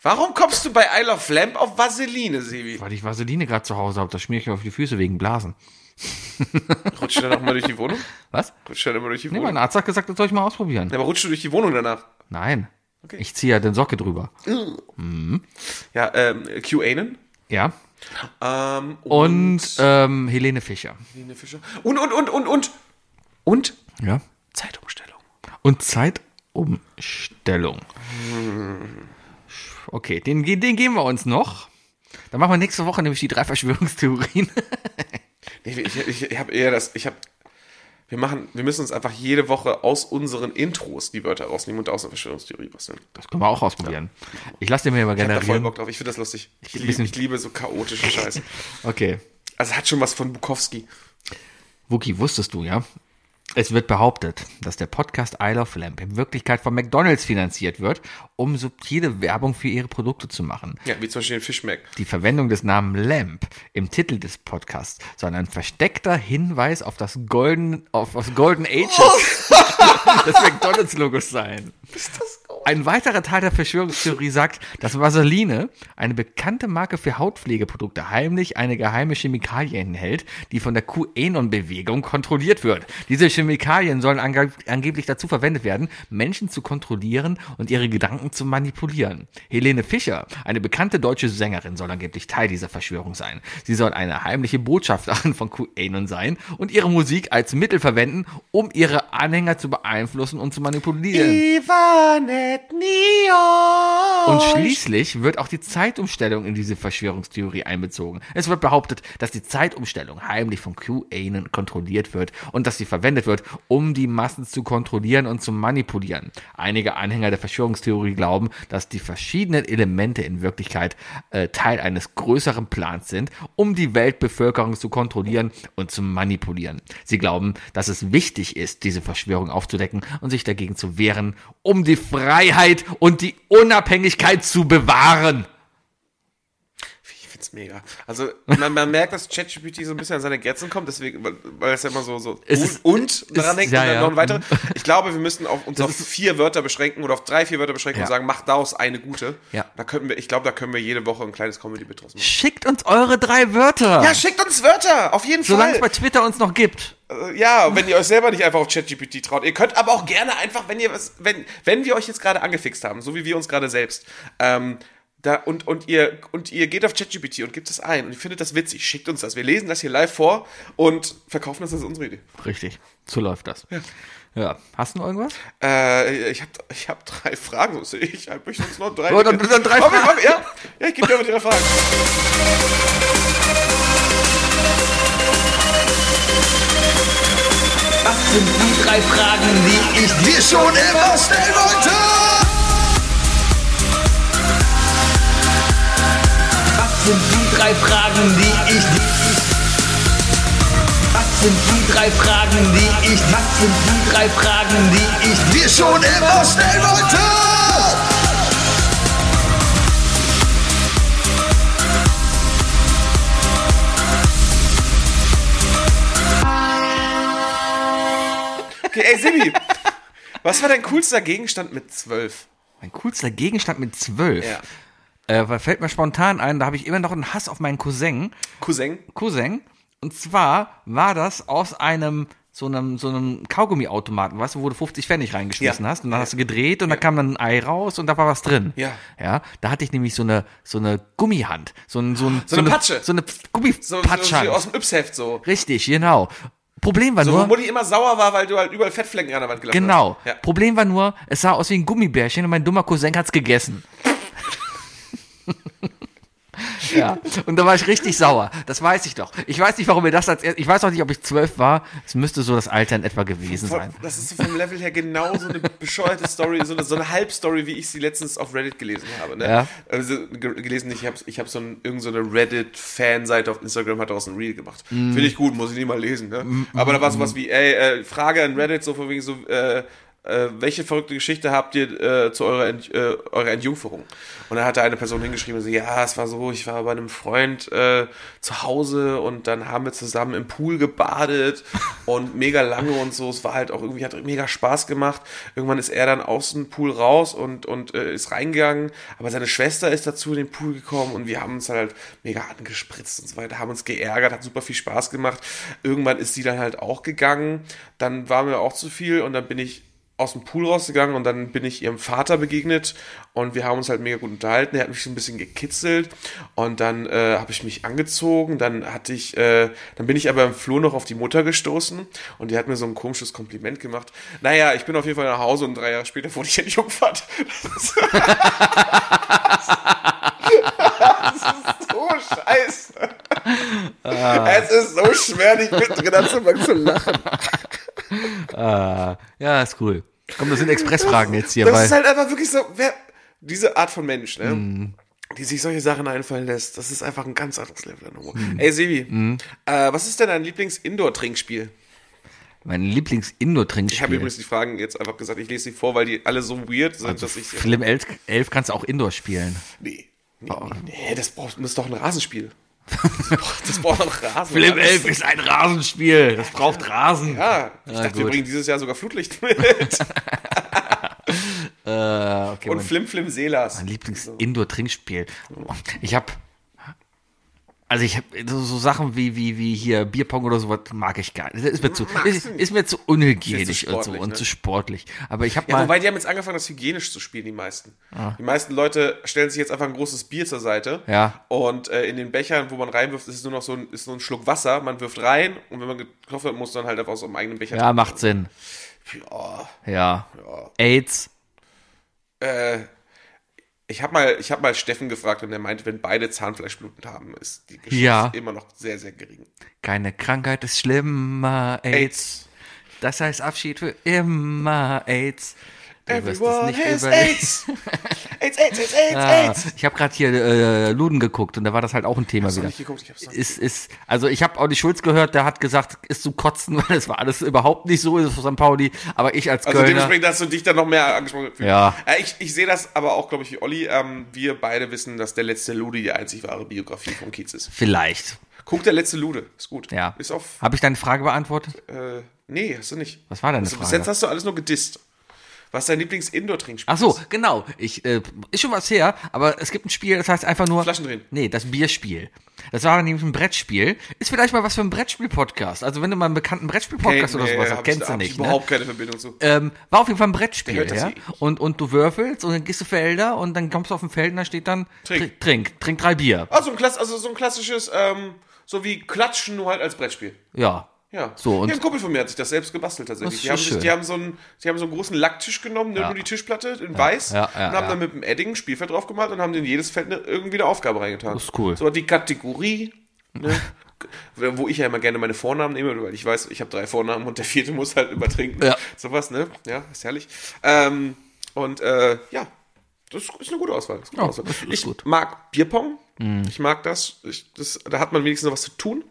[SPEAKER 4] Warum kommst du bei Isle of Lamp auf Vaseline, Sevi?
[SPEAKER 3] Weil ich Vaseline gerade zu Hause habe, das schmier ich mir auf die Füße wegen Blasen.
[SPEAKER 4] Rutscht du dann auch mal durch die Wohnung?
[SPEAKER 3] Was?
[SPEAKER 4] Rutscht du dann immer durch die
[SPEAKER 3] Nee,
[SPEAKER 4] Wohnung?
[SPEAKER 3] mein Arzt hat gesagt, das soll ich mal ausprobieren.
[SPEAKER 4] Ja, aber rutscht du durch die Wohnung danach?
[SPEAKER 3] Nein. Ich ziehe ja den Socke drüber.
[SPEAKER 4] Ja, ähm, QAnon?
[SPEAKER 3] Ja.
[SPEAKER 4] Ähm,
[SPEAKER 3] Und ähm, Helene Fischer.
[SPEAKER 4] Helene Fischer. Und, und, und, und, und. Und
[SPEAKER 3] Ja.
[SPEAKER 4] Zeitumstellung.
[SPEAKER 3] Und Zeitumstellung. Okay, den, den geben wir uns noch. Dann machen wir nächste Woche nämlich die drei Verschwörungstheorien.
[SPEAKER 4] Nee, ich ich, ich habe eher das, ich habe, wir machen, wir müssen uns einfach jede Woche aus unseren Intros die Wörter rausnehmen und aus einer Verschwörungstheorie was nehmen.
[SPEAKER 3] Das können wir auch ausprobieren. Ich lasse den mir mal
[SPEAKER 4] Ich hab da voll
[SPEAKER 3] generieren.
[SPEAKER 4] Bock drauf, ich finde das lustig. Ich liebe,
[SPEAKER 3] bisschen-
[SPEAKER 4] ich liebe so chaotische Scheiße.
[SPEAKER 3] Okay.
[SPEAKER 4] Also hat schon was von Bukowski.
[SPEAKER 3] Wookie, wusstest du, ja? Es wird behauptet, dass der Podcast Isle of Lamp in Wirklichkeit von McDonalds finanziert wird, um subtile Werbung für ihre Produkte zu machen.
[SPEAKER 4] Ja, wie zum Beispiel den Fischmeck.
[SPEAKER 3] Die Verwendung des Namens Lamp im Titel des Podcasts soll ein versteckter Hinweis auf das Golden, auf das Golden Ages des McDonalds-Logos sein. Ein weiterer Teil der Verschwörungstheorie sagt, dass Vaseline, eine bekannte Marke für Hautpflegeprodukte, heimlich eine geheime Chemikalie enthält, die von der QAnon-Bewegung kontrolliert wird. Diese Chemikalien sollen ange angeblich dazu verwendet werden, Menschen zu kontrollieren und ihre Gedanken zu manipulieren. Helene Fischer, eine bekannte deutsche Sängerin, soll angeblich Teil dieser Verschwörung sein. Sie soll eine heimliche Botschafterin von QAnon sein und ihre Musik als Mittel verwenden, um ihre Anhänger zu beeinflussen und zu manipulieren.
[SPEAKER 4] Ivanet Neon.
[SPEAKER 3] Und schließlich wird auch die Zeitumstellung in diese Verschwörungstheorie einbezogen. Es wird behauptet, dass die Zeitumstellung heimlich von QAnon kontrolliert wird und dass sie verwendet wird, um die Massen zu kontrollieren und zu manipulieren. Einige Anhänger der Verschwörungstheorie glauben, dass die verschiedenen Elemente in Wirklichkeit äh, Teil eines größeren Plans sind, um die Weltbevölkerung zu kontrollieren und zu manipulieren. Sie glauben, dass es wichtig ist, diese Verschwörung aufzudecken und sich dagegen zu wehren, um die Freiheit und die Unabhängigkeit zu bewahren.
[SPEAKER 4] Wie find's mega. Also man, man merkt, dass ChatGPT so ein bisschen an seine Grenzen kommt, deswegen, weil, weil es ja immer so, so
[SPEAKER 3] Es
[SPEAKER 4] und,
[SPEAKER 3] ist- es
[SPEAKER 4] und dran
[SPEAKER 3] ist-
[SPEAKER 4] denkt
[SPEAKER 3] ja,
[SPEAKER 4] und dann
[SPEAKER 3] ja.
[SPEAKER 4] noch ein weiteres. Ich glaube, wir müssen auf, uns auf
[SPEAKER 3] ist-
[SPEAKER 4] vier Wörter beschränken oder auf drei, vier Wörter beschränken
[SPEAKER 3] Ja.
[SPEAKER 4] und sagen, mach daraus eine gute.
[SPEAKER 3] Ja.
[SPEAKER 4] Da können wir, ich glaube, da können wir jede Woche ein kleines Comedy-Bit draus machen.
[SPEAKER 3] Schickt uns eure drei Wörter.
[SPEAKER 4] Ja, schickt uns Wörter, auf jeden
[SPEAKER 3] Solange es bei
[SPEAKER 4] Fall.
[SPEAKER 3] Twitter uns noch gibt.
[SPEAKER 4] Äh, Ja, wenn ihr euch selber nicht einfach auf ChatGPT traut. Ihr könnt aber auch gerne einfach, wenn ihr was, wenn, wenn wir euch jetzt gerade angefixt haben, so wie wir uns gerade selbst, ähm, da, und, und, ihr, und ihr geht auf ChatGPT und gebt das ein und ihr findet das witzig, schickt uns das. Wir lesen das hier live vor und verkaufen das als unsere Idee.
[SPEAKER 3] Richtig. So läuft das. Ja. Hast du noch irgendwas?
[SPEAKER 4] Äh, ich habe ich hab drei Fragen. Ich habe sonst noch drei.
[SPEAKER 3] Oh, dann- dann drei
[SPEAKER 4] Komm,
[SPEAKER 3] Fragen.
[SPEAKER 4] komm, ja, ja, ich gebe dir aber drei Fragen.
[SPEAKER 5] Was sind die drei Fragen, die ich dir schon immer stellen wollte? Was sind die drei Fragen, die ich dir... Was sind die drei Fragen, die ich... Was sind die drei Fragen, die ich dir schon immer stellen wollte?
[SPEAKER 4] Okay, ey, Sibi, was war dein coolster Gegenstand mit zwölf?
[SPEAKER 3] Mein coolster Gegenstand mit zwölf.
[SPEAKER 4] Ja.
[SPEAKER 3] Äh, weil fällt mir spontan ein, da habe ich immer noch einen Hass auf meinen Cousin.
[SPEAKER 4] Cousin?
[SPEAKER 3] Cousin. Und zwar war das aus einem so einem so einem Kaugummiautomaten, weißt du, wo du 50 Pfennig reingeschmissen
[SPEAKER 4] Ja.
[SPEAKER 3] hast und dann hast du gedreht und da kam dann ein Ei raus und da war was drin.
[SPEAKER 4] Ja.
[SPEAKER 3] Ja, da hatte ich nämlich so eine so eine Gummihand, so ein so, ein,
[SPEAKER 4] So eine Patsche.
[SPEAKER 3] so eine
[SPEAKER 4] So, so, so
[SPEAKER 3] Gummipatschhand.
[SPEAKER 4] aus dem Yps-Heft so.
[SPEAKER 3] Richtig, genau. Problem war
[SPEAKER 4] So, wo
[SPEAKER 3] nur
[SPEAKER 4] Mutti immer sauer war, weil du halt überall Fettflecken an der Wand gelassen
[SPEAKER 3] genau.
[SPEAKER 4] hast. Genau.
[SPEAKER 3] Problem war nur, es sah aus wie ein Gummibärchen und mein dummer Cousin hat's gegessen. ja, und da war ich richtig sauer. Das weiß ich doch. Ich weiß nicht, warum mir das als erst, ich weiß auch nicht, ob ich zwölf war. Es müsste so das Alter in etwa gewesen
[SPEAKER 4] Ja.
[SPEAKER 3] sein.
[SPEAKER 4] Das ist so vom Level her genau so eine bescheuerte Story, so eine, so eine Halbstory, wie ich sie letztens auf Reddit gelesen habe. Ne?
[SPEAKER 3] Ja.
[SPEAKER 4] Also ge gelesen, ich habe ich hab so ein, irgend so eine Reddit-Fan-Seite auf Instagram hat daraus ein Reel gemacht. Finde ich gut, muss ich nie mal lesen. Ne? Aber da war sowas wie, ey, äh, Frage an Reddit, so von wegen so, äh, äh, welche verrückte Geschichte habt ihr äh, zu eurer, Ent äh, eurer Entjungferung? Und da hatte eine Person hingeschrieben, so, ja, es war so, ich war bei einem Freund äh, zu Hause und dann haben wir zusammen im Pool gebadet und mega lange und so. Es war halt auch irgendwie, hat mega Spaß gemacht. Irgendwann ist er dann aus dem Pool raus und, und äh, ist reingegangen, aber seine Schwester ist dazu in den Pool gekommen und wir haben uns halt mega angespritzt und so weiter, haben uns geärgert, hat super viel Spaß gemacht. Irgendwann ist sie dann halt auch gegangen, dann war mir auch zu viel und dann bin ich aus dem Pool rausgegangen und dann bin ich ihrem Vater begegnet und wir haben uns halt mega gut unterhalten. Er hat mich so ein bisschen gekitzelt und dann äh, habe ich mich angezogen. Dann hatte ich, äh, dann bin ich aber im Flur noch auf die Mutter gestoßen und die hat mir so ein komisches Kompliment gemacht. Naja, ich bin auf jeden Fall nach Hause und drei Jahre später wurde ich entjungfert. Das ist- Das ist so Oh, scheiße. Es ist so schwer, nicht mittendrin anzufangen zu lachen.
[SPEAKER 3] Ja, ist cool. Komm, das sind Expressfragen jetzt hier,
[SPEAKER 4] Das
[SPEAKER 3] weil
[SPEAKER 4] ist halt einfach wirklich so, wer, diese Art von Mensch, ne? Die sich solche Sachen einfallen lässt, das ist einfach ein ganz anderes Level an Humor. Ey, Sebi, äh, was ist denn dein Lieblings-Indoor-Trinkspiel?
[SPEAKER 3] mein Lieblings-Indoor-Trinkspiel.
[SPEAKER 4] Ich habe übrigens die Fragen jetzt einfach gesagt, ich lese sie vor, weil die alle so weird sind, dass ich.
[SPEAKER 3] Film 11, 11 kannst du auch Indoor spielen.
[SPEAKER 4] Nee. Nee, nee, das, braucht, das ist doch ein Rasenspiel. Das braucht, das braucht doch Rasen.
[SPEAKER 3] Film 11 ist ein Rasenspiel. Das braucht Rasen.
[SPEAKER 4] Ja, Ah, ich dachte, wir
[SPEAKER 3] Ah, gut.
[SPEAKER 4] bringen dieses Jahr sogar Flutlicht mit.
[SPEAKER 3] Ja, okay,
[SPEAKER 4] Und
[SPEAKER 3] mein-
[SPEAKER 4] Flim Flim Selas.
[SPEAKER 3] Mein Lieblings-Indoor-Trinkspiel. Ich habe. Also ich habe so, so Sachen wie, wie, wie hier Bierpong oder sowas mag ich gar nicht. Das Ist mir zu, ist, ist mir zu
[SPEAKER 4] Ist
[SPEAKER 3] unhygienisch
[SPEAKER 4] zu
[SPEAKER 3] und so
[SPEAKER 4] sportlich,
[SPEAKER 3] und
[SPEAKER 4] ne?
[SPEAKER 3] zu sportlich. Aber ich habe
[SPEAKER 4] Ja,
[SPEAKER 3] mal. Ah.
[SPEAKER 4] wobei die haben jetzt angefangen, das hygienisch zu spielen, die meisten. Die meisten Leute stellen sich jetzt einfach ein großes Bier zur Seite.
[SPEAKER 3] Ja.
[SPEAKER 4] Und äh, in den Bechern, wo man reinwirft, ist es nur noch so ein, ist nur ein Schluck Wasser. Man wirft rein und wenn man getroffen hat, muss dann halt einfach aus seinem eigenen Becher.
[SPEAKER 3] ja, macht Sinn.
[SPEAKER 4] trinken. Ja.
[SPEAKER 3] Ja. AIDS.
[SPEAKER 4] Ich habe mal, ich hab mal Steffen gefragt und er meinte, wenn beide Zahnfleischbluten haben, ist die Geschichte
[SPEAKER 3] Ja.
[SPEAKER 4] immer noch sehr, sehr gering.
[SPEAKER 3] Keine Krankheit ist schlimmer. AIDS. Das heißt Abschied für immer. AIDS. Du wirst
[SPEAKER 4] Everyone
[SPEAKER 3] es nicht
[SPEAKER 4] has
[SPEAKER 3] über
[SPEAKER 4] AIDS. AIDS, AIDS, AIDS, AIDS,
[SPEAKER 3] Ah,
[SPEAKER 4] AIDS.
[SPEAKER 3] ich habe gerade hier äh, Luden geguckt und da war das halt auch ein Thema
[SPEAKER 4] noch
[SPEAKER 3] wieder.
[SPEAKER 4] nicht geguckt, ich hab's noch nicht
[SPEAKER 3] ist, ist, also ich habe Audi Schulz gehört, der hat gesagt, ist zu kotzen, weil das war alles überhaupt nicht so ist für St. Pauli. Aber ich als
[SPEAKER 4] Also
[SPEAKER 3] Kölner,
[SPEAKER 4] dementsprechend hast du dich dann noch mehr angesprochen gefühlt.
[SPEAKER 3] Ja.
[SPEAKER 4] Äh, Ich, ich sehe das aber auch, glaube ich, wie Olli. Ähm, wir beide wissen, dass der letzte Lude die einzig wahre Biografie von Kiez ist.
[SPEAKER 3] vielleicht.
[SPEAKER 4] Guck, der letzte Lude. Ist gut.
[SPEAKER 3] Ja.
[SPEAKER 4] Ist auf.
[SPEAKER 3] Habe ich deine Frage beantwortet?
[SPEAKER 4] Äh, nee, hast du nicht.
[SPEAKER 3] Was war deine
[SPEAKER 4] Also, Bis
[SPEAKER 3] Frage?
[SPEAKER 4] jetzt hast du alles nur gedisst. Was dein Lieblings-Indoor-Trinkspiel
[SPEAKER 3] Ach so,
[SPEAKER 4] ist.
[SPEAKER 3] genau. Ich äh, ist schon was her, aber es gibt ein Spiel, das heißt einfach nur
[SPEAKER 4] Flaschendrehen.
[SPEAKER 3] Nee, das Bierspiel. Das war nämlich ein Brettspiel. Ist vielleicht mal was für einen Brettspiel-Podcast. Also wenn du mal einen bekannten Brettspiel-Podcast oder sowas hast,
[SPEAKER 4] hab
[SPEAKER 3] kennst
[SPEAKER 4] ich,
[SPEAKER 3] du
[SPEAKER 4] hab
[SPEAKER 3] nicht.
[SPEAKER 4] Ich
[SPEAKER 3] ne?
[SPEAKER 4] überhaupt keine Verbindung zu.
[SPEAKER 3] ähm, war auf jeden Fall ein Brettspiel,
[SPEAKER 4] hört das
[SPEAKER 3] ja.
[SPEAKER 4] eh nicht.
[SPEAKER 3] Und, und du würfelst und dann gehst du Felder und dann kommst du auf ein Feld und da steht dann
[SPEAKER 4] Trink.
[SPEAKER 3] trink, trink, trink drei Bier.
[SPEAKER 4] Ah, so ein, Klass also so ein klassisches, ähm, so wie Klatschen, nur halt als Brettspiel.
[SPEAKER 3] Ja.
[SPEAKER 4] Ja.
[SPEAKER 3] So, und-
[SPEAKER 4] ja, ein Kumpel von mir hat sich das selbst gebastelt tatsächlich.
[SPEAKER 3] Das ist
[SPEAKER 4] Die haben, sich,
[SPEAKER 3] schön.
[SPEAKER 4] die, haben so einen, die haben so einen großen Lacktisch genommen, ne, nur die Tischplatte in weiß
[SPEAKER 3] ja, ja,
[SPEAKER 4] und haben
[SPEAKER 3] ja.
[SPEAKER 4] dann mit dem Edding ein Spielfeld drauf gemalt und haben in jedes Feld eine, irgendwie eine Aufgabe reingetan.
[SPEAKER 3] Das ist cool.
[SPEAKER 4] So die Kategorie, ne, wo ich ja immer gerne meine Vornamen nehme, weil ich weiß, ich habe drei Vornamen und der vierte muss halt übertrinken.
[SPEAKER 3] Ja.
[SPEAKER 4] Sowas, ne? Ja, ist herrlich. Ähm, und äh, ja, das ist eine gute Auswahl. Oh, Das ist Mhm. eine gute
[SPEAKER 3] Ja,
[SPEAKER 4] Auswahl.
[SPEAKER 3] das ist
[SPEAKER 4] ich
[SPEAKER 3] gut.
[SPEAKER 4] mag Bierpong. Ich mag das. Ich, das. Da hat man wenigstens noch was zu tun.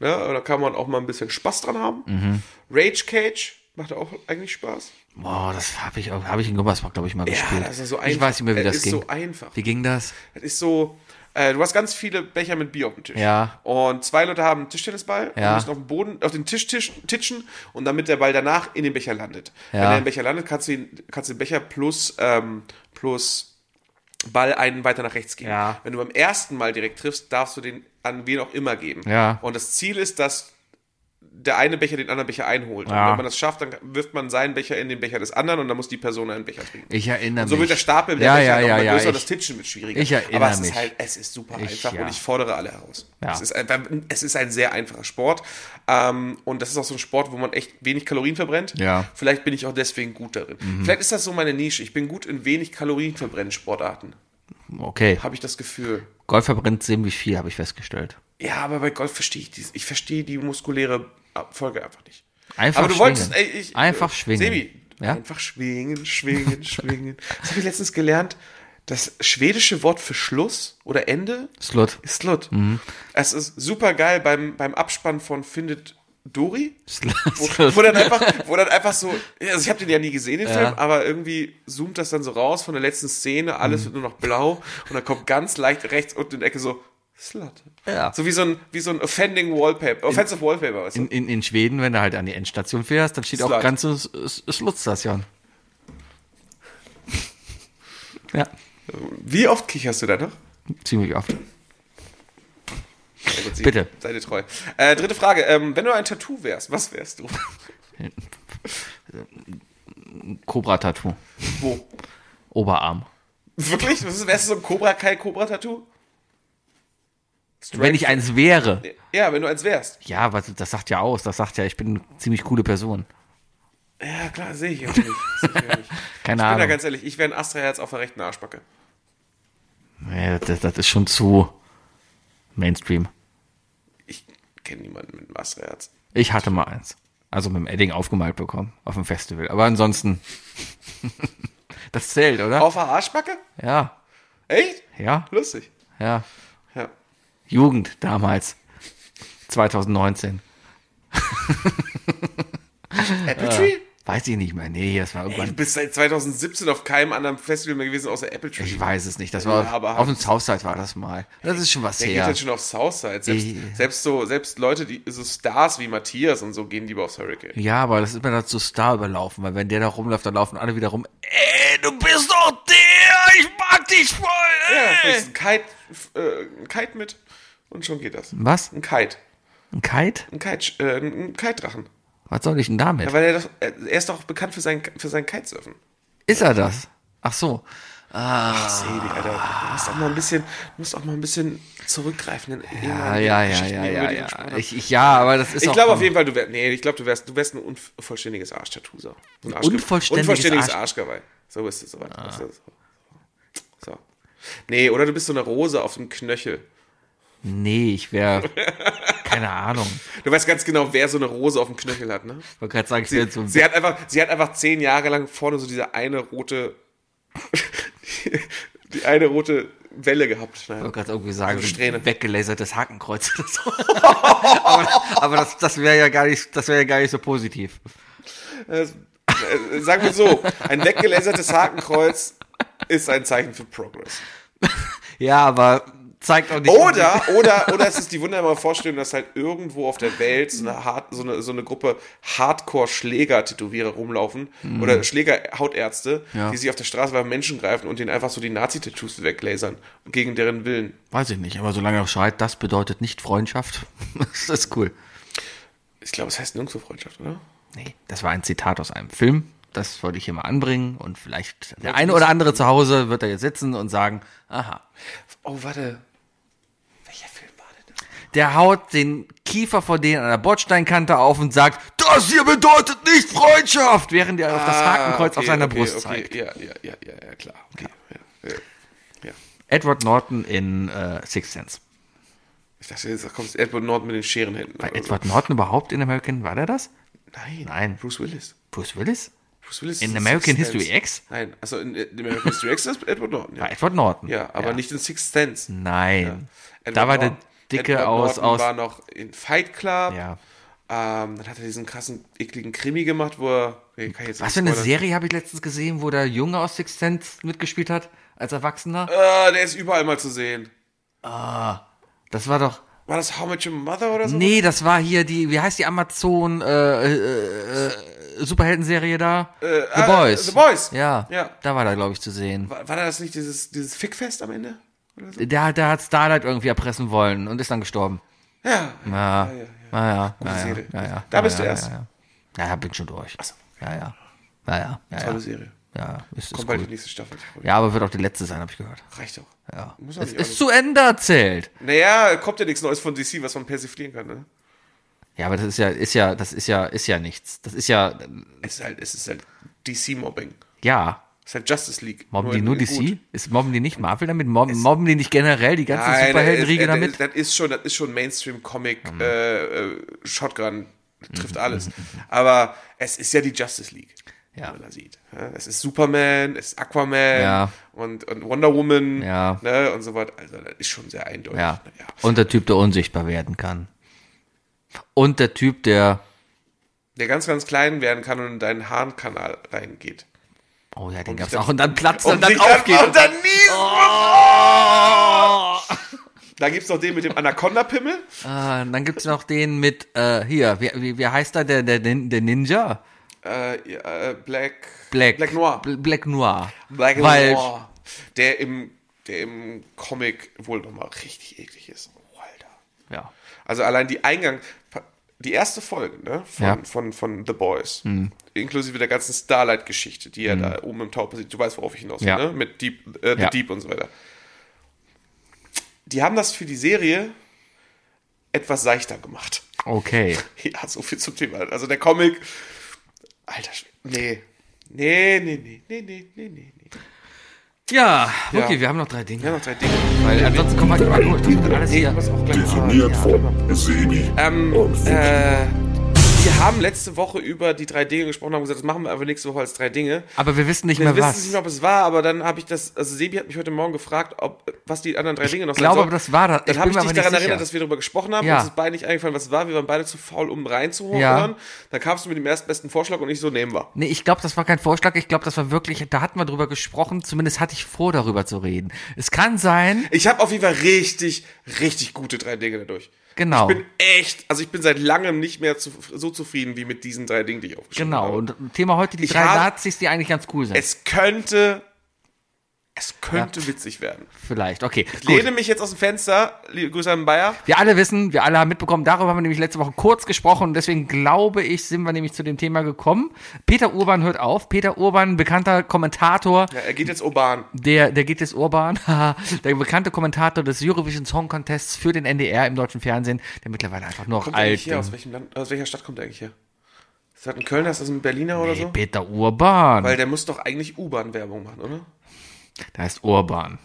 [SPEAKER 4] Ja, da kann man auch mal ein bisschen Spaß dran haben. Rage Cage macht auch eigentlich Spaß.
[SPEAKER 3] Boah, das habe ich, auch- hab ich in Gummersbach, glaube ich, mal gespielt.
[SPEAKER 4] das ist so
[SPEAKER 3] ich
[SPEAKER 4] einfach.
[SPEAKER 3] weiß nicht mehr, wie
[SPEAKER 4] Das
[SPEAKER 3] das
[SPEAKER 4] ist
[SPEAKER 3] ging.
[SPEAKER 4] so einfach.
[SPEAKER 3] Wie ging das?
[SPEAKER 4] Das ist so. Äh, du hast ganz viele Becher mit Bier auf dem Tisch.
[SPEAKER 3] Ja.
[SPEAKER 4] Und zwei Leute haben einen Tischtennisball
[SPEAKER 3] Ja.
[SPEAKER 4] und müssen auf den Boden, auf den Tisch tisch, titschen und damit der Ball danach in den Becher landet. Wenn er in den Becher landet, kannst du, ihn, kannst du den Becher plus, ähm, plus Ball einen weiter nach rechts geben.
[SPEAKER 3] Ja.
[SPEAKER 4] Wenn du beim ersten Mal direkt triffst, darfst du den an wen auch immer geben.
[SPEAKER 3] Ja.
[SPEAKER 4] Und das Ziel ist, dass der eine Becher den anderen Becher einholt. Und
[SPEAKER 3] Ja.
[SPEAKER 4] wenn man das schafft, dann wirft man seinen Becher in den Becher des anderen und dann muss die Person einen Becher trinken.
[SPEAKER 3] Ich erinnere
[SPEAKER 4] Und so
[SPEAKER 3] mich.
[SPEAKER 4] wird der Stapel der
[SPEAKER 3] ja,
[SPEAKER 4] Becher
[SPEAKER 3] ja,
[SPEAKER 4] halt auch
[SPEAKER 3] ja,
[SPEAKER 4] immer
[SPEAKER 3] ja,
[SPEAKER 4] größer und das
[SPEAKER 3] ich,
[SPEAKER 4] Titschen wird schwieriger.
[SPEAKER 3] ich erinnere
[SPEAKER 4] Aber es ist
[SPEAKER 3] mich.
[SPEAKER 4] halt, es ist super
[SPEAKER 3] Ich,
[SPEAKER 4] einfach
[SPEAKER 3] ja.
[SPEAKER 4] und ich fordere alle heraus.
[SPEAKER 3] Ja.
[SPEAKER 4] Es, ist einfach, es ist ein sehr einfacher Sport. Ähm, und das ist auch so ein Sport, wo man echt wenig Kalorien verbrennt.
[SPEAKER 3] Ja. Mhm.
[SPEAKER 4] Vielleicht bin ich auch deswegen gut darin. Vielleicht ist das so meine Nische. Ich bin gut in wenig Kalorien verbrennen Sportarten.
[SPEAKER 3] Okay.
[SPEAKER 4] Habe ich das Gefühl.
[SPEAKER 3] Golf verbrennt ziemlich viel, habe ich festgestellt.
[SPEAKER 4] Ja, aber bei Golf verstehe ich dies. Ich verstehe die muskuläre Folge einfach nicht.
[SPEAKER 3] Einfach
[SPEAKER 4] aber du
[SPEAKER 3] schwingen.
[SPEAKER 4] wolltest, ey, ich,
[SPEAKER 3] Einfach
[SPEAKER 4] äh,
[SPEAKER 3] schwingen.
[SPEAKER 4] Sebi,
[SPEAKER 3] Ja?
[SPEAKER 4] einfach schwingen, schwingen, schwingen. Das habe ich letztens gelernt. Das schwedische Wort für Schluss oder Ende
[SPEAKER 3] Slut.
[SPEAKER 4] ist Slut. Es ist super geil beim, beim Abspann von Findet Dory. Wo, wo,
[SPEAKER 3] Slut.
[SPEAKER 4] dann einfach, wo dann einfach so, also ich habe den ja nie gesehen, den Film, aber irgendwie zoomt das dann so raus von der letzten Szene, alles wird nur noch blau und dann kommt ganz leicht rechts unten in die Ecke so, Slut.
[SPEAKER 3] Ja.
[SPEAKER 4] So wie so ein, wie so ein offending Wallpaper, offensive Wallpaper, weißt du?
[SPEAKER 3] In, in, in Schweden, wenn du halt an die Endstation fährst, dann steht auch
[SPEAKER 4] Slut.
[SPEAKER 3] ganze S- S- Slutstation. Ja,
[SPEAKER 4] Wie oft kicherst du da noch?
[SPEAKER 3] ziemlich oft.
[SPEAKER 4] Sehr gut, Sie-
[SPEAKER 3] Bitte.
[SPEAKER 4] Sei dir treu. Äh, dritte Frage. Ähm, wenn du ein Tattoo wärst, was wärst du?
[SPEAKER 3] Cobra-Tattoo.
[SPEAKER 4] Wo?
[SPEAKER 3] Oberarm.
[SPEAKER 4] Wirklich? Was ist- Wärst du so ein Cobra Kai Cobra Tattoo?
[SPEAKER 3] Wenn ich eins wäre.
[SPEAKER 4] Ja, wenn du eins wärst.
[SPEAKER 3] Ja, aber das sagt ja aus. Das sagt ja, ich bin eine ziemlich coole Person.
[SPEAKER 4] Ja, klar, sehe ich auch nicht. Sehe ich auch nicht.
[SPEAKER 3] Keine
[SPEAKER 4] Ich bin da
[SPEAKER 3] Ahnung.
[SPEAKER 4] ganz ehrlich, ich wäre ein Astra-Herz auf der rechten Arschbacke.
[SPEAKER 3] Nee, das, das ist schon zu Mainstream.
[SPEAKER 4] Ich kenne niemanden mit einem Astra-Herz.
[SPEAKER 3] Ich hatte mal eins. Also mit dem Edding aufgemalt bekommen. Auf dem Festival. Aber ansonsten. das zählt, oder?
[SPEAKER 4] Auf der Arschbacke?
[SPEAKER 3] Ja.
[SPEAKER 4] Echt?
[SPEAKER 3] Ja.
[SPEAKER 4] Lustig.
[SPEAKER 3] Ja.
[SPEAKER 4] Ja.
[SPEAKER 3] Äh, Jugend damals. 2019.
[SPEAKER 4] Apple Tree?
[SPEAKER 3] Weiß ich nicht mehr. Nee, das war
[SPEAKER 4] Ey, du
[SPEAKER 3] irgendwann.
[SPEAKER 4] bist seit 2017 auf keinem anderen Festival mehr gewesen außer Apple Tree.
[SPEAKER 3] Ich weiß es nicht. Das war
[SPEAKER 4] Ja, aber
[SPEAKER 3] auf dem Southside war das mal. Das ist schon was
[SPEAKER 4] Der geht
[SPEAKER 3] her.
[SPEAKER 4] halt schon auf Southside. Selbst,
[SPEAKER 3] Ey.
[SPEAKER 4] selbst so, selbst Leute, die so Stars wie Matthias und so gehen lieber aufs Hurricane.
[SPEAKER 3] Ja, aber das ist mir dann zu Star überlaufen, weil wenn der da rumläuft, dann laufen alle wieder rum. Ey, du bist doch der! Ich mag dich voll!
[SPEAKER 4] Ja,
[SPEAKER 3] Ey.
[SPEAKER 4] bringst ein Kite, f- äh, ein Kite mit und schon geht das.
[SPEAKER 3] was?
[SPEAKER 4] Ein Kite.
[SPEAKER 3] Ein Kite?
[SPEAKER 4] Ein Kite, äh, ein Kite-Drachen.
[SPEAKER 3] Was soll ich denn damit?
[SPEAKER 4] Ja, weil er doch, äh, er ist doch bekannt für sein, für sein Kitesurfen.
[SPEAKER 3] ist er das? Ach so. Ah.
[SPEAKER 4] Sebi, Alter, du musst auch mal ein bisschen, du musst auch mal ein bisschen zurückgreifen. In
[SPEAKER 3] Ja, Ah, ja, ja, ja, ja, ja. Ich, ich, ja, aber das ist
[SPEAKER 4] Ich
[SPEAKER 3] auch.
[SPEAKER 4] glaube auf jeden Fall, du wärst, nee, ich glaube, du wärst, du wärst ein unvollständiges Arschtattoo. So. Ein Arschge-
[SPEAKER 3] unvollständiges
[SPEAKER 4] unvollständiges
[SPEAKER 3] Arsch- Ah.
[SPEAKER 4] Arschgeweih. So bist du soweit. So. so. Nee, oder du bist so eine Rose auf dem Knöchel.
[SPEAKER 3] Nee, ich wäre. keine Ahnung.
[SPEAKER 4] Du weißt ganz genau, wer so eine Rose auf dem Knöchel hat, ne?
[SPEAKER 3] Ich wollte gerade sagen, ich wäre so.
[SPEAKER 4] Sie hat einfach, sie hat einfach zehn Jahre lang vorne so diese eine rote, die eine rote Welle gehabt.
[SPEAKER 3] Ich
[SPEAKER 4] Nein.
[SPEAKER 3] wollte gerade irgendwie sagen, so
[SPEAKER 4] Strähne.
[SPEAKER 3] ein weggelazertes Hakenkreuz oder so. aber aber das, das wäre ja gar nicht, das wäre ja gar nicht so positiv.
[SPEAKER 4] Äh, äh, sagen wir so, ein weggeläsertes Hakenkreuz ist ein Zeichen für Progress.
[SPEAKER 3] Ja, aber zeigt auch nicht.
[SPEAKER 4] Oder, oder, oder es ist die wunderbare Vorstellung, dass halt irgendwo auf der Welt so eine, Hard, so eine, so eine Gruppe Hardcore-Schläger-Tätowierer rumlaufen oder Schläger-Hautärzte,
[SPEAKER 3] Mhm. Ja.
[SPEAKER 4] die sich auf der Straße bei Menschen greifen und denen einfach so die Nazi-Tattoos weglasern, gegen deren Willen.
[SPEAKER 3] Weiß ich nicht, aber solange er schreit, das bedeutet nicht Freundschaft. das ist cool.
[SPEAKER 4] Ich glaube, es heißt nirgendwo Freundschaft, oder?
[SPEAKER 3] Nee, das war ein Zitat aus einem Film. Das wollte ich hier mal anbringen und vielleicht der eine oder andere zu Hause wird da jetzt sitzen und sagen, aha,
[SPEAKER 4] Oh, warte. Welcher Film war denn das?
[SPEAKER 3] der haut den Kiefer von denen an der Bordsteinkante auf und sagt, das hier bedeutet nicht Freundschaft, während er auf das
[SPEAKER 4] Ah,
[SPEAKER 3] Hakenkreuz auf seiner Brust zeigt.
[SPEAKER 4] Ja, ja, ja, ja, ja, klar. Okay, ja. Ja. Ja.
[SPEAKER 3] Edward Norton in äh, Sixth Sense.
[SPEAKER 4] Ich dachte, jetzt kommt Edward Norton mit den Scherenhänden.
[SPEAKER 3] War Edward Norton überhaupt in American? War der das?
[SPEAKER 4] Nein,
[SPEAKER 3] Nein.
[SPEAKER 4] Bruce Willis.
[SPEAKER 3] Bruce Willis?
[SPEAKER 4] Bruce Willis
[SPEAKER 3] In
[SPEAKER 4] ist
[SPEAKER 3] American
[SPEAKER 4] Sixth
[SPEAKER 3] History
[SPEAKER 4] Sense.
[SPEAKER 3] X?
[SPEAKER 4] Nein, also in, in American History X ist Edward Norton. Ja,
[SPEAKER 3] War Edward Norton.
[SPEAKER 4] ja aber nicht in Sixth Sense.
[SPEAKER 3] Nein.
[SPEAKER 4] Edward
[SPEAKER 3] Hm. Da war der
[SPEAKER 4] Norton-
[SPEAKER 3] Dicke
[SPEAKER 4] Edward
[SPEAKER 3] aus-
[SPEAKER 4] Norton
[SPEAKER 3] aus-
[SPEAKER 4] war noch in Fight Club.
[SPEAKER 3] Ja.
[SPEAKER 4] Ähm, dann hat er diesen krassen, ekligen Krimi gemacht, wo er. Nee, kann ich jetzt
[SPEAKER 3] Was
[SPEAKER 4] nicht
[SPEAKER 3] für eine
[SPEAKER 4] spoilern.
[SPEAKER 3] Serie habe ich letztens gesehen, wo der Junge aus Sixth Sense mitgespielt hat, als Erwachsener?
[SPEAKER 4] Äh, der ist überall mal zu sehen.
[SPEAKER 3] Das war doch.
[SPEAKER 4] War das How Much Your Mother oder so?
[SPEAKER 3] Nee, das war hier die, wie heißt die Amazon äh, äh, äh, Superheldenserie da? the
[SPEAKER 4] ah,
[SPEAKER 3] Boys.
[SPEAKER 4] The Boys.
[SPEAKER 3] Ja.
[SPEAKER 4] Ja.
[SPEAKER 3] Da war da, glaube ich, zu sehen.
[SPEAKER 4] War, war das nicht dieses, dieses Fickfest am Ende?
[SPEAKER 3] Der, der hat Starlight irgendwie erpressen wollen und ist dann gestorben.
[SPEAKER 4] Ja.
[SPEAKER 3] Ja. Naja. Naja.
[SPEAKER 4] Serie.
[SPEAKER 3] Naja.
[SPEAKER 4] Da bist du
[SPEAKER 3] naja,
[SPEAKER 4] erst.
[SPEAKER 3] Naja, naja, bin schon durch.
[SPEAKER 4] so.
[SPEAKER 3] Naja. Naja.
[SPEAKER 4] Tolle
[SPEAKER 3] Naja.
[SPEAKER 4] Serie.
[SPEAKER 3] Ja, ist, ist
[SPEAKER 4] Kommt bald die
[SPEAKER 3] gut.
[SPEAKER 4] nächste Staffel.
[SPEAKER 3] Ja, aber wird auch die letzte sein, habe ich gehört.
[SPEAKER 4] Reicht doch.
[SPEAKER 3] Ja.
[SPEAKER 4] Muss auch
[SPEAKER 3] Es
[SPEAKER 4] nicht alles-
[SPEAKER 3] ist zu Ende erzählt.
[SPEAKER 4] Naja, kommt ja nichts Neues von DC, was man persiflieren kann, ne?
[SPEAKER 3] Ja, aber das ist ja, ist ja, das ist ja, ist ja nichts. Das ist ja,
[SPEAKER 4] Es ist halt, es ist halt DC-Mobbing.
[SPEAKER 3] ja.
[SPEAKER 4] Es ist halt Justice League.
[SPEAKER 3] Mobben die
[SPEAKER 4] in-
[SPEAKER 3] nur
[SPEAKER 4] in
[SPEAKER 3] DC?
[SPEAKER 4] gut.
[SPEAKER 3] Ist mobben die nicht Marvel damit? Mobben, mobben die nicht generell die ganze
[SPEAKER 4] Nein,
[SPEAKER 3] Superheldenriege
[SPEAKER 4] das,
[SPEAKER 3] damit? Oh
[SPEAKER 4] Das, das ist schon, das ist schon Mainstream-Comic, äh, äh, Shotgun, trifft
[SPEAKER 3] Mhm,
[SPEAKER 4] alles. Aber es ist ja die Justice League. die
[SPEAKER 3] Ja.
[SPEAKER 4] man da sieht. Ja, Es ist Superman, es ist Aquaman
[SPEAKER 3] Ja.
[SPEAKER 4] und, und Wonder Woman
[SPEAKER 3] Ja.
[SPEAKER 4] ne, und so weiter. Also das ist schon sehr eindeutig.
[SPEAKER 3] ja.
[SPEAKER 4] ne,
[SPEAKER 3] Und der Typ, der unsichtbar werden kann. Und der Typ, der,
[SPEAKER 4] Der ganz, ganz klein werden kann und in deinen Harnkanal reingeht.
[SPEAKER 3] oh ja, den gab's
[SPEAKER 4] dann- um
[SPEAKER 3] auch. Und dann platzt er und
[SPEAKER 4] sich
[SPEAKER 3] dann aufgeht. Oh.
[SPEAKER 4] Und dann niesen. Da gibt's noch den mit dem Anaconda-Pimmel.
[SPEAKER 3] Ah, und dann gibt's noch den mit, äh, hier, wie, wie, wie heißt da der, der, Nin- der Ninja?
[SPEAKER 4] Äh, ja, äh, Black.
[SPEAKER 3] Black.
[SPEAKER 4] Black Noir.
[SPEAKER 3] Bl Black Noir.
[SPEAKER 4] Black
[SPEAKER 3] Weil,
[SPEAKER 4] Noir. Der im, der im Comic wohl nochmal richtig eklig ist. Oh, Alter.
[SPEAKER 3] Ja.
[SPEAKER 4] Also allein die Eingang, die erste Folge ne, von,
[SPEAKER 3] Ja. Mhm.
[SPEAKER 4] von, von The Boys, inklusive der ganzen Starlight-Geschichte, die ja da oben im Tower passiert. Du weißt, worauf ich hinaus will,
[SPEAKER 3] Ja.
[SPEAKER 4] ne? mit Deep, äh, The
[SPEAKER 3] Ja.
[SPEAKER 4] Deep und so weiter. Die haben das für die Serie etwas seichter gemacht.
[SPEAKER 3] Okay.
[SPEAKER 4] Ja, so viel zum Thema. Also der Comic, alter, Schwede, nee. Nee, nee, nee, nee, nee, nee, nee. nee.
[SPEAKER 3] Ja,
[SPEAKER 4] Ja.
[SPEAKER 3] okay, wir haben noch drei Dinge.
[SPEAKER 4] Ja, noch drei Dinge.
[SPEAKER 3] Weil ansonsten kommt halt überall gut. Alles hier.
[SPEAKER 4] Was auch gleich
[SPEAKER 1] Definiert von Sebi
[SPEAKER 4] Ähm,
[SPEAKER 1] und Fuki.
[SPEAKER 4] äh, wir haben letzte Woche über die drei Dinge gesprochen, haben gesagt, das machen wir einfach nächste Woche als drei Dinge.
[SPEAKER 3] Aber wir wissen nicht
[SPEAKER 4] Wir
[SPEAKER 3] mehr
[SPEAKER 4] wissen
[SPEAKER 3] was.
[SPEAKER 4] nicht mehr, ob es war, aber dann habe ich das, also Sebi hat mich heute Morgen gefragt, ob, was die anderen drei Dinge noch
[SPEAKER 3] Ich glaube,
[SPEAKER 4] sein
[SPEAKER 3] aber das war da.
[SPEAKER 4] Dann habe ich
[SPEAKER 3] mir
[SPEAKER 4] dich
[SPEAKER 3] aber
[SPEAKER 4] daran
[SPEAKER 3] nicht sicher.
[SPEAKER 4] erinnert, dass wir darüber gesprochen haben.
[SPEAKER 3] Ja.
[SPEAKER 4] Uns ist beide nicht eingefallen, was es war. Wir waren beide zu faul, um reinzuhören.
[SPEAKER 3] Ja.
[SPEAKER 4] Dann kamst du mit dem erstbesten Vorschlag und ich so, nehmen wir.
[SPEAKER 3] Nee, ich glaube, das war kein Vorschlag. Ich glaube, das war wirklich, da hatten wir drüber gesprochen. Zumindest hatte ich vor, darüber zu reden. Es kann sein,
[SPEAKER 4] Ich habe auf jeden Fall richtig, richtig gute drei Dinge dadurch.
[SPEAKER 3] genau.
[SPEAKER 4] Ich bin echt, also ich bin seit langem nicht mehr zu, so zufrieden wie mit diesen drei Dingen, die ich aufgeschrieben habe.
[SPEAKER 3] Genau. Und Thema heute, die
[SPEAKER 4] Ich
[SPEAKER 3] drei
[SPEAKER 4] hab-
[SPEAKER 3] Nazis, die eigentlich ganz cool sind.
[SPEAKER 4] Es könnte. Es könnte witzig werden.
[SPEAKER 3] Vielleicht. Okay.
[SPEAKER 4] Ich
[SPEAKER 3] Gut.
[SPEAKER 4] lehne mich jetzt aus dem Fenster. Liebe Grüße an den Bayer.
[SPEAKER 3] Wir alle wissen, wir alle haben mitbekommen, darüber haben wir nämlich letzte Woche kurz gesprochen und deswegen glaube ich, sind wir nämlich zu dem Thema gekommen. Peter Urban hört auf. Peter Urban, bekannter Kommentator,
[SPEAKER 4] Ja, er geht jetzt urban.
[SPEAKER 3] Der, der geht es urban, haha. der bekannte Kommentator des Eurovision Song Contests für den NDR im deutschen Fernsehen, der mittlerweile einfach nur noch
[SPEAKER 4] Kommt er
[SPEAKER 3] alt
[SPEAKER 4] eigentlich hier? Aus
[SPEAKER 3] ist.
[SPEAKER 4] welchem Land, aus welcher Stadt kommt er eigentlich hier? Ist das ein Kölner, ist das ein Berliner oder
[SPEAKER 3] Hey,
[SPEAKER 4] so?
[SPEAKER 3] Peter Urban.
[SPEAKER 4] Weil der muss doch eigentlich U-Bahn-Werbung machen, oder?
[SPEAKER 3] der heißt Urban.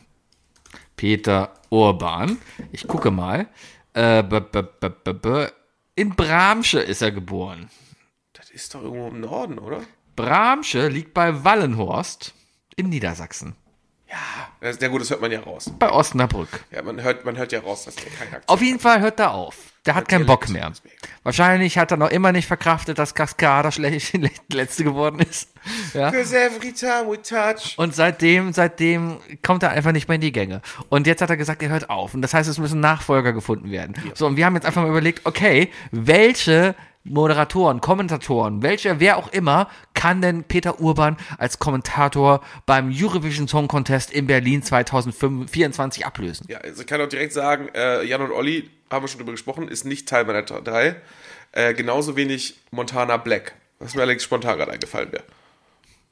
[SPEAKER 3] Peter Urban. Ich gucke mal. Äh, b -b -b -b -b in Bramsche ist er geboren.
[SPEAKER 4] Das ist doch irgendwo im Norden, oder?
[SPEAKER 3] Bramsche liegt bei Wallenhorst in Niedersachsen,
[SPEAKER 4] Das ist, ja gut, das hört man ja raus.
[SPEAKER 3] bei Osnabrück.
[SPEAKER 4] Ja, man hört, man hört ja raus, dass der keinen Akzent
[SPEAKER 3] Auf jeden Fall hört er auf. Der hat keinen Bock
[SPEAKER 4] lebt.
[SPEAKER 3] mehr. Wahrscheinlich hat er noch immer nicht verkraftet, dass Cascada schlecht letzte geworden ist. Ja.
[SPEAKER 4] Because every time we touch.
[SPEAKER 3] Und seitdem, seitdem kommt er einfach nicht mehr in die Gänge. Und jetzt hat er gesagt, er hört auf. Und das heißt, es müssen Nachfolger gefunden werden. So, und wir haben jetzt einfach mal überlegt, okay, welche Moderatoren, Kommentatoren, welche, wer auch immer, kann denn Peter Urban als Kommentator beim Eurovision Song Contest in Berlin 2024 ablösen?
[SPEAKER 4] Ja, also ich kann auch direkt sagen, äh, Jan und Olli, haben wir schon drüber gesprochen, ist nicht Teil meiner Top 3. Äh, genauso wenig Montana Black, was mir allerdings spontan gerade eingefallen wäre.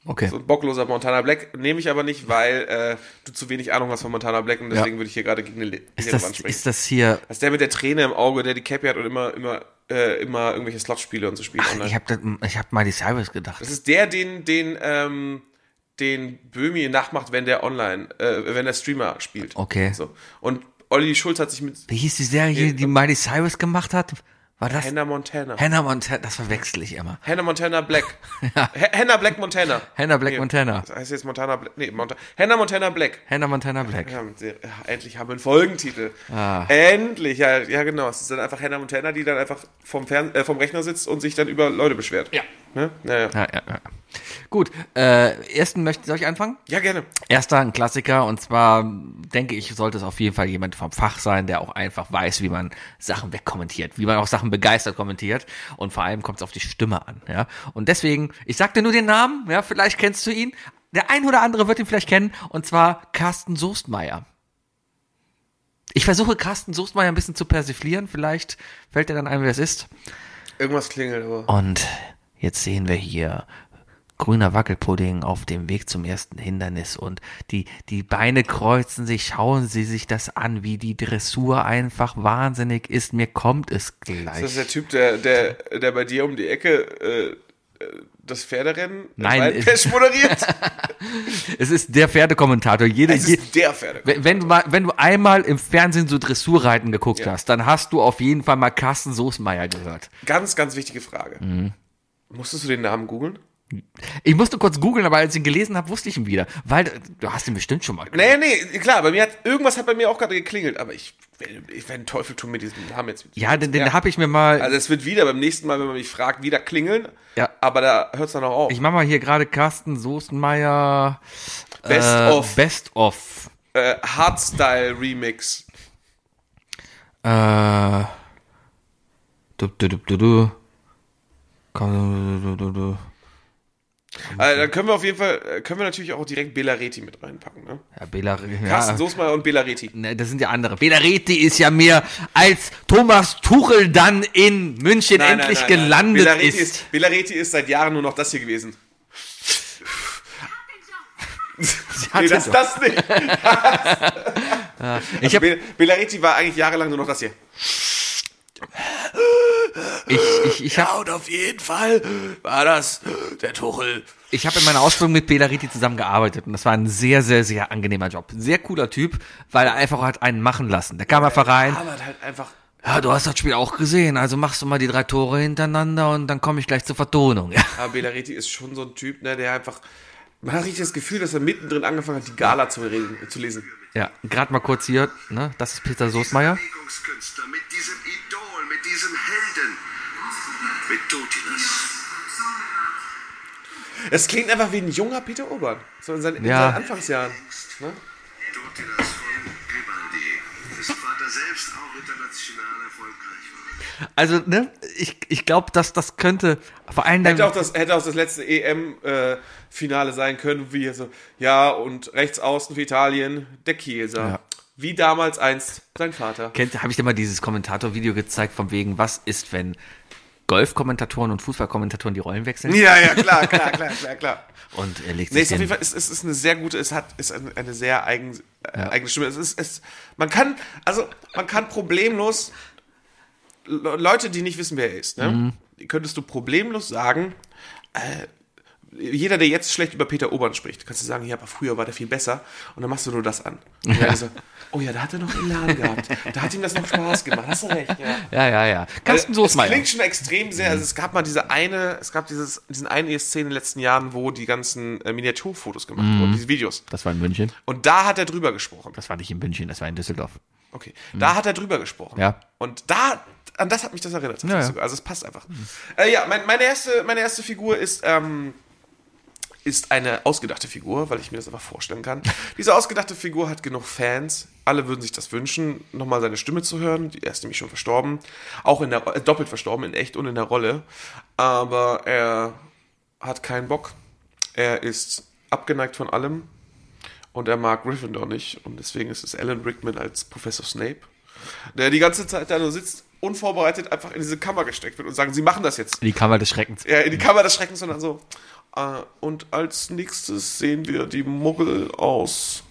[SPEAKER 3] Okay.
[SPEAKER 4] So ein bockloser Montana Black nehme ich aber nicht, weil äh, du zu wenig Ahnung hast von Montana Black und deswegen würde ich hier gerade gegen eine Le-
[SPEAKER 3] ist,
[SPEAKER 4] leere
[SPEAKER 3] das,
[SPEAKER 4] Wand sprechen.
[SPEAKER 3] ist das hier,
[SPEAKER 4] Das ist der mit der Träne im Auge, der die Cappy hat und immer, immer, äh, immer irgendwelche Slotspiele und so spielt. online.
[SPEAKER 3] ich habe ich hab Miley Cyrus gedacht.
[SPEAKER 4] Das ist der, den, den, ähm, den Böhmi nachmacht, wenn der online, äh, wenn der Streamer spielt.
[SPEAKER 3] Okay.
[SPEAKER 4] So. Und Olli Schulz hat sich mit
[SPEAKER 3] Wie hieß die Serie, die Miley Cyrus gemacht hat? War das?
[SPEAKER 4] Hannah Montana.
[SPEAKER 3] Hannah Montana, das verwechsel ich immer.
[SPEAKER 4] Hannah Montana Black. Ha- Hannah Black Montana.
[SPEAKER 3] Hannah Black Montana.
[SPEAKER 4] Das heißt jetzt Montana Black. Nee, Monta Hannah Montana Black.
[SPEAKER 3] Hannah Montana Black.
[SPEAKER 4] Ja, mit der- ah, endlich haben wir einen Folgentitel.
[SPEAKER 3] Ah.
[SPEAKER 4] Endlich, ja, ja genau. Es ist dann einfach Hannah Montana, die dann einfach vom, Fern äh, vom Rechner sitzt und sich dann über Leute beschwert.
[SPEAKER 3] Ja.
[SPEAKER 4] Ne? Naja.
[SPEAKER 3] Ja, ja, ja. Gut, äh, ersten möchte soll ich anfangen?
[SPEAKER 4] ja, gerne.
[SPEAKER 3] Erster ein Klassiker und zwar denke ich, sollte es auf jeden Fall jemand vom Fach sein, der auch einfach weiß, wie man Sachen wegkommentiert, wie man auch Sachen begeistert kommentiert und vor allem kommt es auf die Stimme an, ja. Und deswegen, ich sagte nur den Namen, ja, vielleicht kennst du ihn. Der ein oder andere wird ihn vielleicht kennen und zwar Carsten Soestmeier. Ich versuche Carsten Soestmeier ein bisschen zu persiflieren, vielleicht fällt dir dann ein, wer es ist.
[SPEAKER 4] Irgendwas klingelt, aber.
[SPEAKER 3] Und jetzt sehen wir hier grüner Wackelpudding auf dem Weg zum ersten Hindernis und die, die Beine kreuzen sich, schauen sie sich das an, wie die Dressur einfach wahnsinnig ist. Mir kommt es gleich.
[SPEAKER 4] Das ist der Typ, der, der, der bei dir um die Ecke äh, äh, das Pferderennen im
[SPEAKER 3] Nein, äh,
[SPEAKER 4] Waldpest
[SPEAKER 3] ist-
[SPEAKER 4] moderiert.
[SPEAKER 3] es ist der Pferdekommentator. Jede,
[SPEAKER 4] Es
[SPEAKER 3] je,
[SPEAKER 4] ist der Pferderennen.
[SPEAKER 3] wenn, wenn, du mal, wenn du einmal im Fernsehen so Dressurreiten geguckt
[SPEAKER 4] Ja.
[SPEAKER 3] hast, dann hast du auf jeden Fall mal Carsten Soßmeier gehört.
[SPEAKER 4] Ganz, ganz wichtige Frage.
[SPEAKER 3] Mhm.
[SPEAKER 4] Musstest du den Namen googeln?
[SPEAKER 3] Ich musste kurz googeln, aber als ich ihn gelesen habe, wusste ich ihn wieder. Weil du hast ihn bestimmt schon mal gehört.
[SPEAKER 4] Nee, nee, klar, bei mir hat irgendwas hat bei mir auch gerade geklingelt, aber ich, ich werde Teufel tun mit diesem Namen jetzt.
[SPEAKER 3] Ja, den, den habe ich mir mal.
[SPEAKER 4] Also es wird wieder beim nächsten Mal, wenn man mich fragt, wieder klingeln.
[SPEAKER 3] Ja.
[SPEAKER 4] Aber da hört es dann auch auf.
[SPEAKER 3] Ich mache mal hier gerade Carsten Soßenmeier.
[SPEAKER 4] Best
[SPEAKER 3] äh,
[SPEAKER 4] of
[SPEAKER 3] Best of.
[SPEAKER 4] äh, Hardstyle Remix.
[SPEAKER 3] Äh, du, du, du, du, du. Komm, du, du, du, du.
[SPEAKER 4] Äh, dann können wir auf jeden Fall, äh, können wir natürlich auch direkt Bela Reti mit reinpacken. Ne?
[SPEAKER 3] Ja, Bela, ja,
[SPEAKER 4] Carsten Soßmeier und Bela Reti.
[SPEAKER 3] ne, das sind ja andere. Bela Reti ist ja mehr als Thomas Tuchel dann in München endlich gelandet
[SPEAKER 4] Bela Reti
[SPEAKER 3] ist.
[SPEAKER 4] Bela Reti ist seit Jahren nur noch das hier gewesen.
[SPEAKER 3] Hat
[SPEAKER 4] Nee,
[SPEAKER 3] er
[SPEAKER 4] das,
[SPEAKER 3] doch.
[SPEAKER 4] das nicht.
[SPEAKER 3] ich habe
[SPEAKER 4] Be- Bela Reti war eigentlich jahrelang nur noch das hier.
[SPEAKER 3] ich, ich, ich hab,
[SPEAKER 4] und auf jeden Fall war das der Tuchel.
[SPEAKER 3] ich hab in meiner Ausbildung mit Bela Reti zusammengearbeitet und das war ein sehr, sehr, sehr angenehmer Job. Sehr cooler Typ, weil er einfach hat einen machen lassen. Der kam einfach rein,
[SPEAKER 4] Aber halt einfach
[SPEAKER 3] Ja, du hast das Spiel auch gesehen, also machst du mal die drei Tore hintereinander und dann komme ich gleich zur Vertonung. Ja.
[SPEAKER 4] Aber Belariti ist schon so ein Typ, ne, der einfach. Man hat richtig das Gefühl, dass er mittendrin angefangen hat, die Gala zu, reden, zu lesen.
[SPEAKER 3] Ja, gerade mal kurz hier, ne? Das ist Peter Soßmeier.
[SPEAKER 6] Bewegungskünstler, mit diesem Idol, mit diesem Helden, mit Dutinas.
[SPEAKER 4] Es klingt einfach wie ein junger Peter Urban. So in seinen, in
[SPEAKER 3] Ja.
[SPEAKER 4] seinen Anfangsjahren. Ne?
[SPEAKER 6] Dutinas von Grimaldi, dessen Vater selbst auch international erfolgreich war.
[SPEAKER 3] Also, ne, ich, ich glaube, dass das könnte vor allem
[SPEAKER 4] Hätte, auch
[SPEAKER 3] dann.
[SPEAKER 4] das, hätte auch das letzte E EM-Finale sein können, wie so, ja, und rechts außen für Italien, der Chiesa.
[SPEAKER 3] Ja.
[SPEAKER 4] Wie damals einst sein Vater.
[SPEAKER 3] Kennt, habe ich dir mal dieses Kommentatorvideo gezeigt, von wegen, was ist, wenn Golfkommentatoren und Fußballkommentatoren die Rollen wechseln?
[SPEAKER 4] Ja, ja, klar, klar, klar, klar, klar.
[SPEAKER 3] Und er legt sich
[SPEAKER 4] Nee, ist auf
[SPEAKER 3] den,
[SPEAKER 4] jeden Fall, es ist, ist eine sehr gute, es hat, ist ein- eine sehr eigen, äh, eigene Stimme. Es ist, es, man kann, also, man kann problemlos, Le- Leute, die nicht wissen, wer er ist, ne? Die könntest du problemlos sagen, jeder, der jetzt schlecht über Peter Obern spricht, kannst du sagen, ja, aber früher war der viel besser. Und dann machst du nur das an. Und dann so, oh ja, da hat er noch Elan gehabt. Da hat ihm das noch Spaß gemacht. Hast du recht, ja.
[SPEAKER 3] Ja, ja, ja. Carsten
[SPEAKER 4] Also, Es
[SPEAKER 3] Soßmeier.
[SPEAKER 4] klingt schon extrem sehr. Also es gab mal diese eine, es gab dieses, diesen einen ESC in den letzten Jahren, wo die ganzen äh, Miniaturfotos gemacht wurden, diese Videos.
[SPEAKER 3] Das war in München.
[SPEAKER 4] Und da hat er drüber gesprochen.
[SPEAKER 3] Das war nicht in München, das war in Düsseldorf.
[SPEAKER 4] Okay. Da hat er drüber gesprochen.
[SPEAKER 3] Hm. Ja.
[SPEAKER 4] Und da, an das hat mich das erinnert.
[SPEAKER 3] Ja, Hm. ja.
[SPEAKER 4] sogar. Also es passt einfach. Äh, ja, mein, meine, erste, meine erste Figur ist, ähm, ist eine ausgedachte Figur, weil ich mir das einfach vorstellen kann. Diese ausgedachte Figur hat genug Fans. Alle würden sich das wünschen, nochmal seine Stimme zu hören. Er ist nämlich schon verstorben. Auch in der, Ro- äh, doppelt verstorben, in echt und in der Rolle. Aber er hat keinen Bock. Er ist abgeneigt von allem. Und er mag Gryffindor nicht. Und deswegen ist es Alan Rickman als Professor Snape, der die ganze Zeit da nur sitzt, unvorbereitet einfach in diese Kammer gesteckt wird und sagen, sie machen das jetzt.
[SPEAKER 3] Die Kammer des Schreckens.
[SPEAKER 4] Ja, in die Kammer des Schreckens und dann so. Äh, und als nächstes sehen wir die Muggel aus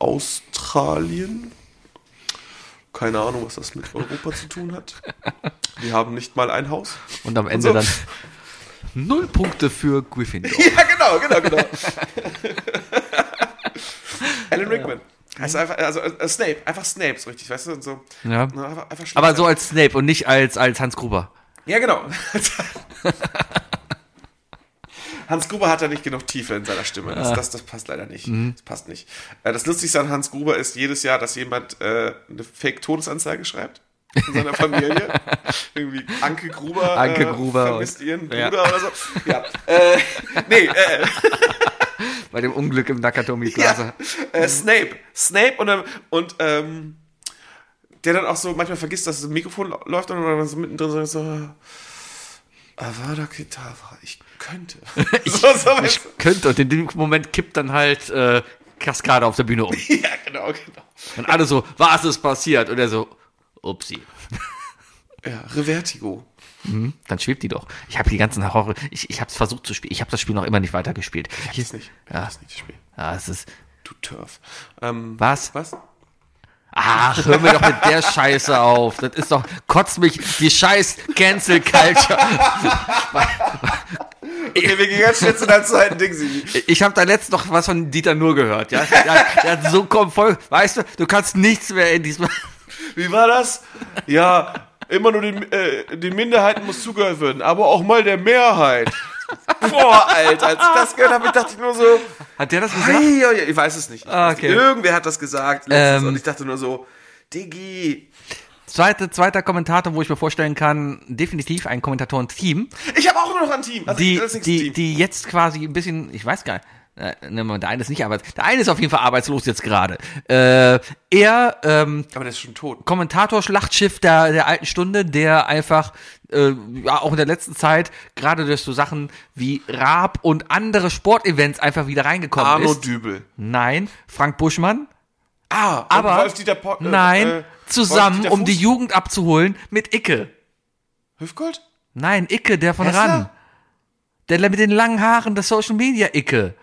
[SPEAKER 4] Australien. Keine Ahnung, was das mit Europa zu tun hat. Die haben nicht mal ein Haus.
[SPEAKER 3] Und am Ende
[SPEAKER 4] so.
[SPEAKER 3] dann null Punkte für Gryffindor.
[SPEAKER 4] Ja, genau, genau, genau. Alan Rickman. Heißt einfach, also äh, Snape, einfach Snape, so richtig, weißt du? Und so.
[SPEAKER 3] Ja.
[SPEAKER 4] Na, Einfach, einfach
[SPEAKER 3] Aber so als Snape und nicht als, als Hans Gruber.
[SPEAKER 4] Ja, genau. Hans Gruber hat da nicht genug Tiefe in seiner Stimme.
[SPEAKER 3] Ah.
[SPEAKER 4] Das, das, das passt leider nicht.
[SPEAKER 3] Mhm.
[SPEAKER 4] Das passt nicht. Äh, Das Lustigste an Hans Gruber ist jedes Jahr, dass jemand äh, eine Fake-Todesanzeige schreibt in seiner Familie. Irgendwie Anke Gruber,
[SPEAKER 3] Anke Gruber
[SPEAKER 4] äh, vermisst
[SPEAKER 3] und-
[SPEAKER 4] ihren
[SPEAKER 3] Ja.
[SPEAKER 4] Bruder oder so. Ja. Äh, nee, äh,
[SPEAKER 3] Bei dem Unglück im Nakatomi-Glase.
[SPEAKER 4] äh, Snape. Snape und, dann- und ähm, der dann auch so manchmal vergisst, dass das Mikrofon lau- läuft und dann so mittendrin so, so Avada Kedavra, ich könnte. so, so, weißt du?
[SPEAKER 3] Könnte. Und in dem Moment kippt dann halt äh, Kaskade auf der Bühne um.
[SPEAKER 4] ja, genau, genau.
[SPEAKER 3] Und alle so, was ist passiert? Und er so, upsi.
[SPEAKER 4] Ja, Revertigo.
[SPEAKER 3] Dann schwebt die doch. Ich habe die ganzen Horror. Ich, ich habe es versucht zu spielen. Ich habe das Spiel noch immer nicht weitergespielt.
[SPEAKER 4] Ich weiß nicht. Ich
[SPEAKER 3] Ja.
[SPEAKER 4] weiß nicht, das Spiel.
[SPEAKER 3] Ah, es ist.
[SPEAKER 4] Du Turf. Ähm,
[SPEAKER 3] Was?
[SPEAKER 4] was?
[SPEAKER 3] Ach, hör mir doch mit der Scheiße auf. Das ist doch, kotzt mich die scheiß Cancel Culture.
[SPEAKER 4] Okay, wir gehen ganz schnell zu deinem zweiten Ding, Sigi.
[SPEAKER 3] Ich habe da letztens noch was von Dieter Nur gehört, ja? Der, der hat so kommt voll, weißt du, du kannst nichts mehr in diesem,
[SPEAKER 4] Wie war das? Ja, immer nur den, äh, den Minderheiten muss zugehört werden, aber auch mal der Mehrheit. Boah, Alter, als ich das gehört habe, ich dachte ich nur so,
[SPEAKER 3] hat der das gesagt?
[SPEAKER 4] Ei, ei, ei, ich weiß es nicht. Ich
[SPEAKER 3] Ah,
[SPEAKER 4] weiß
[SPEAKER 3] okay.
[SPEAKER 4] nicht. Irgendwer hat das gesagt letztens
[SPEAKER 3] Ähm.
[SPEAKER 4] und ich dachte nur so, Diggi.
[SPEAKER 3] Zweite, zweiter Kommentator, wo ich mir vorstellen kann, definitiv ein Kommentatoren-Team,
[SPEAKER 4] Ich habe auch immer noch ein Team. Also
[SPEAKER 3] die,
[SPEAKER 4] das nächste
[SPEAKER 3] die,
[SPEAKER 4] Team.
[SPEAKER 3] die jetzt quasi ein bisschen, ich weiß gar nicht, äh, ne, Moment, der eine ist nicht arbeitslos, der eine ist auf jeden Fall arbeitslos jetzt gerade. Äh, er, ähm,
[SPEAKER 4] Aber der ist schon tot.
[SPEAKER 3] Kommentator-Schlachtschiff der, der alten Stunde, der einfach äh, ja, auch in der letzten Zeit gerade durch so Sachen wie Raab und andere Sportevents einfach wieder reingekommen
[SPEAKER 4] Arno
[SPEAKER 3] ist.
[SPEAKER 4] Dübel.
[SPEAKER 3] Nein, Frank Buschmann,
[SPEAKER 4] Ah, und
[SPEAKER 3] aber
[SPEAKER 4] Wolf-Dieter Po- äh,
[SPEAKER 3] nein,
[SPEAKER 4] äh,
[SPEAKER 3] zusammen,
[SPEAKER 4] Wolf-Dieter
[SPEAKER 3] um die
[SPEAKER 4] Fuß?
[SPEAKER 3] Jugend abzuholen mit Icke.
[SPEAKER 4] Hüfgold?
[SPEAKER 3] Nein, Icke, der von
[SPEAKER 4] Hessler?
[SPEAKER 3] ran. Der mit den langen Haaren, das Social Media Icke.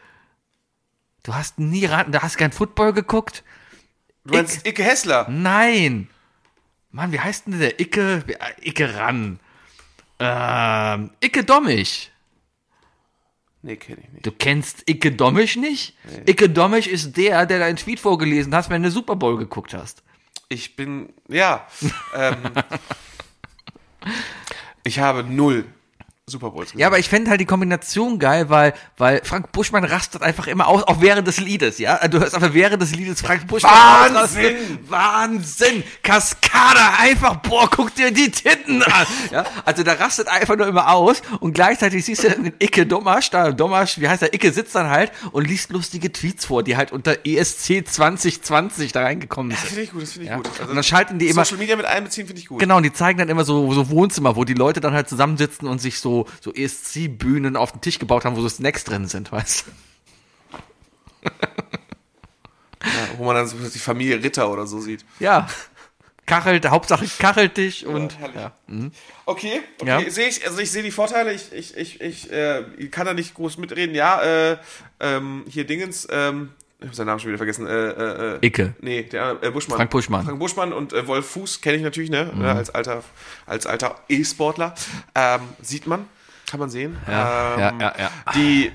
[SPEAKER 3] Du hast nie ran, du hast kein Football geguckt?
[SPEAKER 4] Du meinst Icke Hessler?
[SPEAKER 3] Nein. Mann, wie heißt denn der Icke? wie- äh, Icke ran. Ähm, Icke Dommich.
[SPEAKER 4] Nee, kenne ich nicht.
[SPEAKER 3] Du kennst Icke Dommich nicht? Icke Dommich ist der, der deinen Tweet vorgelesen hast, wenn du Super Bowl geguckt hast.
[SPEAKER 4] Ich bin, ja. ähm, ich habe null Super Bowls gesehen.
[SPEAKER 3] Ja, aber ich fände halt die Kombination geil, weil, weil Frank Buschmann rastet einfach immer aus, auch während des Liedes, ja? Also, Du hörst einfach während des Liedes Frank Buschmann
[SPEAKER 4] Wahnsinn!
[SPEAKER 3] ausrasten. Wahnsinn! Kaskade! Einfach, boah, guck dir die Titten an! ja? Also da rastet einfach nur immer aus und gleichzeitig siehst du dann den Icke Domasch, da Domasch, wie heißt der, Icke sitzt dann halt und liest lustige Tweets vor, die halt unter ESC 2020 da reingekommen
[SPEAKER 4] Das
[SPEAKER 3] sind.
[SPEAKER 4] finde ich gut, das finde ich
[SPEAKER 3] Ja.
[SPEAKER 4] gut. Also,
[SPEAKER 3] und dann schalten die immer
[SPEAKER 4] Social Media mit einbeziehen finde ich gut.
[SPEAKER 3] Genau, und die zeigen dann immer so, so Wohnzimmer, wo die Leute dann halt zusammensitzen und sich so, so ESC-Bühnen auf den Tisch gebaut haben, wo so Snacks drin sind, weißt du?
[SPEAKER 4] Ja, wo man dann so die Familie Ritter oder so sieht.
[SPEAKER 3] Ja. Kachel, Hauptsache Kacheltisch und.
[SPEAKER 4] herrlich. Okay, okay.
[SPEAKER 3] Mhm. Ja.
[SPEAKER 4] Sehe ich, also ich sehe die Vorteile, ich, ich, ich, ich äh, kann da nicht groß mitreden. Ja, äh, ähm, hier Dingens, ähm, ich habe seinen Namen schon wieder vergessen. Äh, äh, äh,
[SPEAKER 3] Icke.
[SPEAKER 4] Nee, der äh, Buschmann.
[SPEAKER 3] Frank Buschmann. Mhm.
[SPEAKER 4] Frank Buschmann und äh, Wolf ne, Fuß kenne ich natürlich, ne? Äh, Als alter, als alter E-Sportler. Ähm, sieht man. Kann man sehen.
[SPEAKER 3] Ja,
[SPEAKER 4] ähm,
[SPEAKER 3] ja, ja, ja.
[SPEAKER 4] Die,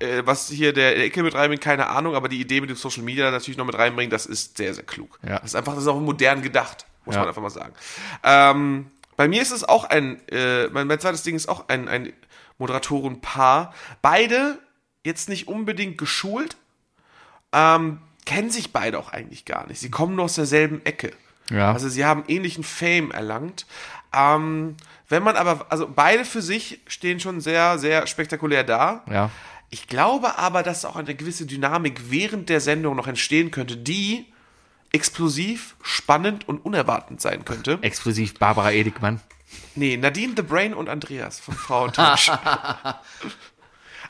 [SPEAKER 4] äh, was hier der Ecke mit reinbringt, keine Ahnung, aber die Idee mit dem Social Media natürlich noch mit reinbringen, das ist sehr, sehr klug.
[SPEAKER 3] Ja.
[SPEAKER 4] Das ist einfach, das ist auch modern gedacht, muss
[SPEAKER 3] Ja.
[SPEAKER 4] man einfach mal sagen. Ähm, bei mir ist es auch ein, äh, mein, mein zweites Ding ist auch ein, ein Moderatorenpaar. Beide jetzt nicht unbedingt geschult, ähm, kennen sich beide auch eigentlich gar nicht. Sie kommen nur aus derselben Ecke.
[SPEAKER 3] Ja.
[SPEAKER 4] Also sie haben ähnlichen Fame erlangt. Ähm, wenn man aber, also beide für sich stehen schon sehr, sehr spektakulär da.
[SPEAKER 3] Ja.
[SPEAKER 4] Ich glaube aber, dass auch eine gewisse Dynamik während der Sendung noch entstehen könnte, die explosiv, spannend und unerwartend sein könnte.
[SPEAKER 3] Exklusiv Barbara Edigmann.
[SPEAKER 4] Nee, Nadine The Brain und Andreas von Frauentausch.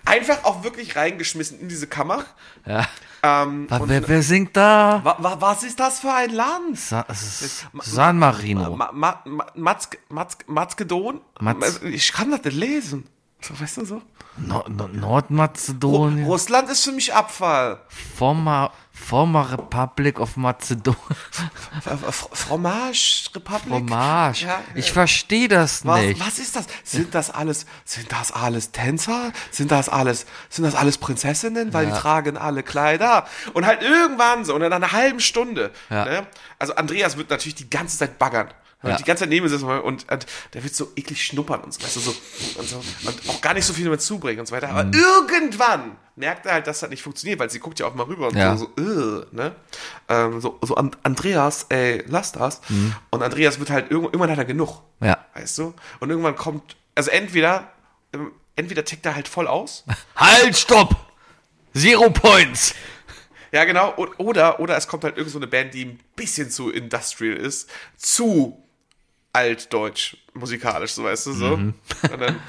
[SPEAKER 4] Einfach auch wirklich reingeschmissen in diese Kammer.
[SPEAKER 3] Wa- wer,
[SPEAKER 4] ne-
[SPEAKER 3] wer singt da?
[SPEAKER 4] Wa wa was ist das für ein Land?
[SPEAKER 3] Sa S- San Marino.
[SPEAKER 4] Ma Ma Ma Matzke, Matzke, Matzke Don?
[SPEAKER 3] Matz-
[SPEAKER 4] Ich kann das nicht lesen. So, weißt du so?
[SPEAKER 3] No no
[SPEAKER 4] Ru
[SPEAKER 3] Nordmazedonien.
[SPEAKER 4] Russland ist für mich Abfall.
[SPEAKER 3] Former, former Republic of Macedonien.
[SPEAKER 4] F- F- Äh, Fromage Republik.
[SPEAKER 3] Hommage.
[SPEAKER 4] Ja,
[SPEAKER 3] Ich verstehe das
[SPEAKER 4] was,
[SPEAKER 3] nicht.
[SPEAKER 4] was ist das? Sind das alles, sind das alles Tänzer? Sind das alles, sind das alles Prinzessinnen? Weil die tragen alle Kleider. Und halt irgendwann so, und in einer halben Stunde.
[SPEAKER 3] Ja.
[SPEAKER 4] Ne? Also Andreas wird natürlich die ganze Zeit baggern.
[SPEAKER 3] Ja.
[SPEAKER 4] Die ganze Zeit neben mir sitzen und, und, der wird so eklig schnuppern und so, weißt du, so, und so. Und auch gar nicht so viel damit zubringen und so weiter. Aber
[SPEAKER 3] Mhm.
[SPEAKER 4] irgendwann merkt er halt, dass das nicht funktioniert, weil sie guckt ja auch mal rüber und
[SPEAKER 3] Ja.
[SPEAKER 4] so, so, äh, ne? Ähm, so, so An Andreas, ey, lass das. Und Andreas wird halt, irgend- irgendwann hat er genug.
[SPEAKER 3] Mhm. Ja.
[SPEAKER 4] Weißt du? Und irgendwann kommt, also entweder, ähm, entweder tickt er halt voll aus.
[SPEAKER 3] Halt, stopp! Zero Points!
[SPEAKER 4] ja, genau. O- Oder, oder es kommt halt irgend so eine Band, die ein bisschen zu industrial ist, zu altdeutsch musikalisch, so weißt du, so.
[SPEAKER 3] Mhm.
[SPEAKER 4] Und, dann,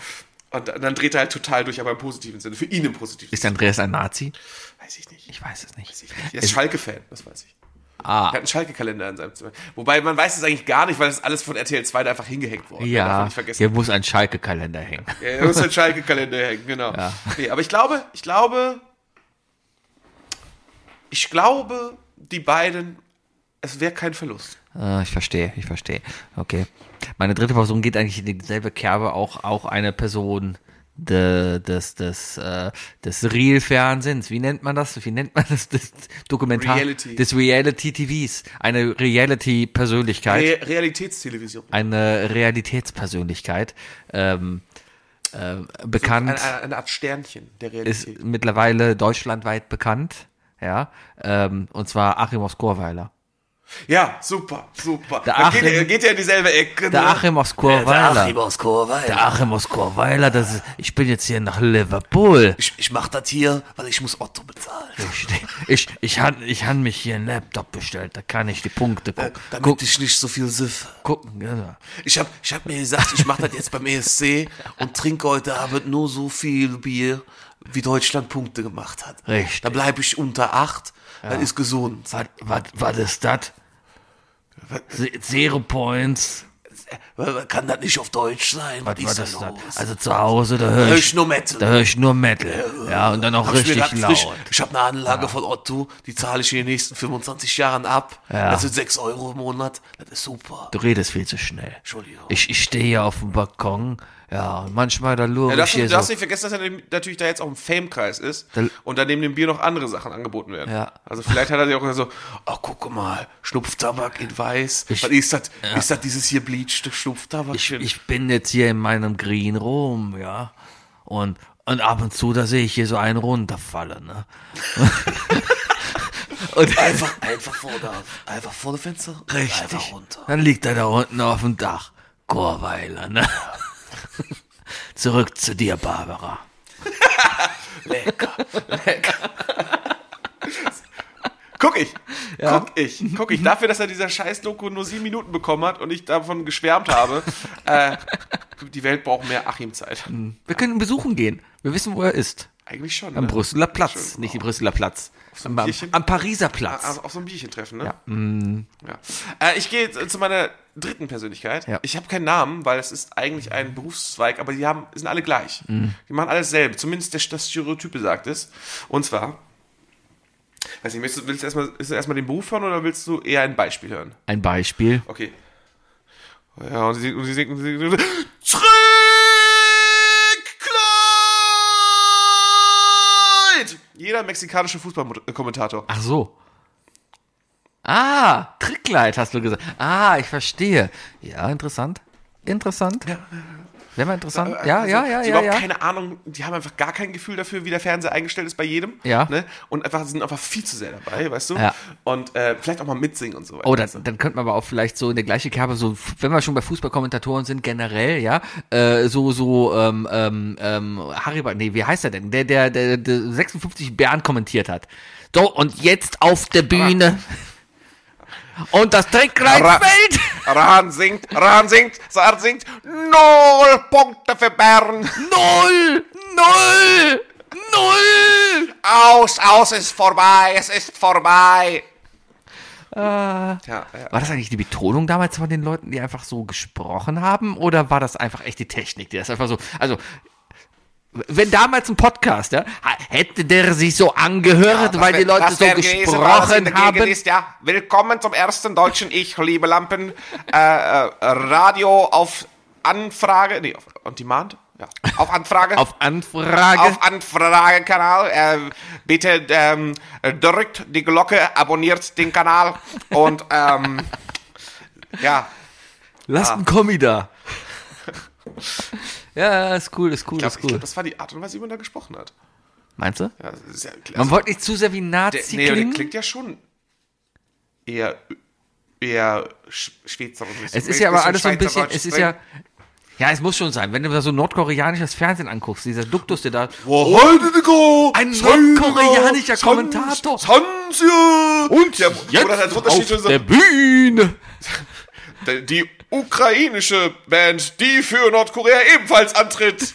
[SPEAKER 4] und dann- dann dreht er halt total durch, aber im positiven Sinne. Für ihn im positiven
[SPEAKER 3] Ist Andreas ein Nazi?
[SPEAKER 4] Sinne. Weiß ich nicht.
[SPEAKER 3] Ich weiß es nicht.
[SPEAKER 4] Er ist
[SPEAKER 3] Es-
[SPEAKER 4] Schalke-Fan, das weiß ich. Ah. Er hat einen Schalke-Kalender in seinem Zimmer. Wobei, man weiß es eigentlich gar nicht, weil das ist alles von RTL 2 da einfach hingehängt worden. Darf man
[SPEAKER 3] Ja,
[SPEAKER 4] nicht vergessen.
[SPEAKER 3] hier muss ein Schalke-Kalender hängen.
[SPEAKER 4] Ja, Er muss den Schalke-Kalender hängen, genau. Nee, aber ich glaube, ich glaube, ich glaube, die beiden, es wäre kein Verlust.
[SPEAKER 3] Ah, ich verstehe, ich verstehe. Okay. Meine dritte Person geht eigentlich in dieselbe Kerbe, auch, auch eine Person de, des, des, äh, des Real-Fernsehens. Wie nennt man das? Wie nennt man das? Des Dokumentar.
[SPEAKER 4] Reality.
[SPEAKER 3] Des Reality-TVs. Eine Reality-Persönlichkeit.
[SPEAKER 4] Re Realitätstelevision.
[SPEAKER 3] eine Realitätspersönlichkeit. Ähm, ähm, bekannt
[SPEAKER 4] Eine, eine, eine Art Sternchen der Realität.
[SPEAKER 3] ist mittlerweile deutschlandweit bekannt. Ja, ähm, und zwar Achim aus Chorweiler.
[SPEAKER 4] ja, super, super.
[SPEAKER 3] Der
[SPEAKER 4] Dann geht,
[SPEAKER 3] Achim-
[SPEAKER 4] er- geht ja in dieselbe Ecke.
[SPEAKER 3] Der
[SPEAKER 4] ne?
[SPEAKER 3] Achim aus Chorweiler.
[SPEAKER 5] Ach, lieber aus Chorweiler.
[SPEAKER 3] Der Achim aus Chorweiler, das ist, ich bin jetzt hier nach Liverpool.
[SPEAKER 5] Ich, ich mach das hier, weil ich muss Otto bezahlen.
[SPEAKER 3] Ich, ich, ich han, ich han mich hier einen Laptop bestellt, da kann ich die Punkte gucken.
[SPEAKER 5] Damit
[SPEAKER 3] Guck,
[SPEAKER 5] ich nicht so viel siff.
[SPEAKER 3] gucken, genau.
[SPEAKER 5] Ich hab, ich hab mir gesagt, ich mach das jetzt beim ESC und trinke heute Abend nur so viel Bier, wie Deutschland Punkte gemacht hat.
[SPEAKER 3] Richtig.
[SPEAKER 5] Da bleibe ich unter acht, das ist gesund.
[SPEAKER 3] Was, was, was ist das? Se- Zero Points.
[SPEAKER 5] Kann das nicht auf Deutsch sein?
[SPEAKER 3] Was, was ist
[SPEAKER 5] da
[SPEAKER 3] das?
[SPEAKER 5] los?
[SPEAKER 3] Also zu Hause, da höre
[SPEAKER 5] Hör
[SPEAKER 3] ich,
[SPEAKER 5] ich nur Metal.
[SPEAKER 3] da hör ich nur Metal. Ja, und dann auch
[SPEAKER 5] Hab ich mir
[SPEAKER 3] richtig
[SPEAKER 5] grad
[SPEAKER 3] laut.
[SPEAKER 5] frisch- ich habe eine Anlage von Otto, die zahle ich in den nächsten 25 Jahren ab. Das sind 6 Euro im Monat. Das ist super.
[SPEAKER 3] Du redest viel zu schnell.
[SPEAKER 5] Entschuldigung.
[SPEAKER 3] Ich, ich stehe hier auf dem Balkon, ja, und manchmal da lure
[SPEAKER 4] Ja,
[SPEAKER 3] ich
[SPEAKER 4] darfst du
[SPEAKER 3] hier
[SPEAKER 4] du darfst
[SPEAKER 3] so.
[SPEAKER 4] nicht vergessen, dass er dem- natürlich da jetzt auch im Fame-Kreis ist
[SPEAKER 3] Dann-
[SPEAKER 4] und da neben dem Bier noch andere Sachen angeboten werden.
[SPEAKER 3] Ja.
[SPEAKER 4] Also vielleicht hat er sich auch so, oh, guck mal, Schnupftabak in weiß.
[SPEAKER 3] Ich-
[SPEAKER 4] Was ist das? Ist das dieses hier bleached Schnupftabak?
[SPEAKER 3] ich, ich bin jetzt hier in meinem Green Room, ja. Und, und ab und zu, da sehe ich hier so einen runterfallen, ne? und
[SPEAKER 5] Einfach, einfach vor der, einfach vor dem Fenster. Einfach
[SPEAKER 3] richtig.
[SPEAKER 5] runter.
[SPEAKER 3] Dann liegt er da unten auf dem Dach. Chorweiler, ne? Zurück zu dir, Barbara.
[SPEAKER 5] Lecker.
[SPEAKER 4] Guck ich. Guck ich. Guck ich. Dafür, dass er dieser scheiß Doku nur sieben Minuten bekommen hat und ich davon geschwärmt habe. äh, die Welt braucht mehr Achim-Zeit.
[SPEAKER 3] Wir können ihn besuchen gehen. Wir wissen, wo er ist.
[SPEAKER 4] Eigentlich schon.
[SPEAKER 3] Am
[SPEAKER 4] ne?
[SPEAKER 3] Brüsseler Platz. Nicht am Brüsseler Platz.
[SPEAKER 4] einem
[SPEAKER 3] am,
[SPEAKER 4] Bierchen?
[SPEAKER 3] am Pariser Platz.
[SPEAKER 5] Ah,
[SPEAKER 4] Also auf so ein Bierchen treffen, ne? Ja.
[SPEAKER 3] mm.
[SPEAKER 4] Äh, ich gehe jetzt zu meiner dritten Persönlichkeit.
[SPEAKER 3] Ja.
[SPEAKER 4] Ich habe keinen Namen, weil es ist eigentlich ein Berufszweig, aber die haben, sind alle gleich.
[SPEAKER 3] Mm.
[SPEAKER 4] Die machen alles selbe. Zumindest der, das Stereotype sagt es. Und zwar, weiß nicht, willst du, willst du erstmal willst du erstmal den Beruf hören oder willst du eher ein Beispiel hören?
[SPEAKER 3] Ein Beispiel.
[SPEAKER 4] Okay. Ja, und sie singt, und sie singt, und sie singt. Schräg! Jeder mexikanische Fußballkommentator.
[SPEAKER 3] Ach so. Ah, Tricklight hast du gesagt. Ah, ich verstehe. Ja, interessant. Interessant. Wenn man interessant. Ja, ja, ja,
[SPEAKER 4] Äh, die
[SPEAKER 3] ja,
[SPEAKER 4] überhaupt
[SPEAKER 3] ja.
[SPEAKER 4] also keine Ahnung, die haben einfach gar kein Gefühl dafür, wie der Fernseher eingestellt ist bei jedem.
[SPEAKER 3] Ja.
[SPEAKER 4] Ne? Und einfach sind einfach viel zu sehr dabei, weißt du?
[SPEAKER 3] Ja.
[SPEAKER 4] Und äh, vielleicht auch mal mitsingen und so weiter.
[SPEAKER 3] Oh, dann, dann könnte man aber auch vielleicht so in der gleichen Kerbe, so, wenn wir schon bei Fußballkommentatoren sind, generell, ja, äh, so, so, ähm, ähm, ähm, Harry, Ba- nee, wie heißt er denn? Der, der, der, der 56 Bern kommentiert hat. So, und jetzt auf der Bühne. Und das Tricklight
[SPEAKER 4] Ra-
[SPEAKER 3] fällt!
[SPEAKER 4] Rahn singt, Rahn singt, Saar singt, null Punkte für Bern.
[SPEAKER 3] Null! Null! Null!
[SPEAKER 4] Aus, aus ist vorbei, es ist vorbei.
[SPEAKER 3] Ah.
[SPEAKER 4] Ja, ja.
[SPEAKER 3] War das eigentlich die Betonung damals von den Leuten, die einfach so gesprochen haben? Oder war das einfach echt die Technik, die das einfach so. Also, wenn damals ein Podcast, ja, ha- hätte der sich so angehört, weil die Leute so gesprochen haben.
[SPEAKER 4] Ist, ja. Willkommen zum ersten deutschen Ich, liebe Lampen. Äh, äh, Radio auf Anfrage, nee, auf on Demand? Ja. Auf Anfrage.
[SPEAKER 3] Auf Anfrage.
[SPEAKER 4] auf Anfragekanal. Äh, bitte ähm, drückt die Glocke, abonniert den Kanal und ähm, ja,
[SPEAKER 3] Lasst einen Kommi da. ja, ist cool, ist cool,
[SPEAKER 4] ich glaub,
[SPEAKER 3] ist
[SPEAKER 4] ich
[SPEAKER 3] cool.
[SPEAKER 4] glaub, das war die Art und Weise, wie man da gesprochen hat.
[SPEAKER 3] Meinst du?
[SPEAKER 4] Ja, das ist ja klar.
[SPEAKER 3] Man wollte nicht zu sehr wie ein
[SPEAKER 4] der,
[SPEAKER 3] Nazi
[SPEAKER 4] nee, aber der
[SPEAKER 3] klingen.
[SPEAKER 4] klingt ja schon eher, eher sch- schweizerisch.
[SPEAKER 3] Es ist ja aber alles so ein bisschen,
[SPEAKER 4] schweizerdeutsch
[SPEAKER 3] es ist
[SPEAKER 4] drin.
[SPEAKER 3] ja, ja, es muss schon sein. Wenn du da so nordkoreanisches Fernsehen anguckst, dieser Duktus, der da,
[SPEAKER 4] Wo heute Nico,
[SPEAKER 3] Oh, Ein
[SPEAKER 4] Sonntag,
[SPEAKER 3] nordkoreanischer
[SPEAKER 4] Sonntag,
[SPEAKER 3] Kommentator.
[SPEAKER 4] Sonntag.
[SPEAKER 3] und
[SPEAKER 4] ja,
[SPEAKER 3] jetzt
[SPEAKER 4] oder da drunter steht schon
[SPEAKER 3] auf
[SPEAKER 4] so,
[SPEAKER 3] der Bühne.
[SPEAKER 4] D- die ukrainische Band, die für Nordkorea ebenfalls antritt.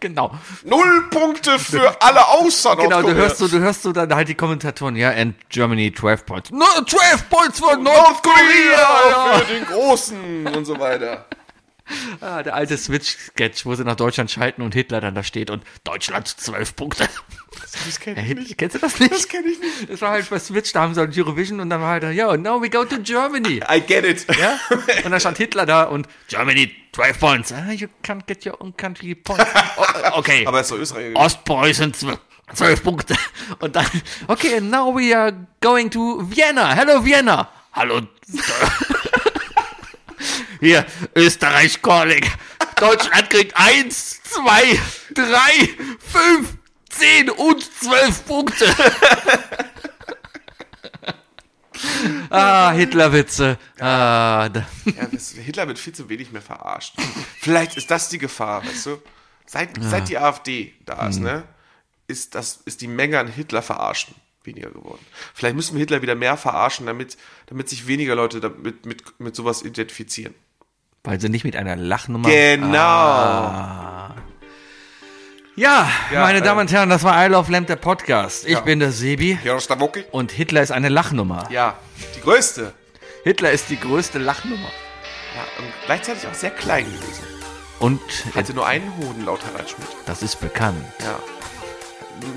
[SPEAKER 3] Genau,
[SPEAKER 4] Null Punkte für alle außer
[SPEAKER 3] genau,
[SPEAKER 4] Nordkorea.
[SPEAKER 3] du hörst so, du hörst so dann halt die Kommentatoren, ja, and Germany 12 points. No, 12 points for Nordkorea!
[SPEAKER 4] Nordkorea für den Großen und so weiter.
[SPEAKER 3] Ah, der alte Switch-Sketch, wo sie nach Deutschland schalten und Hitler dann da steht und Deutschland 12 Punkte.
[SPEAKER 4] Das kenn ich
[SPEAKER 3] Hey,
[SPEAKER 4] nicht.
[SPEAKER 3] kennst du das nicht?
[SPEAKER 4] Das kenn ich nicht.
[SPEAKER 3] Das war halt bei Switch, da haben sie halt Eurovision und dann war halt, yo, now we go to Germany.
[SPEAKER 4] I get it.
[SPEAKER 3] Ja? Und dann stand Hitler da und Germany, 12 points. Ah, you can't get your own country points. O- Okay.
[SPEAKER 4] Aber es ist doch Österreich.
[SPEAKER 3] Ostpreußen, 12, 12 Punkte. Und dann, okay, and now we are going to Vienna. Hello, Vienna. Hallo. Hier, Österreich calling. Deutschland kriegt 1, 2, 3, 5, 10 und 12 Punkte. ah, Hitlerwitze. Ah, da-
[SPEAKER 4] Ja, das- Hitler wird viel zu wenig mehr verarscht. Vielleicht ist das die Gefahr, weißt du? Seit, seit die AfD da ist, ne, ist, das, ist die Menge an Hitler verarschen weniger geworden. Vielleicht müssen wir Hitler wieder mehr verarschen, damit, damit sich weniger Leute damit, mit, mit sowas identifizieren.
[SPEAKER 3] Weil sie nicht mit einer Lachnummer.
[SPEAKER 4] Genau.
[SPEAKER 3] Ja,
[SPEAKER 4] Ja,
[SPEAKER 3] meine
[SPEAKER 4] äh,
[SPEAKER 3] Damen und Herren, das war I Love Lamp, der Podcast. Ich bin der Sebi
[SPEAKER 4] Ja, ist da wirklich?
[SPEAKER 3] und Hitler ist eine Lachnummer.
[SPEAKER 4] Ja, die größte.
[SPEAKER 3] Hitler ist die größte Lachnummer.
[SPEAKER 4] Ja, und gleichzeitig auch sehr klein gewesen.
[SPEAKER 3] Und äh,
[SPEAKER 4] Hatte nur einen Hoden laut Harald Schmidt.
[SPEAKER 3] das ist bekannt.
[SPEAKER 4] Ja.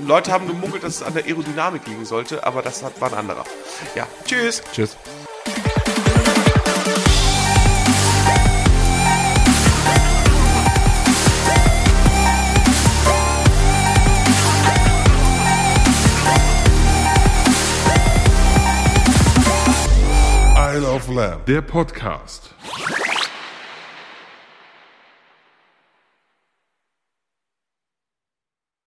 [SPEAKER 4] Leute haben gemunkelt, dass es an der Aerodynamik liegen sollte, aber das hat, war ein anderer. Ja, tschüss.
[SPEAKER 3] Tschüss.
[SPEAKER 1] Isle of Lamb, der Podcast.